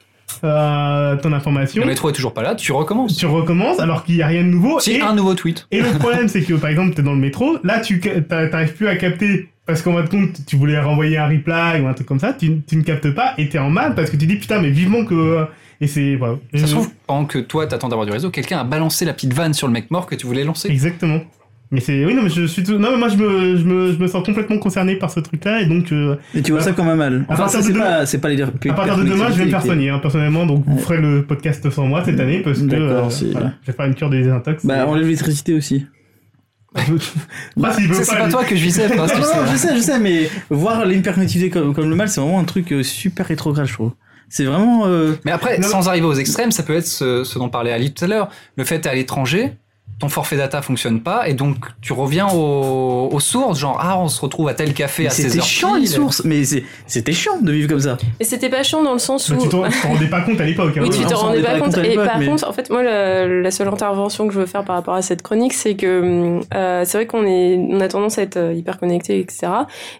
euh, ton information.
Le métro est toujours pas là, tu recommences.
Tu recommences alors qu'il n'y a rien de nouveau.
Si,
et-
un nouveau tweet.
et le problème, c'est que par exemple, t'es dans le métro, là, tu ca- t'a- t'arrives plus à capter parce qu'en fin de compte, tu voulais renvoyer un reply ou un truc comme ça, tu, tu ne captes pas et t'es en mal parce que tu dis putain, mais vivement que. euh, Et c'est. voilà. Euh,
Ça se trouve, pendant que toi t'attends d'avoir du réseau, quelqu'un a balancé la petite vanne sur le mec mort que tu voulais lancer.
Exactement. Mais c'est. Oui, non, mais je suis. tout- Non, mais moi, je me, je me, je me sens complètement concerné par ce truc-là et donc, euh,
Mais tu vois ça quand même mal.
À
Enfin,
partir
ça,
de
c'est
demain-
pas, c'est pas les dire.
à partir de demain, je vais me faire soigner, hein, personnellement, donc vous
Ouais.
ferez le podcast sans moi cette année parce que.
D'accord,
euh,
c'est-
voilà, je vais faire une cure des désintox.
Bah, enlève l'électricité aussi.
Ah, s'il veut
Ça, c'est
pas,
pas
lui.
toi que je visais, parce
non,
que
non,
c'est-
non, Ah, je sais, je sais, mais voir l'hyperconnectivité comme, comme le mal, c'est vraiment un truc euh, super rétrograde, je trouve. C'est vraiment. euh,
Mais après,
Non,
sans arriver aux extrêmes, ça peut être ce, ce dont parlait Ali tout à l'heure. Le fait t'es à l'étranger, ton forfait data fonctionne pas, et donc tu reviens aux, aux sources, genre ah on se retrouve à tel café à 16h.
C'était chiant les sources, mais c'est- c'était chiant de vivre comme ça.
Mais c'était pas chiant dans le sens
Bah,
où.
tu t'en t'en rendais pas compte à l'époque. hein.
Oui, tu
on
t'en
s'en
rendais pas compte. Et
à l'époque,
par
mais-
contre, en fait, moi, la, la seule intervention que je veux faire par rapport à cette chronique, c'est que euh, c'est vrai qu'on est, on a tendance à être euh, hyper connecté, etc.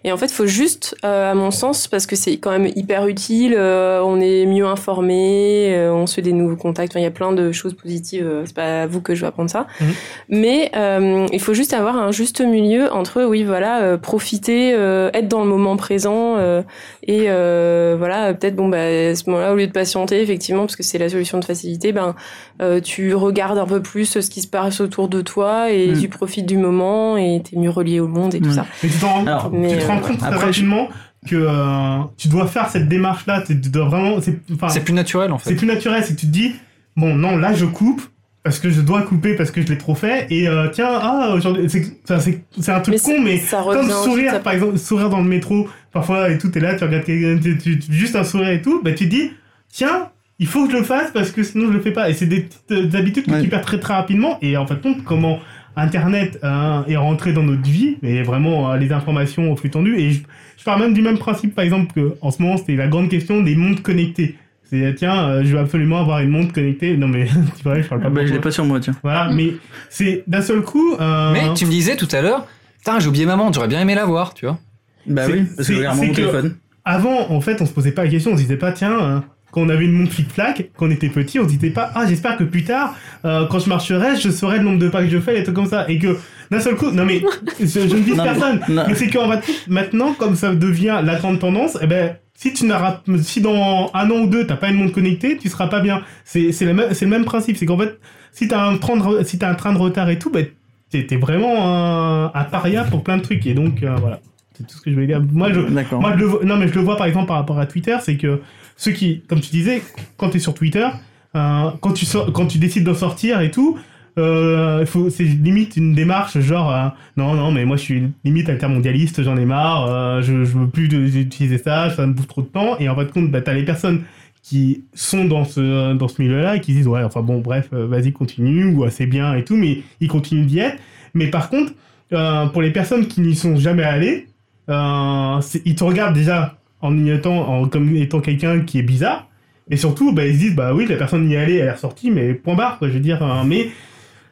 Et en fait, faut juste, euh, à mon sens, parce que c'est quand même hyper utile, euh, on est mieux informé, euh, on se fait des nouveaux contacts. Enfin, Il y a plein de choses positives. euh, C'est pas à vous que je vais apprendre ça,
Mhm.
mais euh, il faut juste avoir un juste milieu entre, oui, voilà, euh, profiter, euh, être dans le moment présent. euh, et euh, voilà, peut-être bon bah à ce moment-là, au lieu de patienter, effectivement, parce que c'est la solution de facilité, ben euh, tu regardes un peu plus ce qui se passe autour de toi et
Mm.
tu profites du moment et t'es mieux relié au monde et tout
Mm.
ça.
Mais tu t'en rends
Alors,
tu
Mais,
te
euh,
rends compte très
après, je-
rapidement que euh, tu dois faire cette démarche là tu dois vraiment c'est enfin,
C'est plus naturel en
c'est
fait.
plus naturel c'est que tu te dis bon non là je coupe parce que je dois couper parce que je l'ai trop fait et euh, tiens ah aujourd'hui c'est enfin, c'est- c'est un truc
Mais
con mais
ça
comme
revient
sourire
ensuite à-
par exemple sourire dans le métro parfois et tout t'es là tu regardes quelqu'un tu- tu- tu- juste un sourire et tout bah tu te dis tiens il faut que je le fasse parce que sinon je le fais pas et c'est des petites euh, des habitudes que
Ouais.
tu perds très très rapidement et en fait compte comment Internet hein, est rentré dans notre vie, mais vraiment euh, les informations au flux tendu. Et je, je parle même du même principe, par exemple, que en ce moment, c'était la grande question des montres connectées. C'est euh, tiens, euh, je veux absolument avoir une montre connectée. Non, mais tu vois, je parle pas.
Ah bah,
pour
je l'ai
toi.
pas sur moi, tiens.
Voilà, mais c'est d'un seul coup. euh,
hein.
Mais tu me disais tout à l'heure, putain j'ai oublié maman, j'aurais bien aimé la voir, tu vois.
Bah
C'est-
oui, parce
c'est-
que j'ai
c'est
mon
que-
téléphone.
Avant, en fait, on se posait pas la question. On se disait pas, tiens, euh, quand on avait une montre flic-flac, quand on était petit, on se disait pas, ah, j'espère que plus tard, euh, quand je marcherai, je saurai le nombre de pas que je fais, les trucs comme ça. Et que d'un seul coup, non mais, je, je ne vise
Non, mais-
personne.
non.
Mais c'est qu'en fait, maintenant, comme ça devient la grande tendance, eh ben, si tu n'auras, si dans un an ou deux, t'as pas une montre connectée, tu seras pas bien. C'est, c'est le même, c'est le même principe. C'est qu'en fait, si t'as un train de, re- si t'as un train de retard et tout, ben, t'es, t'es vraiment un, un paria pour plein de trucs. Et donc, euh, voilà. C'est tout ce que je voulais dire. Moi, je,
D'accord.
moi, je le vois, non, mais je le vois par exemple par rapport à Twitter, c'est que ceux qui, comme tu disais, quand tu es sur Twitter, euh, quand, tu sors- quand tu décides d'en sortir et tout, euh, faut- c'est limite une démarche genre euh, non, non, mais moi je suis limite altermondialiste, j'en ai marre, euh, je, je veux plus de- utiliser ça, ça me bouffe trop de temps. Et en fin de compte, bah, t'as les personnes qui sont dans ce, dans ce milieu-là et qui disent ouais, enfin bon, bref, euh, vas-y, continue, ou ah, c'est bien et tout, mais ils continuent d'y être. Mais par contre, euh, pour les personnes qui n'y sont jamais allées, euh, c'est- ils te regardent déjà en y étant, en, comme étant quelqu'un qui est bizarre. Et surtout, bah, ils se disent, bah oui, la personne y est allée, elle est ressortie, mais point barre, quoi, je veux dire. hein, mais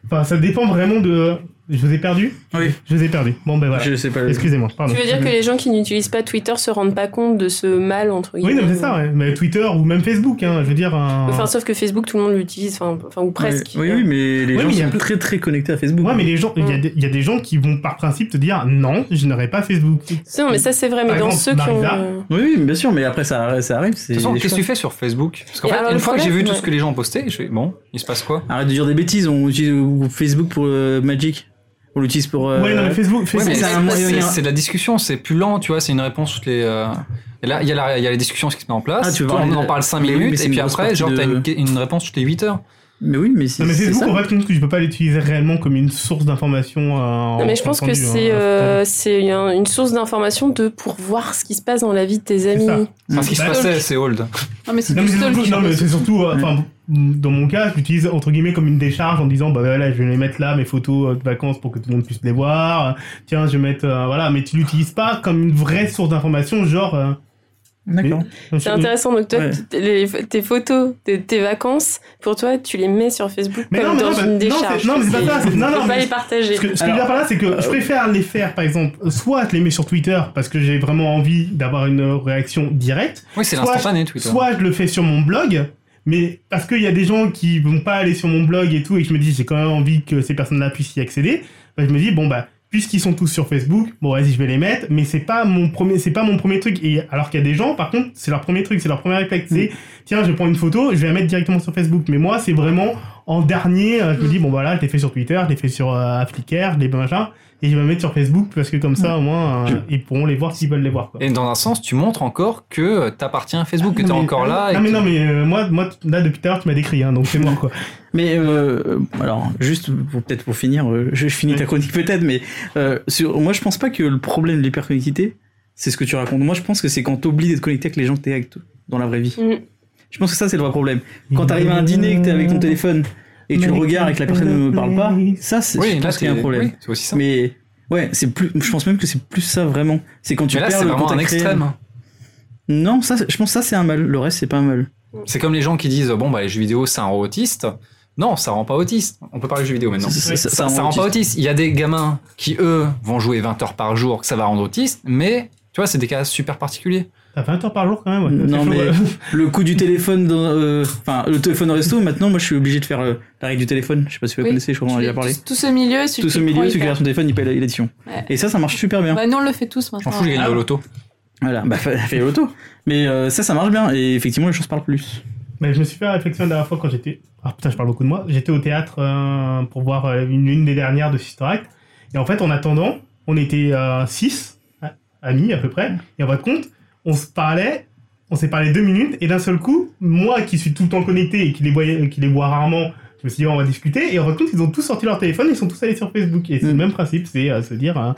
enfin, ça dépend vraiment de, Je vous ai perdu
Oui.
Je vous ai perdu. Bon, ben voilà.
Je sais pas. le-
Excusez-moi, pardon.
Tu veux dire que les gens qui n'utilisent pas Twitter se rendent pas compte de ce mal entre
Oui,
guillemets
non, mais c'est ça, ouais. Mais Twitter ou même Facebook, hein, je veux dire. un-
Enfin, sauf que Facebook, tout le monde l'utilise, enfin, enfin, ou presque.
Oui, oui, mais les
Ouais,
gens
mais il y a
sont
plus-
très très connectés à Facebook.
Ouais, mais les gens, il y
Mm.
a des- il y, a des gens qui vont par principe te dire non, je n'aurai pas Facebook.
Non, mais ça, c'est vrai, mais
Par
dans
exemple,
ceux qui ont.
Marisa,
euh,
Oui, oui, bien sûr, mais après ça, ça arrive. c'est
De toute façon,
des
qu'est-ce
choix.
que tu fais sur Facebook Parce qu'en
Et
fait,
alors,
une
le
fois que j'ai vu
problème,
tout
ouais.
ce que les gens ont posté, je fais bon, il se passe quoi
Arrête de dire des bêtises, on utilise Facebook pour euh, Magic. On l'utilise pour. euh,
Ouais, non, mais Facebook, Facebook.
Ouais, mais
c'est
c'est
un moyen-
c'est- c'est de la discussion, c'est plus lent, tu vois, c'est une réponse toutes les. euh, Et là, il y, a la- il y a les discussions qui se mettent en place.
Ah, tu veux
Toi,
voir
on
les-
en parle 5
Mais oui, mais
minutes,
c'est
et
une
puis
grosse
après,
partie
genre,
de-
t'as une, une réponse toutes les 8 heures.
Mais oui, mais c'est.
Non, mais
c'est
Facebook,
ça.
on va te compte que je peux pas l'utiliser réellement comme une source d'information. euh,
Non,
en
mais je pense que
contenu, hein,
c'est
à ce
euh, c'est un- une source d'information de pour voir ce qui se passe dans la vie de tes
ça.
amis.
Enfin, ce qui se
Bah,
passait, c'est old.
Non, mais c'est
Non
du
mais c'est surtout,
stalking.
non, mais c'est surtout, euh, enfin, dans mon cas, je l'utilise entre guillemets comme une décharge en disant bah voilà, je vais les mettre là mes photos euh, de vacances pour que tout le monde puisse les voir. Euh, Tiens, je vais mettre euh, voilà, mais tu l'utilises pas comme une vraie source d'information, genre. euh,
D'accord.
C'est
Mmh.
intéressant, donc toi,
Ouais.
t- les- tes photos de tes vacances, pour toi, tu les mets sur Facebook
Mais
comme
non, mais
dans
non,
une
mais- non,
décharge.
c'est- non, mais c'est pas ça, c'est- non,
Tu
non,
peux pas
mais-
les partager.
Ce que, ce que
Alors,
je veux dire par là, c'est que
euh,
je préfère les faire, par exemple, soit je les mets sur Twitter parce que j'ai vraiment envie d'avoir une réaction directe,
Oui, c'est
Soit-
l'instantané, Twitter.
Soit je le fais sur mon blog, mais parce qu'il y a des gens qui vont pas aller sur mon blog et tout, et que je me dis j'ai quand même envie que ces personnes-là puissent y accéder, bah, je me dis bon bah puisqu'ils sont tous sur Facebook, bon vas-y je vais les mettre, mais c'est pas mon premier, c'est pas mon premier truc. Et alors qu'il y a des gens, par contre, c'est leur premier truc, c'est leur premier réflexe, c'est tiens je prends une photo, je vais la mettre directement sur Facebook. Mais moi c'est vraiment en dernier, euh, je me dis bon voilà je l'ai fait sur Twitter, je l'ai fait sur euh, Flickr, je l'ai machin, et je vais la mettre sur Facebook parce que comme ça au moins euh, ils pourront les voir s'ils veulent les voir. Quoi.
Et dans un sens, tu montres encore que t'appartiens à Facebook, que
Ah,
t'es
Non, mais-
encore là.
Non,
et
mais
que-
non, mais euh, moi, moi, t- là, depuis tout à l'heure, tu m'as décrit, hein, donc c'est moi, quoi.
Mais euh, alors, juste pour- peut-être pour finir, euh, je, je finis ta chronique peut-être, mais euh, sur, moi je pense pas que le problème de l'hyperconnectivité, c'est ce que tu racontes. Moi je pense que c'est quand t'oublies d'être connecté avec les gens que t'es avec t- dans la vraie vie.
Mm.
Je pense que ça c'est le vrai problème. Quand t'arrives à un dîner, que t'es
Mm.
avec ton téléphone et que tu le regardes et que la personne ne parle pas, ça c'est
Oui,
je
là,
pense qu'il y a
c'est-
un problème.
oui, c'est aussi ça. Mais,
Mais ouais, c'est plus, je pense même que c'est plus ça vraiment. C'est quand tu
là,
perds
c'est
le
vraiment un
contact réel.
extrême.
Non, ça, c'est- je pense que ça c'est un mal. Le reste c'est pas un mal.
C'est comme les gens qui disent bon bah les jeux vidéo ça rend autiste. Non, ça rend pas autiste. On peut parler de jeux vidéo maintenant.
C'est- c'est-
Ça, ça rend pas autiste. Il y a des gamins qui eux vont jouer 20 heures par jour que ça va rendre autiste, mais tu vois, c'est des cas super particuliers.
T'as 20 heures par jour, quand même, ouais.
Non,
C'est chaud,
mais-
ouais.
Le coup du téléphone, dans, euh, enfin le téléphone au resto. Maintenant, moi, je suis obligé de faire euh, la règle du téléphone. Je sais pas si vous la
Oui,
connaissez, je crois qu'on en a déjà parlé.
Tous au milieu, celui
Tout
qui
ce milieu,
prend, il
celui qui
perd.
garde son téléphone, il paye la- l'édition.
Ouais.
Et ça, ça marche super bien.
Bah, nous, on le fait tous
J'en
maintenant.
fous, j'ai gagné
Ah.
au loto.
Voilà, bah, fait fait le tour. Mais euh, ça, ça marche bien. Et effectivement, les choses parlent plus.
Mais je me suis fait la réflexion la dernière fois quand j'étais. Ah putain, je parle beaucoup de moi. J'étais au théâtre euh, pour voir euh, une, une des dernières de Sister Act. Et en fait, en attendant, on était 6 amis à peu près. Et en fin de compte, on se parlait, on s'est parlé deux minutes. Et d'un seul coup, moi qui suis tout le temps connecté et qui les, voyais, euh, qui les vois rarement, je me suis dit, on va discuter. Et en fin de compte, ils ont tous sorti leur téléphone et ils sont tous allés sur Facebook. Et c'est
Mm.
le même principe, c'est euh, se dire. euh,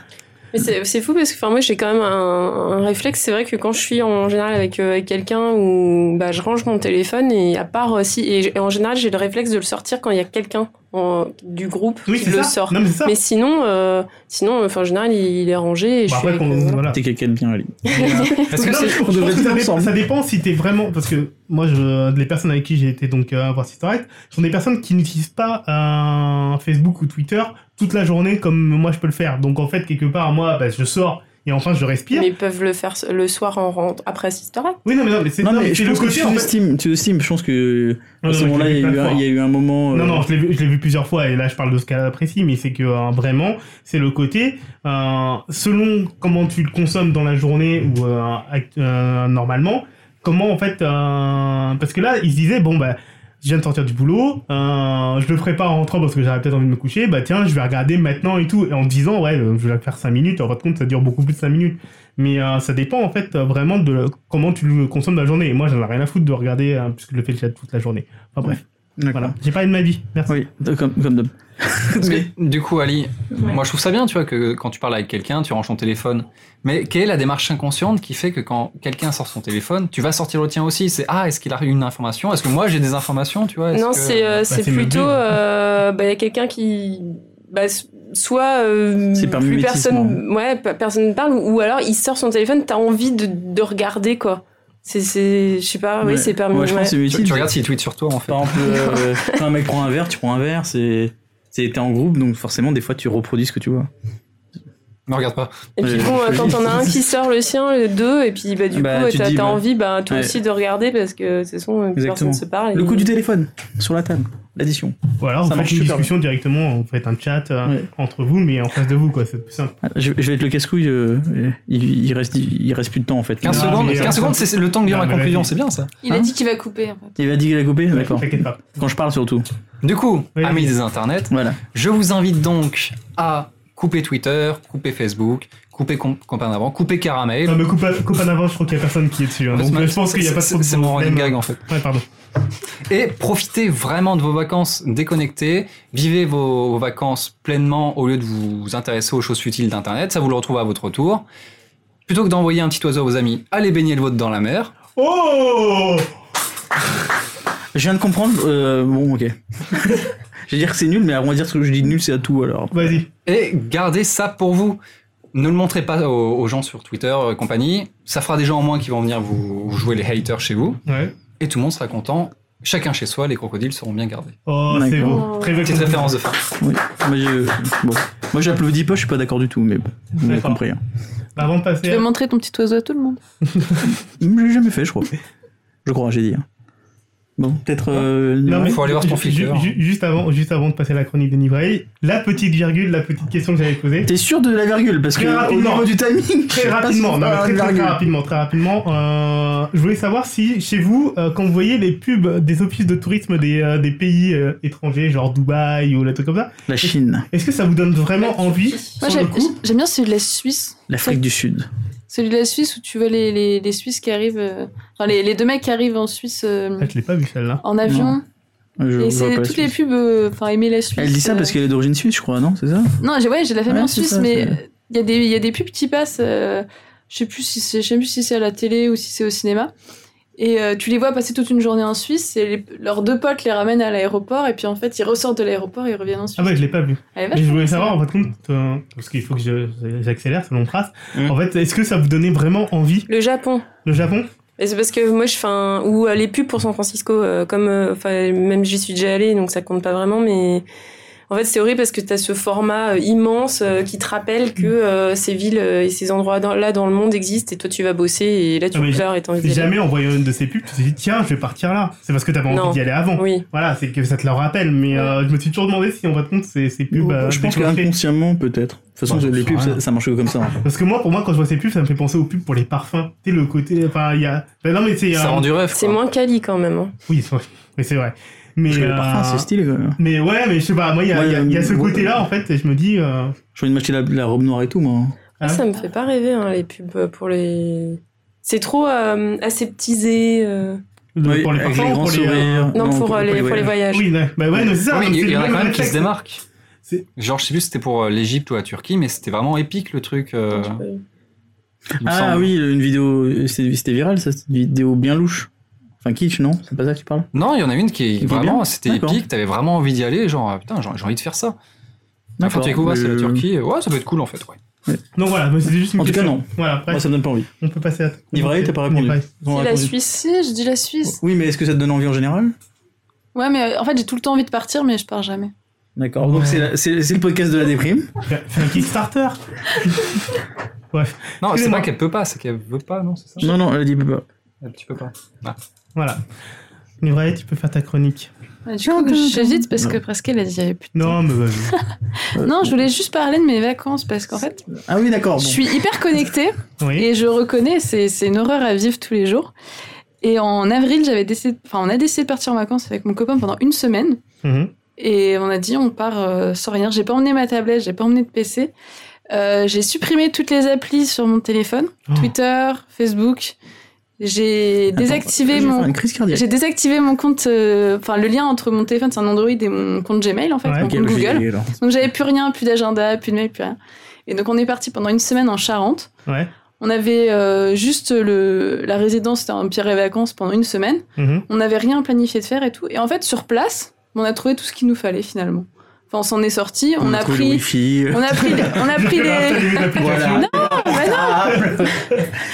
Mais c'est c'est fou parce que enfin, moi j'ai quand même un, un réflexe. C'est vrai que quand je suis en général avec, euh, avec quelqu'un où bah, je range mon téléphone et à part euh, si et, j- et en général j'ai le réflexe de le sortir quand il y a quelqu'un en- du groupe
Oui,
qui
c'est
le
ça.
sort.
Non, mais c'est ça.
Mais sinon, euh, sinon enfin, en général il, il est rangé. Et je
Bon,
suis
après,
avec,
qu'on-
euh, voilà.
voilà.
T'es quelqu'un de bien, Ali.
Parce que
Non,
c'est
mais je pense
on devrait
que ça,
être
dépend,
ensemble.
ça dépend si t'es vraiment. Parce que moi, je, les personnes avec qui j'ai été donc euh, voir Sister Act sont des personnes qui n'utilisent pas euh, Facebook ou Twitter toute la journée comme moi je peux le faire. Donc en fait, quelque part, moi, bah, je sors et enfin je respire.
Mais ils peuvent le faire le soir en rentre après Sister Act.
Oui, non, mais, non, mais c'est
Non,
non, mais
mais
c'est
je
le
pense que tu
côté. En fait...
sous-estimes. Tu sous-estimes. Je pense que
Non, non,
à ce
mais je
moment-là,
l'ai
il
vu
y a eu
plein de
un- il
fois.
y a eu un moment. euh,
Non, non, je l'ai vu, je l'ai vu plusieurs fois, et là je parle de ce cas précis, mais c'est que euh, vraiment, c'est le côté, euh, selon comment tu le consommes dans la journée ou euh, act- euh, normalement, comment en fait. euh, parce que là, il se disait, bon, bah, je viens de sortir du boulot, euh, je le ferai pas en rentrant parce que j'avais peut-être envie de me coucher, bah tiens, je vais regarder maintenant et tout, et en te disant, ouais, euh, je vais faire 5 minutes, en fin de compte, ça dure beaucoup plus de 5 minutes. Mais euh, ça dépend en fait euh, vraiment de comment tu le consommes la journée. Et moi, j'en ai rien à foutre de regarder, euh, puisque je le fais déjà toute la journée. Enfin bref.
D'accord.
Voilà, j'ai parlé de ma vie. Merci.
Oui, comme, comme d'hab.
Parce que,
Mais-
du coup, Ali, moi je trouve ça bien, tu vois, que quand tu parles avec quelqu'un, tu ranges ton téléphone. Mais quelle est la démarche inconsciente qui fait que quand quelqu'un sort son téléphone, tu vas sortir le tien aussi C'est ah, est-ce qu'il a une information Est-ce que moi j'ai des informations, tu vois est-ce
Non,
que-
c'est
bah,
euh, c'est
c'est
plutôt
mobile.
euh, bah, il y a quelqu'un qui bah, s- soit euh,
C'est par
plus
mimétisme, hein.
personne ouais pa- personne ne parle ou alors il sort son téléphone t'as envie de, de regarder quoi c'est c'est je sais pas
Ouais.
Ah oui c'est par
Ouais, je pense que c'est
Tu,
utile.
tu regardes s'il tweet sur toi en fait.
Par exemple, euh, quand un mec prend un verre, tu prends un verre, c'est. c'est C'est- T'es en groupe, donc forcément, des fois, tu reproduis ce que tu vois.
Ne regarde pas.
Et puis
Ouais.
bon, euh, quand on a un qui sort le sien, les deux, et puis bah, du
Bah,
coup,
tu
t'as
dis,
t'as
bah,
envie, bah, toi
ouais.
aussi, de regarder parce que de toute façon, personne
Exactement.
ne se parle.
Le
et-
coup du téléphone, sur la table, l'addition.
Ou alors,
Ça
vous
marche
faites une
super
discussion directement, vous faites un chat euh,
Ouais.
entre vous, mais en face de vous, quoi. C'est plus simple.
Ah, Je, je vais être le casse-couille, euh, euh, il, il reste, il reste plus de temps en fait.
15
Non,
secondes,
mais,
15
euh,
secondes c'est c'est le temps de lire
non,
ma
mais
conclusion,
vas-y.
c'est bien ça.
Il a
Hein
dit qu'il va couper. En fait.
Il va dire qu'il a coupé D'accord.
T'inquiète pas.
Quand je parle surtout.
Du coup,
Oui,
amis
oui.
des internets,
Voilà.
je vous invite donc à couper Twitter, couper Facebook, couper Com- Copain d'avant, couper Caramel.
Non, mais coupe, coupe en avant, je crois qu'il y a personne qui est dessus. hein.
En fait,
Donc,
c'est-
je pense qu'il n'y a pas
c'est-
trop de
C'est mon running
problème.
gag en fait.
Ouais, pardon.
Et profitez vraiment de vos vacances déconnectées. Vivez vos, vos vacances pleinement au lieu de vous intéresser aux choses futiles d'Internet. Ça, vous le retrouvez à votre tour. Plutôt que d'envoyer un petit oiseau à vos amis, allez baigner le vôtre dans la mer.
Oh
Je viens de comprendre. euh, bon, ok. je vais dire que c'est nul, mais à moins dire ce que je dis de nul, c'est à tout alors.
Vas-y.
Et gardez ça pour vous. Ne le montrez pas aux, aux gens sur Twitter et compagnie. Ça fera des gens en moins qui vont venir vous, vous jouer les haters chez vous.
Ouais.
Et tout le monde sera content. Chacun chez soi, les crocodiles seront bien gardés.
Oh, c'est
D'accord.
beau. Très bien.
Petite référence de fin.
Oui. Moi, je, bon. Moi, j'applaudis pas, je suis pas d'accord du tout, mais bon, vous avez
D'accord.
compris. hein.
Avant de
Tu
passer.
vas montrer ton petit oiseau à tout le monde.
Je l'ai jamais fait, je crois. Je crois, j'ai dit. hein. Bon, peut-être. euh,
Non, mais
Faut aller voir hein. ton
ju- ju-
Flickr.
ju- Juste avant, juste avant de passer à la chronique de Nivray, la petite virgule, la petite question que j'avais posée.
T'es sûr de la virgule Parce
Très
que au
rapidement.
niveau du timing. je sais
Très
pas si
rapidement,
c'est
non, mais
pas
très,
une
très, très
virgule.
rapidement, très rapidement. euh, je voulais savoir si chez vous, euh, quand vous voyez les pubs des offices de tourisme des, euh, des pays euh, étrangers, genre Dubaï ou des trucs comme ça,
La Chine,
est-ce que ça vous donne vraiment envie
Moi,
sur le
j'aime
coup
j'aime bien celui de la Suisse.
l'Afrique du Sud.
Celui de la Suisse où tu vois les, les, les Suisses qui arrivent. euh, Enfin, les, les deux mecs qui arrivent en Suisse euh,
Ah, Je l'ai pas vu celle-là.
en avion.
Je- je vois
et c'est
pas la
toutes les
Suisse.
pubs. euh, Enfin, aimer la Suisse.
Elle dit ça
euh,
parce qu'elle est d'origine suisse, je crois, non C'est ça
Non, j'ai ouais, j'ai de la famille
Ouais,
en
c'est
Suisse,
ça,
mais
c'est-
euh, il y, a des- il y a des pubs qui passent. euh, je sais plus si c'est je sais plus si c'est à la télé ou si c'est au cinéma. Et euh, tu les vois passer toute une journée en Suisse. Et les- leurs deux potes les ramènent à l'aéroport. Et puis en fait, ils ressortent de l'aéroport et ils reviennent en Suisse.
Ah ouais, je l'ai pas vu.
Elle est
Mais
vachement
je voulais
bien,
savoir, en fait, compte, euh, parce qu'il faut que je- j'accélère, ça long trace. En fait, est-ce que ça vous donnait vraiment envie
Le Japon.
le Japon
Et c'est parce que moi, je fais un- ou euh, les pubs pour San Francisco, euh, comme euh, enfin même j'y suis déjà allée, donc ça compte pas vraiment, mais en fait c'est horrible parce que t'as ce format euh, immense euh, qui te rappelle que
Mm.
euh, ces villes euh, et ces endroits dans- là dans le monde existent et toi tu vas bosser et là tu
Ah, mais
pleures et t'as envie d'y aller.
Jamais en voyant une de ces pubs, tu te dis tiens, je vais partir là. C'est parce que t'avais
Non.
envie d'y aller avant.
Oui.
Voilà, c'est que ça te le rappelle, mais euh, je me suis toujours demandé si en fin de compte ces, ces pubs. euh,
Oh, je pense
déclenchaient.
qu'inconsciemment, peut-être. De toute façon,
Bah,
les
j'en sais
pubs,
rien.
ça, ça marche que comme ça. hein. en fait.
Parce que moi, pour moi, quand je vois ces pubs, ça me fait penser aux pubs pour les parfums. Tu sais, le côté. Enfin, il y a. Ben non, mais c'est.
Ça
euh,
rend du rêve.
C'est
quoi.
moins quali quand même. hein.
Oui, c'est vrai. Mais c'est vrai. Mais.
Parce que les
euh,
parfums, c'est stylé quand même.
Mais ouais, mais je sais pas, moi, il y a,
Ouais,
il y a- il y a ce
euh,
côté-là, en fait, et je me dis. euh,
J'ai envie de m'acheter la, la robe noire et tout, moi.
Ah.
Ça me fait pas rêver hein, les pubs pour les. C'est trop euh, aseptisé. euh,
Oui,
pour les
avec
parfums,
les grands
pour les, euh,
sourires.
Non, pour, euh, les, pour les voyages.
Oui, ouais. bah ouais, non, c'est ça.
Oui,
donc c'est
il y
le
en a
même
quand même qui
réflexe.
se démarquent.
C'est-
Genre, je sais plus si c'était pour euh, l'Égypte ou la Turquie, mais c'était vraiment épique le truc. euh,
tu peux-
il me
Ah
semble.
oui, une vidéo, c'est- c'était viral, ça, c'est une vidéo bien louche. Enfin, kitsch, non C'est pas ça que tu parles
Non, il y en a une qui est
est
vraiment,
bien
c'était
D'accord.
épique, t'avais vraiment envie d'y aller, genre, ah, putain, j'ai j'ai envie de faire ça. Enfin, tu découvres,
mais-
Euh,
c'est la Turquie, ouais, ça peut être cool en fait, ouais.
Donc voilà, mais c'était juste une
En tout cas,
question.
non.
Voilà, après,
Moi, ça me donne pas envie.
on peut passer à.
Ivraie, t'as pas répondu.
Ivraie.
Ils ont
C'est la
répondu.
Suisse.
Si, je dis la Suisse.
Oui, mais est-ce que ça te donne envie en général
Ouais, mais euh, en fait, j'ai tout le temps envie de partir, mais je pars jamais.
D'accord. Donc, c'est la- c'est c'est le podcast de la déprime.
Fais fais un Kickstarter.
Non, c'est
Excusez-moi.
pas qu'elle peut pas, c'est qu'elle veut pas, non, c'est ça
Non, non, elle dit pas.
Elle- Tu peux pas.
Voilà. Ivraie, tu peux faire ta chronique.
Ouais, Du coup, j'hésite parce que presque elle a dit il y avait plus de temps.
Non, mais vas-y.
Non, je voulais juste parler de mes vacances parce qu'en fait,
Ah oui, d'accord.
je
bon.
suis hyper connectée.
Oui.
Et je reconnais, c'est c'est une horreur à vivre tous les jours. Et en avril, j'avais décidé, enfin, on a décidé de partir en vacances avec mon copain pendant une semaine.
Mhm.
Et on a dit, on part euh, sans rien. J'ai pas emmené ma tablette, j'ai pas emmené de PC. Euh, j'ai supprimé toutes les applis sur mon téléphone,
Oh.
Twitter, Facebook. J'ai
Attends, je
désactivé
vais
mon
faire une crise cardiaque.
j'ai désactivé mon compte, euh, enfin le lien entre mon téléphone, c'est un Android et mon compte Gmail en fait,
Ouais.
mon
Ok,
compte
bah, j'ai
Google.
grillé, alors.
Donc j'avais plus rien, plus d'agenda, plus de mail, plus rien. Et donc on est parti pendant une semaine en Charente.
Ouais.
On avait euh, juste le, la résidence, c'était un pire et vacances pendant une semaine.
Mhm.
On n'avait rien planifié de faire et tout. Et en fait, sur place, on a trouvé tout ce qu'il nous fallait finalement. Enfin, on s'en est sorti, on, a
trouvé le
pris,
Wi-Fi.
on a pris, on a pris des.
Voilà.
Non, bah non.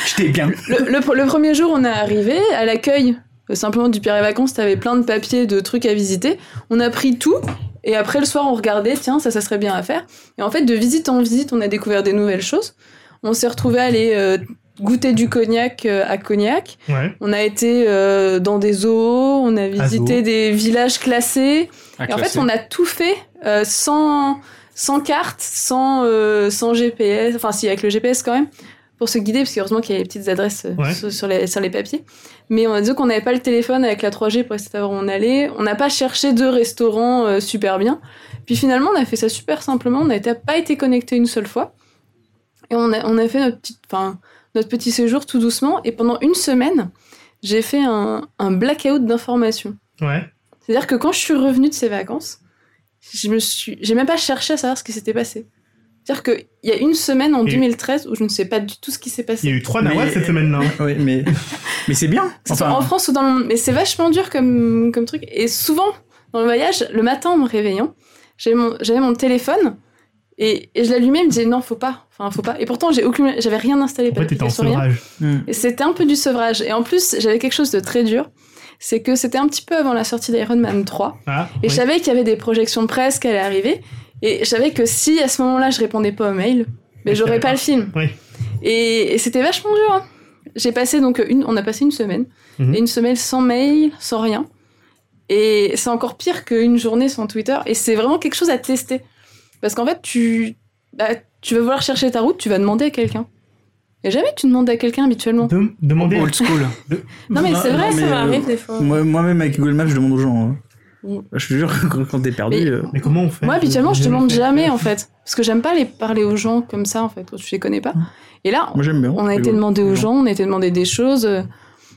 Je t'ai bien.
Le, le- le premier jour, on est arrivé à l'accueil euh, simplement du Pierre et Vacances, t'avais plein de papiers, de trucs à visiter. On a pris tout Et après, le soir, on regardait, tiens, ça, ça serait bien à faire. Et en fait, de visite en visite, on a découvert des nouvelles choses. On s'est retrouvé à aller euh, goûter du cognac euh, à Cognac.
Ouais.
On a été euh, dans des zoos, on a visité
zoo.
des villages classés.
Ah,
Et en fait,
classé.
on a tout fait euh, sans, sans carte, sans, euh, sans GPS, enfin si, avec le GPS quand même, pour se guider, parce qu'heureusement qu'il y a les petites adresses euh,
Ouais.
sur, sur les, sur les papiers. Mais on a dit qu'on n'avait pas le téléphone avec la 3G pour savoir où on allait. On n'a pas cherché de restaurant euh, super bien. Puis finalement, on a fait ça super simplement. On n'a été- pas été connecté une seule fois. Et on a, on a fait notre, petite, enfin, notre petit séjour tout doucement. Et pendant une semaine, j'ai fait un, un blackout d'informations.
Ouais.
C'est-à-dire que quand je suis revenue de ces vacances, je me suis, j'ai même pas cherché à savoir ce qui s'était passé. C'est-à-dire qu'il y a une semaine en
Et-
2013 où je ne sais pas du tout ce qui s'est
Il y
passé.
a eu trois
Mais-
nawas cette semaine-là. hein.
Ouais, mais mais c'est bien.
Que ce soit en France ou dans le monde. Mais c'est vachement dur comme, comme truc. Et souvent, dans le voyage, le matin en me réveillant, j'avais mon, j'avais mon téléphone et, et je l'allumais et me disais non, faut pas. Enfin, faut pas. Et pourtant, j'ai aucune, j'avais rien installé.
En
pas
fait, t'étais en
d'application, rien.
sevrage.
Hmm.
Et c'était un peu du sevrage. Et en plus, j'avais quelque chose de très dur. C'est que c'était un petit peu avant la sortie d'Iron Man 3.
Ah,
Et
ouais.
je savais qu'il y avait des projections de presse qui allaient arriver. Et je savais que si à ce moment-là je répondais pas aux mails, mais
Mais
j'aurais
t'avais
pas
pas.
le film.
Oui.
Et, et c'était vachement dur. hein. J'ai passé donc une, on a passé une semaine
Mhm.
et une semaine sans mail, sans rien. Et c'est encore pire qu'une journée sans Twitter. Et c'est vraiment quelque chose à tester parce qu'en fait tu, bah, tu vas vouloir chercher ta route, tu vas demander à quelqu'un. Et jamais tu demandes à quelqu'un habituellement.
Dem- demandez. Ah,
Old school.
Non mais c'est
Non,
vrai.
Ouais,
mais,
ça m'arrive
euh,
des fois.
Moi- Moi-même, avec Google Maps, je demande aux gens. hein.
Mm.
Je te jure, quand- quand t'es perdu.
Mais-
euh,
Mais comment on fait
Moi, habituellement, je
J'ai
demande
fait.
jamais, en fait. Parce que j'aime pas les parler aux gens comme ça, en fait, quand je les connais pas. Et là,
Moi, j'aime bien.
on a
Mais
été
bon,
demandé aux
les
gens, on a été demandé des choses. euh,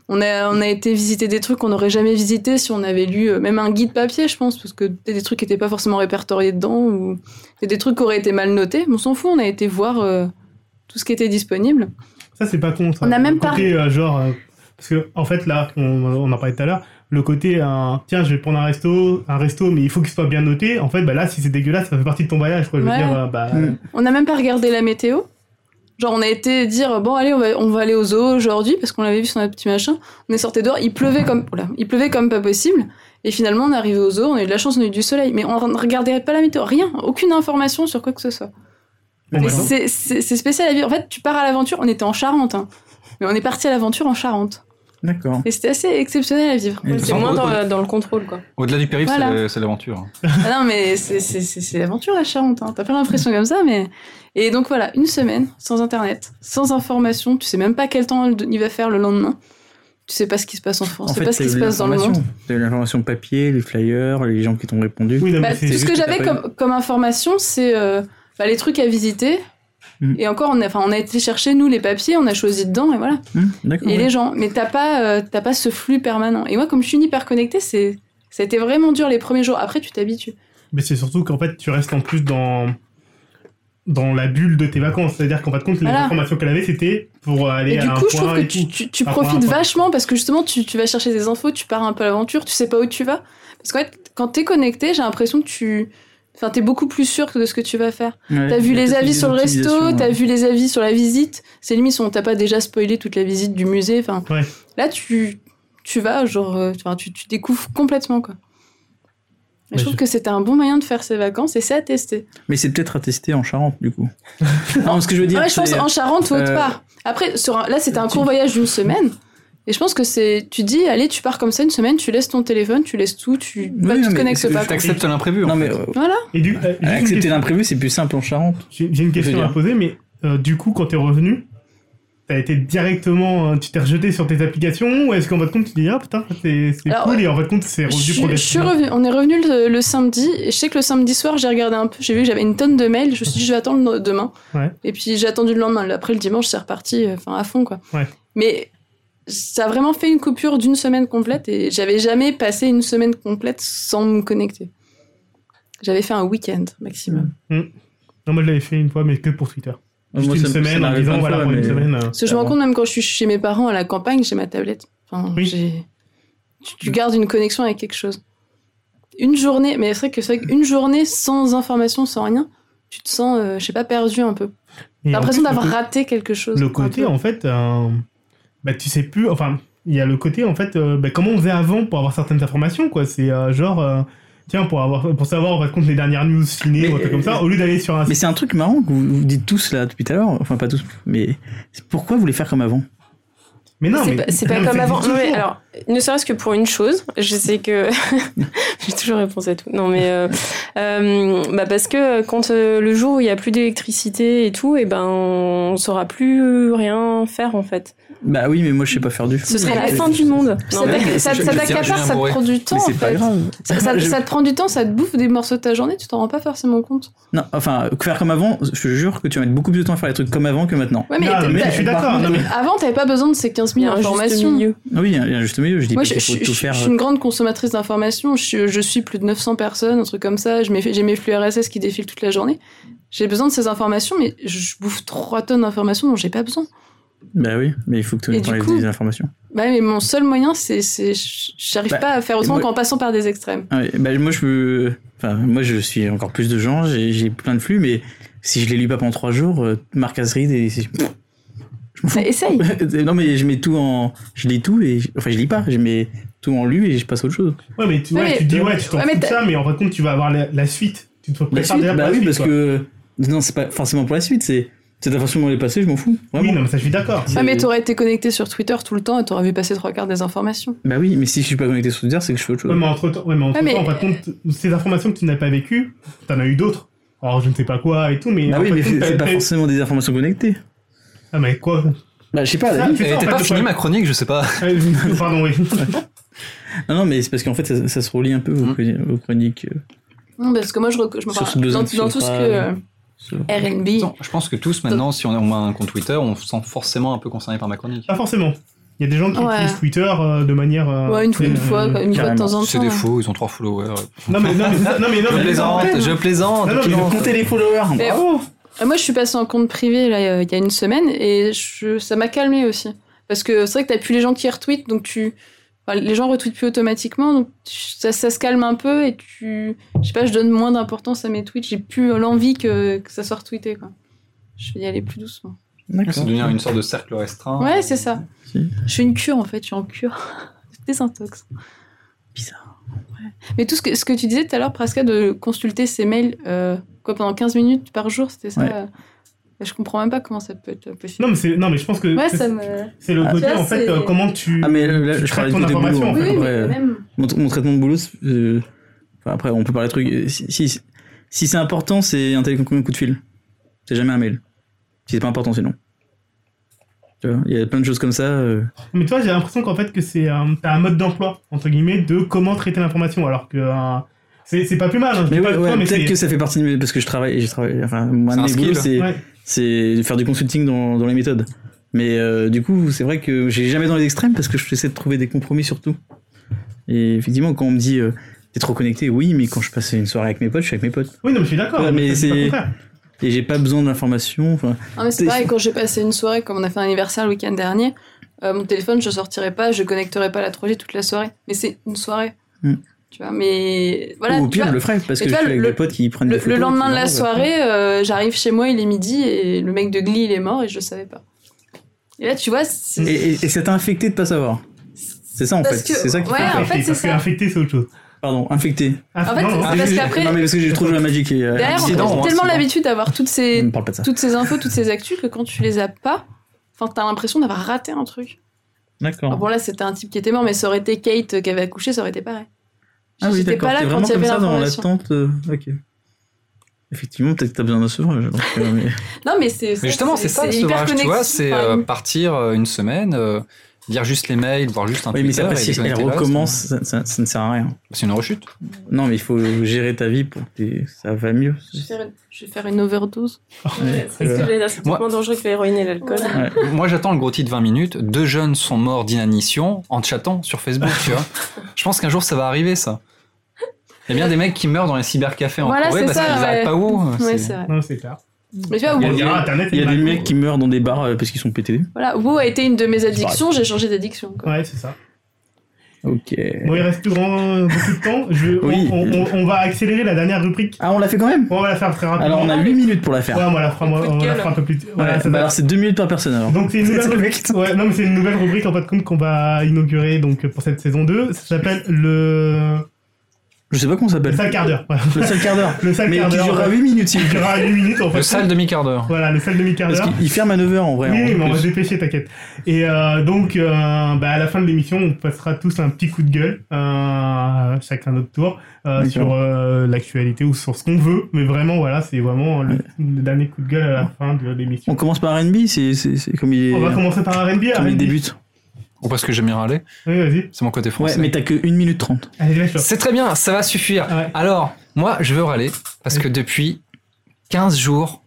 On a, on a été visiter des trucs qu'on n'aurait jamais visité si on avait lu euh, même un guide papier, je pense, parce que t'as des trucs qui n'étaient pas forcément répertoriés dedans ou t'as des trucs qui auraient été mal notés. Mais on s'en fout, on a été voir euh, tout ce qui était disponible.
Ça, c'est pas con. Ça.
On a
Le
même
côté, euh, genre, euh, parce que, en fait, là, on, on en parlait tout à l'heure, le côté, un tiens, je vais prendre un resto, un resto, mais il faut qu'il soit bien noté. En fait, bah là, si c'est dégueulasse, ça fait partie de ton voyage, quoi. Je veux
Ouais.
dire, euh, bah.
Mm.
On n'a même pas regardé la météo. Genre, on a été dire, bon, allez, on va, on va aller au zoo aujourd'hui, parce qu'on l'avait vu sur notre petit machin. On est sorti dehors, il pleuvait comme, oula, il pleuvait comme pas possible. Et finalement, on est arrivé au zoo, on a eu de la chance, on a eu du soleil. Mais on ne regardait pas la météo, rien, aucune information sur quoi que ce soit.
bon,
Et
bah, non.
C'est c'est- c'est spécial à vivre. En fait, tu pars à l'aventure, on était en Charente, hein. Mais on est parti à l'aventure en Charente.
D'accord.
Et c'était assez exceptionnel à vivre.
Et
C'est
Sans
moins dans,
contrôle.
la- dans le contrôle, quoi.
Au-delà du périph',
Voilà.
c'est- c'est l'aventure.
Ah non, mais c'est- c'est c'est- c'est l'aventure la Charente. hein. T'as pas l'impression comme ça, mais. Et donc voilà, une semaine sans internet, sans information. Tu sais même pas quel temps il va faire le lendemain. Tu sais pas ce qui se passe en France,
En
tu sais pas
fait,
ce
t'as
qui se
eu
passe dans le monde.
l'information. T'as eu l'information papier, les flyers, les gens qui t'ont répondu.
Oui, non,
Bah,
mais
tout
c'est
ce
juste-
que
que
j'avais
t'as pas
comme, comme information, c'est euh, bah, les trucs à visiter.
Mhm.
Et encore, on a, enfin, on a été chercher, nous, les papiers, on a choisi dedans, et voilà.
Hmm, D'accord.
Et
ouais.
les gens. Mais t'as pas, euh, t'as pas ce flux permanent. Et moi, comme je suis une hyper connectée, c'est. Ça a été vraiment dur les premiers jours. Après, tu t'habitues.
Mais c'est surtout qu'en fait, tu restes en plus dans dans la bulle de tes vacances. C'est-à-dire qu'en fin de compte, les
Voilà.
informations qu'elle avait, c'était pour aller
Et
à
du
un
coup, je
point
trouve que
et
tu,
tout.
tu- tu
Un point,
profites
un point.
vachement parce que justement, tu, tu vas chercher des infos, tu pars un peu à l'aventure, tu sais pas où tu vas. Parce qu'en fait, quand t'es connecté, j'ai l'impression que tu. Enfin, t'es beaucoup plus sûr que de ce que tu vas faire.
Ouais,
T'as vu
il y a
les
peut-être
avis
des
sur le resto,
optimisations,
t'as
ouais.
vu les avis sur la visite. C'est limite, on t'a pas déjà spoilé toute la visite du musée. Enfin,
Ouais.
là, tu, tu vas, genre, euh, enfin, tu, tu découvres complètement, quoi. Et
Mais
je trouve
je-
que c'était un bon moyen de faire ses vacances et c'est à tester.
Mais c'est peut-être à tester en Charente, du coup. non, ce que je veux dire.
Ouais, je pense
c'est-
en Charente ou autre
euh,
part. Après, sur un- là, c'était un court voyage d'une semaine. Et je pense que c'est. Tu dis, allez, tu pars comme ça une semaine, tu laisses ton téléphone, tu laisses tout, tu
Oui,
bah, tu
non,
te
mais
connectes
c'est-
pas.
je
quoi.
T'acceptes l'imprévu. en
Non,
fait.
mais euh,
Voilà.
Et du, euh, juste une
accepter
question.
l'imprévu, c'est plus simple en Charente.
J'ai j'ai une question
dire.
à poser, mais euh, du coup, quand t'es revenu, t'as été directement, euh, tu t'es rejeté sur tes applications ou est-ce qu'en fin de compte, tu dis ah putain, c'est c'est
Alors,
euh,
cool et en fin de compte, c'est
Je
revenu
suis- je suis
progressivement.
revenu- on est revenu le, le samedi, et je sais que le samedi soir, j'ai regardé un peu, j'ai vu que j'avais une tonne de mails, je me suis dit, je vais attendre demain.
Ouais.
Et puis j'ai attendu le lendemain. Après le dimanche, c'est reparti, euh, enfin à fond quoi.
Ouais.
Mais ça a vraiment fait une coupure d'une semaine complète, et j'avais jamais passé une semaine complète sans me connecter. J'avais fait un week-end maximum.
Non, moi je l'avais fait une fois, mais que pour Twitter. Juste
Moi,
une
ça- ça
semaine en
m'arrive
disant
plein de
voilà
fois,
pour une
mais-
semaine. euh,
Parce que je me
Ah
rends
bon
compte, même quand je suis chez mes parents à la campagne, j'ai ma tablette. Enfin,
Oui.
j'ai- tu, tu gardes une connexion avec quelque chose. Une journée, mais c'est vrai que c'est vrai qu'une journée sans information, sans rien, tu te sens, euh, je sais pas, perdu un peu.
et
T'as
en
l'impression
plus, le
d'avoir
co-
raté quelque chose.
Le
un
côté
peu.
en fait, euh, bah tu sais plus. Enfin, il y a le côté en fait, euh, bah, comment on faisait avant pour avoir certaines informations quoi. C'est euh, genre euh, tiens, pour, avoir, pour savoir, en fait, compte les dernières news ciné
Mais,
ou un truc comme ça,
euh,
au lieu d'aller sur un
Mais
site.
c'est un truc marrant que vous, vous dites tous là depuis tout à l'heure. Enfin, pas tous, mais c'est pourquoi vous les faire comme avant
Mais non,
C'est
mais-
pas, c'est pas
non, mais
comme
ça
avant.
existe
Non, mais
toujours.
alors, ne serait-ce que pour une chose, je sais que j'ai toujours réponse à tout. Non, mais euh, euh, bah parce que quand euh, le jour où il y a plus d'électricité et tout, et ben on saura plus rien faire en fait.
Bah oui, mais moi je sais pas faire du.
Ce
C'est
serait
la fin du monde. Non,
Ça
mais-
mais
t'ac- ça-
je-
ça
je tiens-
t'accapare,
je viens
ça te
bourré.
prend du temps
Mais
en
c'est pas
fait.
grave.
Ça, ça-
Je-
ça te prend du temps, ça te bouffe des morceaux de ta journée, tu t'en rends pas forcément compte.
Non, enfin, faire comme avant, je te jure que tu vas mettre beaucoup plus de temps à faire les trucs comme avant que maintenant.
Ouais, mais,
Non,
t'as-
mais
t'as-
je suis
par
d'accord. non,
contre,
mais-
avant, t'avais pas besoin de ces 15 000
Un juste
informations.
milieu.
Ah Oui, il y a un juste milieu, je dis
Moi,
pas
je,
qu'il faut
je-
tout
je-
faire. euh,
je suis une grande consommatrice d'informations. Je, suis- je suis plus de 900 personnes, un truc comme ça. Je mets- J'ai mes flux RSS qui défilent toute la journée. J'ai besoin de ces informations, mais je bouffe 3 tonnes d'informations dont j'ai pas besoin.
Bah oui, mais il faut que tu
Et
nous
du
enlèves
coup-
des informations.
Bah, mais mon seul moyen, c'est. c'est- J'arrive
Bah,
pas à faire autrement
moi-
qu'en passant par des extrêmes.
Ah oui, bah moi je peux- Enfin, moi je suis encore plus de gens, j'ai j'ai plein de flux, mais si je les lis pas pendant trois jours, euh, Marc Asrid et. c'est-
Bah, essaye
non mais je mets tout en. Je lis tout et. Enfin, je lis pas, je mets tout en lu et je passe à autre chose.
Ouais, mais tu, ouais,
Ouais, mais-
tu dis, ouais, tu t'en
Ouais, mais
fous de
t'as-
ça, mais en fin de compte, tu vas avoir la, la suite. Tu te
La
prépares
suite,
déjà pour
bah
la
oui,
suite,
parce
quoi.
que. Non, c'est pas forcément pour la suite, c'est. C'est la façon dont les passer, je m'en fous.
Oui,
Vraiment.
non, mais ça, je suis d'accord.
Ouais, Ah, mais
C'est-
t'aurais été connecté sur Twitter tout le temps et t'aurais vu passer trois quarts des informations.
Bah oui, mais si je suis pas connecté sur Twitter, c'est que je fais autre chose.
Ouais, mais entre temps, ouais, mais entre
Ouais, mais-
temps, en fin de compte, ces informations que tu n'as pas vécues, t'en as eu d'autres. Alors, je ne sais pas quoi et tout, mais.
bah
en
oui,
fin de
mais
compte,
c'est c'est
t'as-
pas
t'as-
forcément des informations connectées.
Ah, mais quoi
Bah je sais pas,
Ça,
David.
c'est
Elle
ça, en
était
fait,
pas
le
finie
problème.
ma chronique, je sais pas.
Euh, Pardon, oui.
Non, non, mais c'est parce qu'en fait, ça, ça se relie un peu aux,
Mmh.
Mm.
chroni- aux chroniques. euh,
Non, parce que moi, je, rec- je me
Sur
parle-
ce besoin
dans,
de
dans tout ce
filtrage,
que. euh,
sur-
RB.
Non, je pense que tous maintenant, si on a- on a un compte Twitter, on se sent forcément un peu concerné par ma chronique.
Pas forcément. Il y a des gens qui
Ouais.
utilisent Twitter euh, de manière. euh,
Ouais, une fois, une
euh,
fois, quoi, une fois de temps en temps. hein.
C'est des faux, ils ont trois followers.
Non, mais non, mais ça- non, mais non,
Je
mais-
plaisante, je plaisante.
Ah Non, non, mais
Ils ont
non.
compté les followers.
Mais-
bravo.
Ah, Moi, je suis passée en compte privé là, euh, il y a une semaine et je- ça m'a calmée aussi. Parce que c'est vrai que t'as plus les gens qui retweetent, donc tu. enfin, les gens retweetent plus automatiquement, donc tu- ça, ça se calme un peu et tu. Je sais pas, je donne moins d'importance à mes tweets, j'ai plus l'envie que, que ça soit retweeté, quoi. Je vais y aller plus doucement.
D'accord.
Ah,
C'est devenir une sorte de cercle restreint.
Ouais, c'est ça.
Euh, Si.
Je suis une cure en fait, je suis en cure. Désintox.
Bizarre.
Ouais. Mais tout ce que, ce que tu disais tout à l'heure, Praska, de consulter ses mails euh, quoi, pendant 15 minutes par jour, c'était ça.
Ouais.
euh, Je comprends même pas comment ça peut être possible.
Non, mais c'est- non, mais je pense que
ouais, ça
c'est-
me.
c'est le
Ah,
côté,
ça,
en fait,
c'est-
euh, comment tu.
Ah, mais là,
tu
je
traites
parlais
ton
plutôt des boulots.
information, en
en euh,
fait.
fait.
Oui, mais
Après,
même.
mon, mon traitement de boulot, c'est- euh, enfin, après, on peut parler de trucs. euh, Si, si, si c'est important, c'est un télécom coup de fil. C'est jamais un mail. Si c'est pas important, c'est non. Tu vois, il y a plein de choses comme ça. euh,
Mais toi, j'ai l'impression qu'en fait, que c'est euh, t'as un mode d'emploi, entre guillemets, de comment traiter l'information, alors que euh, c'est c'est pas plus mal. hein, je
Mais
dis pas
ouais,
que
ouais,
toi, mais c'est-
peut-être que ça fait partie de mes. Parce que je travaille. j'ai travaillé- enfin, moi, un de
C'est un
mes
skill.
boulots, c'est
Ouais.
c'est faire du consulting dans, dans les méthodes. Mais euh, du coup, c'est vrai que j'ai jamais dans les extrêmes parce que j'essaie de trouver des compromis surtout. Et effectivement, quand on me dit euh, t'es trop connecté, oui, mais quand je passe une soirée avec mes potes, je suis avec mes potes.
Oui, non, mais je suis d'accord.
Ouais, mais
pas le
c'est-
contraire.
Et j'ai pas besoin d'informations. Enfin,
Ah, mais c'est
Des-
pareil, quand j'ai passé une soirée, comme on a fait un anniversaire le week-end dernier, euh, mon téléphone, je sortirai pas, je connecterai pas la 3G toute la soirée. Mais c'est une soirée.
Hmm.
Tu vois, mais. Voilà,
ou au
tu
pire,
vois,
je le ferais parce
mais
que
tu
je
vois,
suis avec
le-
des potes qui prennent
Le,
des photos,
le lendemain de la
qui mangent.
soirée, euh, j'arrive chez moi, il est midi et le mec de Glee, il est mort et je le savais pas. Et là, tu vois, c'est.
Et, et, et ça t'a infecté de pas savoir. C'est ça en
Parce
fait.
que-
C'est ça qui
ouais,
fait-
en fait, c'est
parce que
ça.
infecté, c'est autre chose.
Pardon, infecté.
Ah,
En fait,
non,
c'est
non,
parce qu'après-
Non mais parce que j'ai trop joué à Magic. Et, euh,
Derrière, on
Accident,
a
hein,
tellement
accident.
l'habitude d'avoir toutes
on
ces,
ne parle pas de ça.
toutes ces infos, toutes ces actus que quand tu les as pas, enfin, t'as l'impression d'avoir raté un truc. Alors
D'accord.
bon, là, c'était un type qui était mort, mais ça aurait été Kate euh, qui avait accouché, ça aurait été pareil.
Ah oui,
J'étais
d'accord.
pas là
T'es
quand
vraiment
il y
comme
avait
ça dans
l'information.
l'attente. euh, ok. Effectivement, peut-être que t'as besoin d'un sevrage. alors que, euh, mais-
Non, mais c'est.
Mais justement, c'est ça, le
hyper
sevrage, tu vois,
connectif,
c'est
enfin,
euh, partir euh, une semaine, euh, lire juste les mails, voir juste un
Oui, mais
Twitter.
ça,
et
si elle
déconnecter le reste.
recommence, ça, ça- ça ne sert à rien.
C'est une rechute.
Non, mais il faut gérer ta vie pour que t'aies- ça va mieux.
Je vais faire une- je vais faire une overdose.
Ouais,
C'est ce que j'allais dire, c'est
Moi-
moins dangereux que l'héroïne et l'alcool.
Voilà.
Moi, j'attends le gros titre 20 minutes. Deux jeunes sont morts d'inanition en chatant sur Facebook, tu vois. Je pense qu'un jour, ça va arriver, ça. Il y a bien des mecs qui meurent dans les cybercafés en
Voilà,
Corée
c'est
parce
ça,
qu'ils
ouais.
arrêtent pas où.
Ouais,
c'est-
c'est vrai.
Non, c'est clair.
Mais tu vois,
Il y
au
a,
bout-
il y a Internet
Il y a
et
des
Mac.
mecs qui meurent dans des bars euh, parce qu'ils sont pétés.
Voilà, WoW a été une de mes addictions, j'ai changé d'addiction. quoi.
Ouais, c'est ça.
Ok.
Bon, il reste plus grand, beaucoup de temps. Je, on-
Oui.
on, on- on va accélérer la dernière rubrique.
Ah, on l'a fait quand même
On va la faire très rapidement.
Alors, on a 8 minutes pour la faire.
Ouais, on va la fera, on
Coup de
on la
gueule.
fera un peu plus. t- voilà,
Ouais,
ça
bah
va.
alors, c'est 2 minutes par personne alors.
Donc c'est une
C'est
nouvelle
le mec qui te-
Ouais, non, mais c'est une nouvelle rubrique en fin de compte qu'on va inaugurer donc pour cette saison 2. Ça s'appelle le
Je sais pas comment ça
Le
s'appelle.
sale quart d'heure. voilà.
Le seul quart d'heure.
Le sale
Mais
quart
qui
d'heure.
durera 8 minutes. s'il vous
Il
plaît.
durera 8 minutes en fait.
Le sale demi-quart d'heure.
Voilà, le sale demi-quart
Parce
d'heure.
qu'il il ferme à 9h en vrai.
Oui,
en
oui, mais on va se
plus.
dépêcher, t'inquiète. Et euh, donc, euh, bah, à la fin de l'émission, on passera tous un petit coup de gueule, euh, chacun notre tour, euh,
D'accord.
sur euh, l'actualité ou sur ce qu'on veut. Mais vraiment, voilà, c'est vraiment le, le dernier coup de gueule à la fin de l'émission.
on commence par RB, c'est c'est- c'est comme il est.
On va commencer par R&B.
comme il
R&B.
débute.
Ou parce que j'aime bien râler.
Oui, vas-y.
C'est mon côté
Ouais,
français.
mais t'as que 1 minute 30.
Allez, lâche-le.
C'est très bien, ça va suffire.
Ouais.
Alors, moi, je veux râler parce que depuis 15 jours,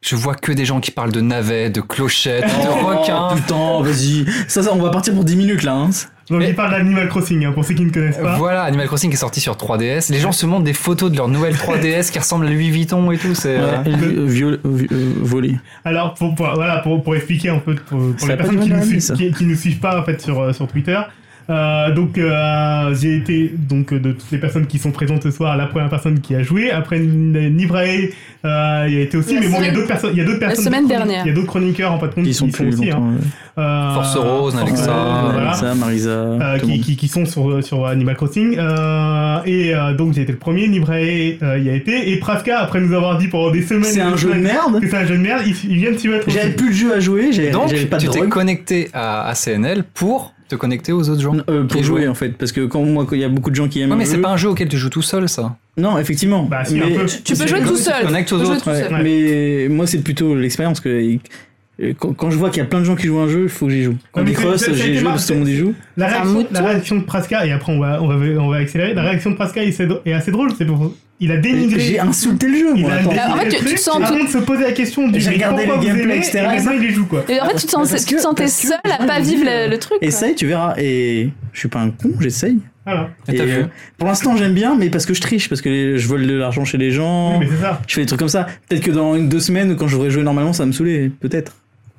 je vois que des gens qui parlent de navets, de clochettes, de
Oh.
requins.
putain, vas-y. Ça, ça, on va partir pour 10 minutes là. hein.
Donc,
Mais-
il parle d'Animal Crossing, hein, pour ceux qui ne connaissent pas.
Voilà, Animal Crossing qui est sorti sur 3DS. Les gens se montrent des photos de leur nouvelle 3DS qui ressemble à Louis Vuitton et tout. C'est
Ouais,
euh,
et le- euh, viol- euh, vi- euh, volé.
Alors, pour, pour- voilà, pour, pour expliquer un peu, pour, pour
Ça
les
a pas
personnes
du
qui
mal
nous,
à aimer,
suivent,
ça.
qui, qui nous suivent pas en fait, sur, euh, sur Twitter, euh, donc euh, j'ai été, donc euh, de toutes les personnes qui sont présentes ce soir, la première personne qui a joué. Après N- Nivrae, euh, il y a été aussi,
La
mais bon, il y a
semaine-
d'autres personnes. Il y a d'autres personnes.
semaine
d'autres chroni-
dernière.
Il y a d'autres chroniqueurs en fait,
Ils sont
qui sont
plus
aussi. hein.
longtemps. ouais.
Euh,
Force Rose,
Force
Alexa,
Rose, voilà.
Alexa, Marisa.
Euh,
tout le
qui,
monde.
qui, qui sont sur, sur Animal Crossing. Euh, et euh, donc j'ai été le premier, Nivrae euh, y a été. Et Praska, après nous avoir dit pendant des semaines
C'est un jeu de merde.
que c'est un jeu de merde, il, il vient de s'y mettre.
J'avais
aussi.
plus de jeu à jouer. J'avais
Donc,
j'avais pas de
tu t'es
drogue.
connecté à, à CNL pour te connecter aux autres gens.
Non, euh, pour
Et
jouer
jouer.
en fait, parce que quand moi, quand il y a beaucoup de gens qui aiment.
Non, mais
le
c'est
jeu-
pas un jeu auquel tu joues tout seul, ça.
Non, effectivement.
Bah, si, un
mais-
peu.
Tu peux jouer
comme
tout
si tu
seul.
te connectes aux
Tu peux jouer
autres,
tout
Ouais,
seul.
Mais moi, c'est plutôt l'expérience que. euh, Quand, quand je vois qu'il y a plein de gens qui jouent à un jeu, il faut que j'y joue. Quand
Ouais, mais
les
c'est-
cross,
c'est-
j'y
c'est-
joue parce que tout le monde y joue.
La
C'est un
réaction,
mouton.
la réaction de Praska, et après on va, on va, on va accélérer, la réaction de Praska est, est assez drôle, c'est pour- il a dénigré.
J'ai insulté le jeu,
il
moi.
a
attends.
dénigré
Ah, en fait,
le
tu- tu
truc,
te sens-
avant de se poser la question du
J'ai
mais
regardé
pourquoi
les
vous
gameplays
aimez, et
externes.
maintenant il les joue quoi.
Et en fait, tu te sens,
Parce
tu te
que-
sens t'es
parce que-
seul à pas vivre le, le truc. quoi.
euh, Essaye, tu verras. Et je suis pas un con, j'essaye.
Voilà.
Ah,
Et
Et,
t'as
euh,
vu
Pour l'instant, j'aime bien, mais parce que je triche, parce que je vole de l'argent chez les
Oui,
gens.
mais c'est ça.
Je fais des trucs comme ça. Peut-être que dans une deux semaines, quand je voudrais jouer normalement, ça va me saouler. Peut-être.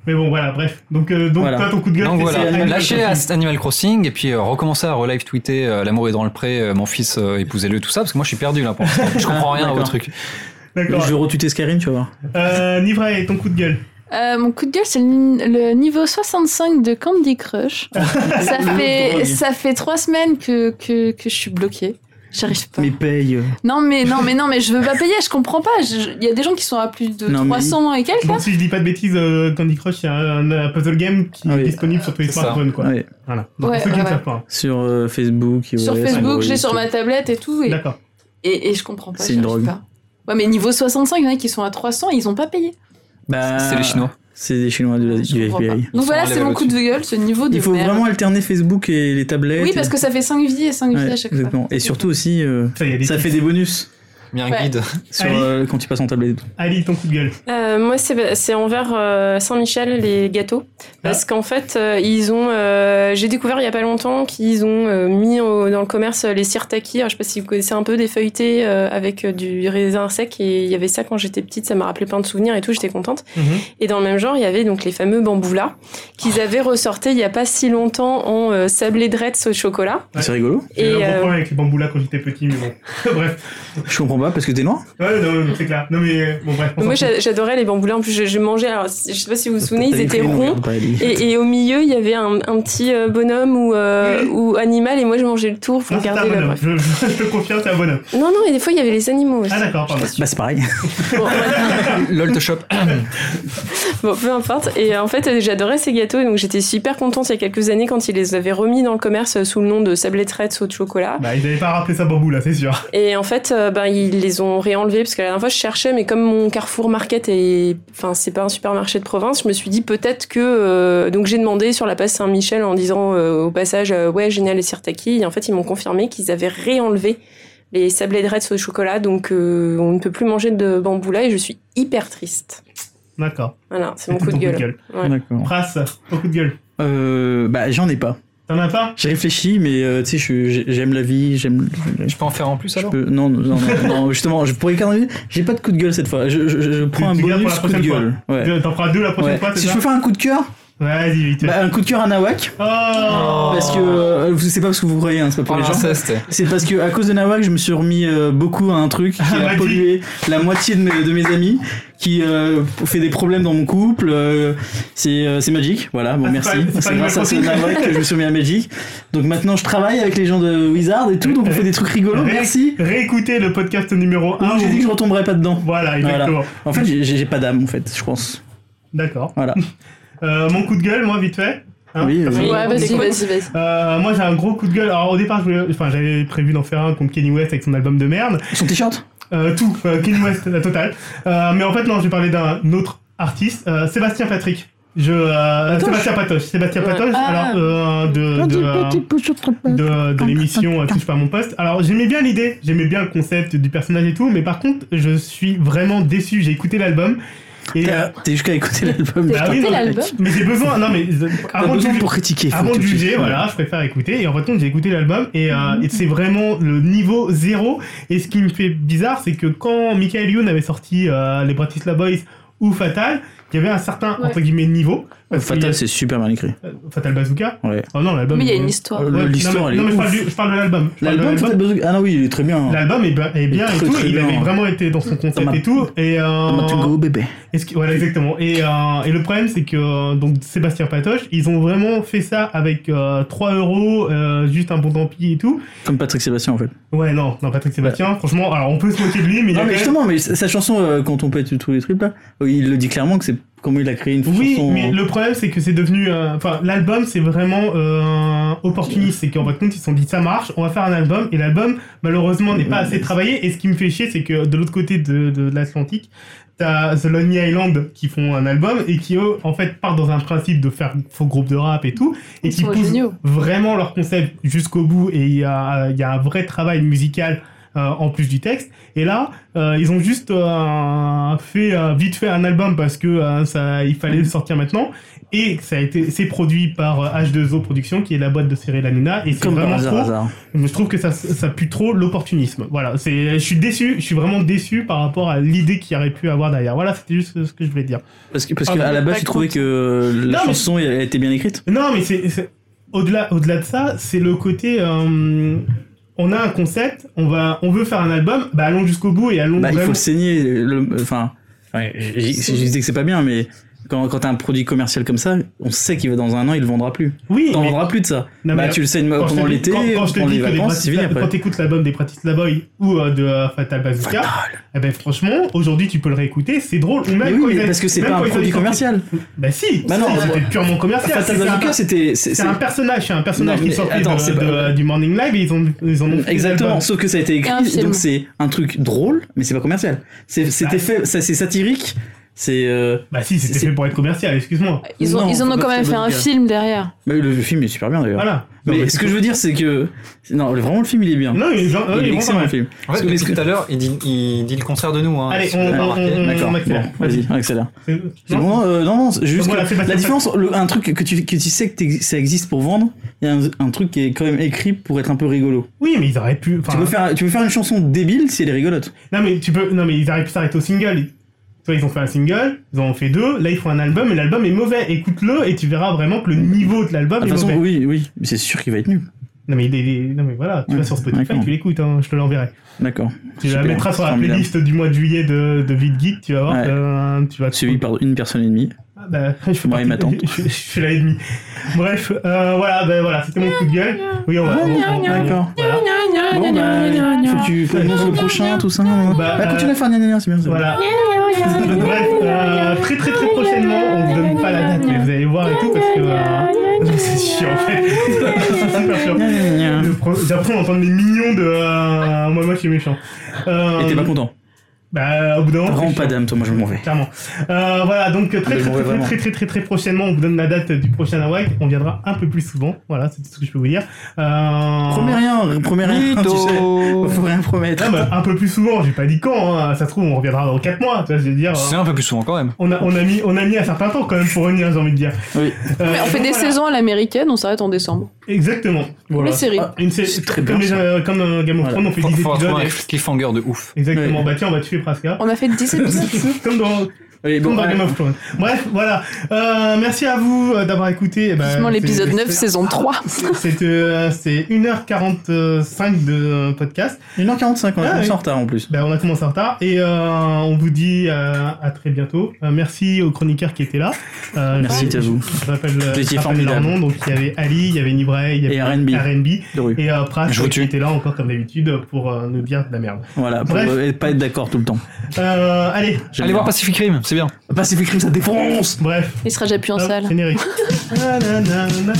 Mais bon, voilà, bref. Donc, euh, donc
Voilà.
toi, ton coup de gueule,
Donc
c'est
voilà,
Animal
lâchez
Crossing.
Ast- Animal Crossing et puis euh, recommencer à relive tweeter euh, l'amour est dans le pré, euh, mon fils euh, épousez-le, tout ça, parce que moi je suis perdu là pour l'instant. Je comprends rien à vos
D'accord.
trucs.
D'accord.
Je vais retuter Skyrim, tu vas voir.
Euh, Nivray, ton coup de gueule.
Euh, mon coup de gueule, c'est le, ni- le niveau 65 de Candy Crush. ça, fait,
drogue.
ça fait trois semaines que, que, que je suis bloquée. J'arrive pas.
Mais paye.
Non, mais non, mais non, mais je veux pas payer, je comprends pas. Je- je- Il y a des gens qui sont à plus de
Non, mais-
300 et quelques. hein.
Bon, si je dis pas de bêtises, euh, Candy Crush, c'est un, un puzzle game qui est
Ah oui.
disponible sur tous les
C'est ça.
smartphones quoi.
Ouais.
Voilà. Donc,
Ouais,
pour ceux qui
ouais,
ne savent
ouais.
pas. hein.
Sur euh, Facebook.
Sur
iOS,
Facebook,
Android,
j'ai sur
tout.
ma tablette et tout. Et,
D'accord.
et, et je comprends pas.
C'est une
j'arrive
drogue.
pas. Ouais, mais niveau 65, il y en a qui sont à 300 et ils ont pas payé.
Bah,
C'est les Chinois.
C'est des Chinois Ah, de la-
Je
du
comprends pas.
FBI.
Donc
sont
voilà,
enlevés
c'est mon coup de gueule, ce niveau de
Il faut
merde.
vraiment alterner Facebook et les tablettes.
Oui, parce que ça fait 5 vies et 5
Ouais,
vies à chaque
exactement.
fois.
Et surtout aussi, euh,
Ça y est,
ça
des-
fait des bonus
Bien
Ouais.
guide.
sur,
Ali.
euh, quand tu passes en tablette.
Ali, ton coup de gueule.
Euh, moi, c'est c'est envers euh, Saint-Michel, les gâteaux.
Ah.
Parce qu'en fait, euh, ils ont. euh, J'ai découvert il y a pas longtemps qu'ils ont euh, mis au- dans le commerce euh, les sirtaki. Alors, je sais pas si vous connaissez un peu des feuilletés euh, avec euh, du raisin sec. Et il y avait ça quand j'étais petite. Ça m'a rappelé plein de souvenirs et tout. J'étais contente.
Mhm.
Et dans le même genre, il y avait donc les fameux bamboulas qu'ils avaient ressortés il y a pas si longtemps en euh, sablé drettes au chocolat.
Ouais.
C'est rigolo.
J'ai eu
Et,
un bon
euh,
problème avec les bambous là quand j'étais petit, mais bon. bref.
Je comprends pas parce que t'es noir.
Ouais, non, mais c'est clair. Non, mais euh, bon, bref. on
Moi,
s'en
j'a- j'adorais les bamboulins. En plus, je, je mangeais. Alors, je sais pas si vous vous souvenez,
T'as
ils
des
étaient
prénoms,
ronds.
merde, pas Ali.
Et, et au milieu, il y avait un, un petit euh, bonhomme ou, euh, ou animal, et moi je mangeais le tour
Non,
pour
Ah, c'est un
garder la
bonhomme.
bref.
Je, je, je te confirme, c'est un bonhomme.
Non, non, et des fois il y avait les animaux aussi.
Ah, d'accord, pardon.
Bah c'est pareil.
Bon, bref.
LOL te chope.
Bon, peu importe. Et euh, en fait, euh, j'adorais ces gâteaux, et donc j'étais super contente il y a quelques années quand ils les avaient remis dans le commerce euh, sous le nom de sablé traite au chocolat.
Bah, ils n'avaient pas rappelé ça bambou là, c'est sûr.
Et en fait, euh, ben, ils les ont réenlevés parce que la dernière fois, je cherchais, mais comme mon Carrefour Market est, enfin, c'est pas un supermarché de province, je me suis dit peut-être que, euh, donc j'ai demandé sur la passe Saint-Michel en disant euh, au passage, euh, ouais, génial les sirtaki. Et en fait, ils m'ont confirmé qu'ils avaient réenlevé les sablés de raies au chocolat, donc euh, on ne peut plus manger de bamboula et je suis hyper triste.
D'accord.
Voilà, c'est mon
C'était
coup de
ton
gueule. Ouais.
D'accord.
Pras, ton coup de gueule.
Euh, bah j'en ai pas.
T'en as pas
J'ai réfléchi, mais euh, tu sais, je- j'ai- j'aime la vie, j'aime.
Je peux en faire en plus
Je
alors
peux- Non, non, non, non, non, justement, je pourrais écarter. J'ai pas de coup de gueule cette fois. Je, je- je prends
Tu-
un
tu gardes pour
bonus
la
coup de
prochaine
gueule. Ouais.
Tu- T'en feras deux la prochaine
Ouais.
fois, c'est
Si je
ça
peux faire un coup de cœur,
Vas-y, vite.
Bah, un coup de cœur à Nawak.
Oh
Parce que euh, c'est pas parce que vous croyez, hein, c'est pas pour les gens.
L'inceste.
C'est parce que à cause de Nawak, je me suis remis euh, beaucoup à un truc qui
Ah,
a
vas-y.
pollué la moitié de mes, de mes amis, qui euh, fait des problèmes dans mon couple. euh, c'est euh, c'est Magic, voilà. Bon,
Ah, c'est
merci.
pas- c'est pas
C'est grâce à ce
Animal Crossing.
Nawak que je me suis remis à Magic. Donc maintenant, je travaille avec les gens de Wizard et tout, donc on fait des trucs rigolos.
Ré- Ah,
Merci.
Réécoutez le podcast numéro
Non,
1.
j'ai dit que je retomberais pas dedans.
Voilà, exactement.
En fait, j'ai j'ai pas d'âme, en fait, je pense.
D'accord.
Voilà.
Euh, mon coup de gueule, moi, vite fait. Hein,
Oui,
ça
euh, oui.
fait-
Oui.
Ouais, vas-y,
Écoute.
vas-y, vas-y.
Euh, moi j'ai un gros coup de gueule. Alors au départ, je voulais- enfin, j'avais prévu d'en faire un contre Kenny West avec son album de merde.
Son t-shirt
Euh, tout, euh, Kenny West, la totale. Euh, mais en fait, non, je vais parler d'un autre artiste, euh, Sébastien Patrick. Je, euh, Sébastien Patoche. Sébastien
Ouais.
Patoche,
Ah.
alors euh, de, de, euh, de, de l'émission euh, Touche pas à mon poste. Alors j'aimais bien l'idée, j'aimais bien le concept du personnage et tout, mais par contre, je suis vraiment déçu. J'ai écouté l'album. Et, euh,
T'as- T'es jusqu'à écouter l'album.
T'as
Ah
putain.
oui,
écouté
non,
l'album
mais j'ai besoin. Non, mais euh,
T'as
avant de
besoin
juger-
pour critiquer. faut
avant
que
de
tu
juger,
critiques.
voilà, je préfère écouter. Et en fait, j'ai écouté l'album et, euh,
Mm-hmm.
et c'est vraiment le niveau zéro. Et ce qui me fait bizarre, c'est que quand Michael Youn avait sorti euh, les Bratislava Boys ou Fatal, il y avait un certain
Ouais.
entre guillemets niveau. Parce qu'il y
Fatal, c'est super mal écrit.
a- euh, Fatal Bazooka.
Ouais.
Oh non, l'album.
Mais il y a
est-
une histoire.
Ouais,
Le-
non,
l'histoire,
mais-
elle est
Non, mais je parle,
ouf.
du- je parle de l'album. Je parle de
L'album, Fatal Bazooka- Ah non, oui, il est très bien.
L'album est, bien- est bien
Il est
et
très,
tout.
très
il avait
bien.
vraiment été dans son
Ça
concept
m'a-
et tout. Et euh,
Comment tu go, bébé
Est-ce que- voilà, exactement. Et, euh, et le problème, c'est que euh, donc Sébastien Patoche, ils ont vraiment fait ça avec euh, 3 euros, euh, juste un bon tant pis et tout.
Comme Patrick Sébastien, en fait.
Ouais, non, non, Patrick Sébastien, franchement, alors on peut se moquer de lui, mais il y a
Non,
quand même-
mais justement, mais sa sa chanson, euh, quand on pète tous les triples, là, euh, il le dit clairement que c'est comment il a créé une
Oui,
chanson. hein.
mais le problème, c'est que c'est devenu. euh, Enfin, l'album, c'est vraiment euh, opportuniste. C'est qu'en fin de compte, ils se sont dit, ça marche, on va faire un album. Et l'album, malheureusement, n'est pas assez travaillé. Et ce qui me fait chier, c'est que de l'autre côté de, de l'Atlantique, t'as The Lonely Island qui font un album et qui, eux, en fait, partent dans un principe de faire faux groupe de rap et tout. Et
Ils
qui
sont
poussent
géniaux.
vraiment leur concept jusqu'au bout. Et il y a, il y a un vrai travail musical. euh, en plus du texte et là euh, ils ont juste euh, fait euh, vite fait un album parce que euh, ça il fallait le sortir maintenant et ça a été c'est produit par euh, H2O Productions qui est la boîte de Cyril Hanouna et c'est
Comme par
vraiment
hasard,
trop
hasard.
je trouve que ça ça pue trop l'opportunisme voilà c'est je suis déçu je suis vraiment déçu par rapport à l'idée qu'il y aurait pu avoir derrière voilà c'était juste ce que je voulais dire
Parce que, parce
Ah,
que
mais
à la base,
pas
tu trouvais que la
Non, mais-
chanson elle était bien écrite.
Non, mais c'est c'est- au-delà, au-delà de ça, c'est le côté. euh, on a un concept, on va, on veut faire un album, bah allons jusqu'au bout et allons
Bah, il faut
vraiment-
le saigner. le- Enfin, ouais, j'ai- j'ai- je dis que c'est pas bien, mais quand, quand t'as un produit commercial comme ça, on sait qu'il va dans un an, il le vendra plus.
Oui,
T'en
mais
vendra plus de ça.
Non,
bah,
mais euh,
tu le saignes
quand je te
pendant
dis-
l'été,
quand- quand je te
pendant
dis
les
que les
vacances, c'est fini
Bratislava-
après.
quand t'écoutes l'album des Bratislava Boy ou euh, de euh, Fatal Bazooka,
Ah
eh ben franchement, aujourd'hui tu peux le réécouter, c'est drôle. Ou même
Mais
quand
oui,
ils
mais
avaient-
parce que c'est
même
pas
quand
un
ils avaient
produit
sorti-
commercial.
Bah si,
Bah non,
si, c'était
ouais.
purement commercial.
Fatal
c'est un-
Bazooka, c'était. c'est-
C'est un personnage, c'est un personnage
Non,
qui
mais
sortait
attends,
de-
c'est
de-
pas-
du Morning Live et ils ont, ils en ont fait des
Exactement,
albums.
sauf que ça a été
Et un
écrit,
film.
donc c'est un truc drôle, mais c'est pas commercial. C'est- C'était
Ah.
fait, ça, c'est satirique, c'est. euh,
Bah si, c'était
C'est-
fait pour être commercial, excuse-moi.
Ils, ont,
Non,
ils en
c'est
ont
pas
quand même
très
fait
bon
un
gars.
film derrière.
Bah, le film est super bien d'ailleurs.
Voilà.
Mais,
Non,
ce que je veux dire, c'est que non, le- vraiment le film il est bien.
Non, il est bien- il
il est
est
Hein Ah excellent
vraiment
le film.
En fait,
Parce que-
depuis tout à l'heure, il dit, il dit le contraire de nous. Hein,
Allez,
Si
on,
vous avez
on,
remarqué.
on, on
D'accord.
accélère.
Bon, vas-y, on accélère.
C'est-
C'est
non,
bon, euh, non, non, c'est juste
Voilà,
que
c'est pas-
la
c'est
différence, le- un truc que tu, que tu sais que t'ex- ça existe pour vendre, et un, un truc qui est quand même écrit pour être un peu rigolo.
Oui, mais ils auraient pu. enfin,
tu, peux faire, tu peux faire une chanson débile si elle est rigolote.
Non, mais tu peux. Non, mais ils auraient pu s'arrêter au single. Soit ils ont fait un single, ils en ont fait deux. Là, ils font un album et l'album est mauvais. Écoute-le et tu verras vraiment que le niveau de l'album
Ah,
est
De toute façon,
mauvais.
oui, oui, mais c'est sûr qu'il va être nul.
Non, mais il est- il est- non, mais voilà. Tu
Ouais,
vas sur Spotify,
d'accord.
tu l'écoutes. hein, je te l'enverrai.
D'accord.
Tu la
Super,
mettras sur la
formidable.
playlist du mois de juillet de de Vite Geek. Tu vas voir.
Ouais.
euh, Tu vas.
Suivi par une personne et demie.
Ah, bah, je fais
Moi et
partie-
ma tante.
Je, je- je suis là et demi. Bref, euh, voilà, bah, voilà, c'était mon coup de gueule. Oui, on va. on- on-
D'accord.
voilà.
Bon, bah, faut que tu prononces le prochain, tout ça.
Bah,
Bah, continue à faire gna gna gna, c'est bien. c'est bien.
Voilà. Bref, euh, très très très prochainement, on vous donne pas la date, mais vous allez voir et tout parce que euh, c'est chiant en fait. c'est super chiant.
Gna gna gna.
Le pro- J'apprends à entendre les mignons de euh, moi moi je suis méchant. Euh,
Et t'es pas content.
Bah au bout d'un moment.
Vraiment
c'est
pas
chiant.
d'âme, toi, moi je m'en vais. Ah,
Clairement. Euh, voilà, donc très
Mais
très,
bon,
très,
ouais,
très
vraiment.
très très très très prochainement, on vous donne la date du prochain Hawaii. On viendra un peu plus souvent. Voilà, c'est tout ce que je peux vous dire. Euh,
Promets rien, promets rien, tu sais. Faut rien promettre.
non, bah, un peu plus souvent, j'ai pas dit quand, hein. ça se trouve on reviendra dans 4 mois, tu vois, je veux dire.
C'est un peu plus souvent quand même.
On a, on, a mis, on a mis un certain temps quand même pour revenir, j'ai envie de dire.
Oui.
Euh,
Mais on fait
donc voilà.
des saisons à l'américaine, on s'arrête en décembre.
Exactement. Voilà.
Les séries.
Ah,
Une série.
C'est très
comme,
bien,
les-
ça.
euh, comme euh, Game of
Voilà.
Thrones, on fait
Faut,
10
faut
épisodes.
trouver un
et-
cliffhanger de ouf.
Exactement.
Ouais.
Bah tiens, on va tuer Praska.
On a fait 10 épisodes.
comme dans
Oui,
Comme
Oh, bon,
dans Game of Thrones. Bref, voilà. Euh, merci à vous euh, d'avoir écouté. Eh ben,
Justement,
c'est-
l'épisode 9,
c'est-
saison 3.
C'est euh, c'est 1h45 de euh, podcast.
1h45, on est
Ah, oui.
en retard en plus.
Ben, on a commencé en retard et euh, on vous dit euh, à très bientôt. Euh, merci aux chroniqueurs qui étaient là. Euh,
Merci
je-
à vous.
Je rappelle,
Vous étiez
je rappelle leur
formidables.
nom. Donc il y avait Ali, il y avait Nibray, il y
Et
avait
RB.
RNB
de rue.
et euh, Pras
Je vous
qui
tue.
était là encore comme d'habitude pour euh, nous dire de la merde.
Voilà, pour
Bref.
euh, pas être d'accord tout le temps. Bah,
Euh, allez,
J'aime
Allez
bien.
voir Pacific Rim, c'est bien.
Pacific Rim, ça défonce
bref.
Il sera déjà plus en
Hop,
salle.
Générique. Nanana.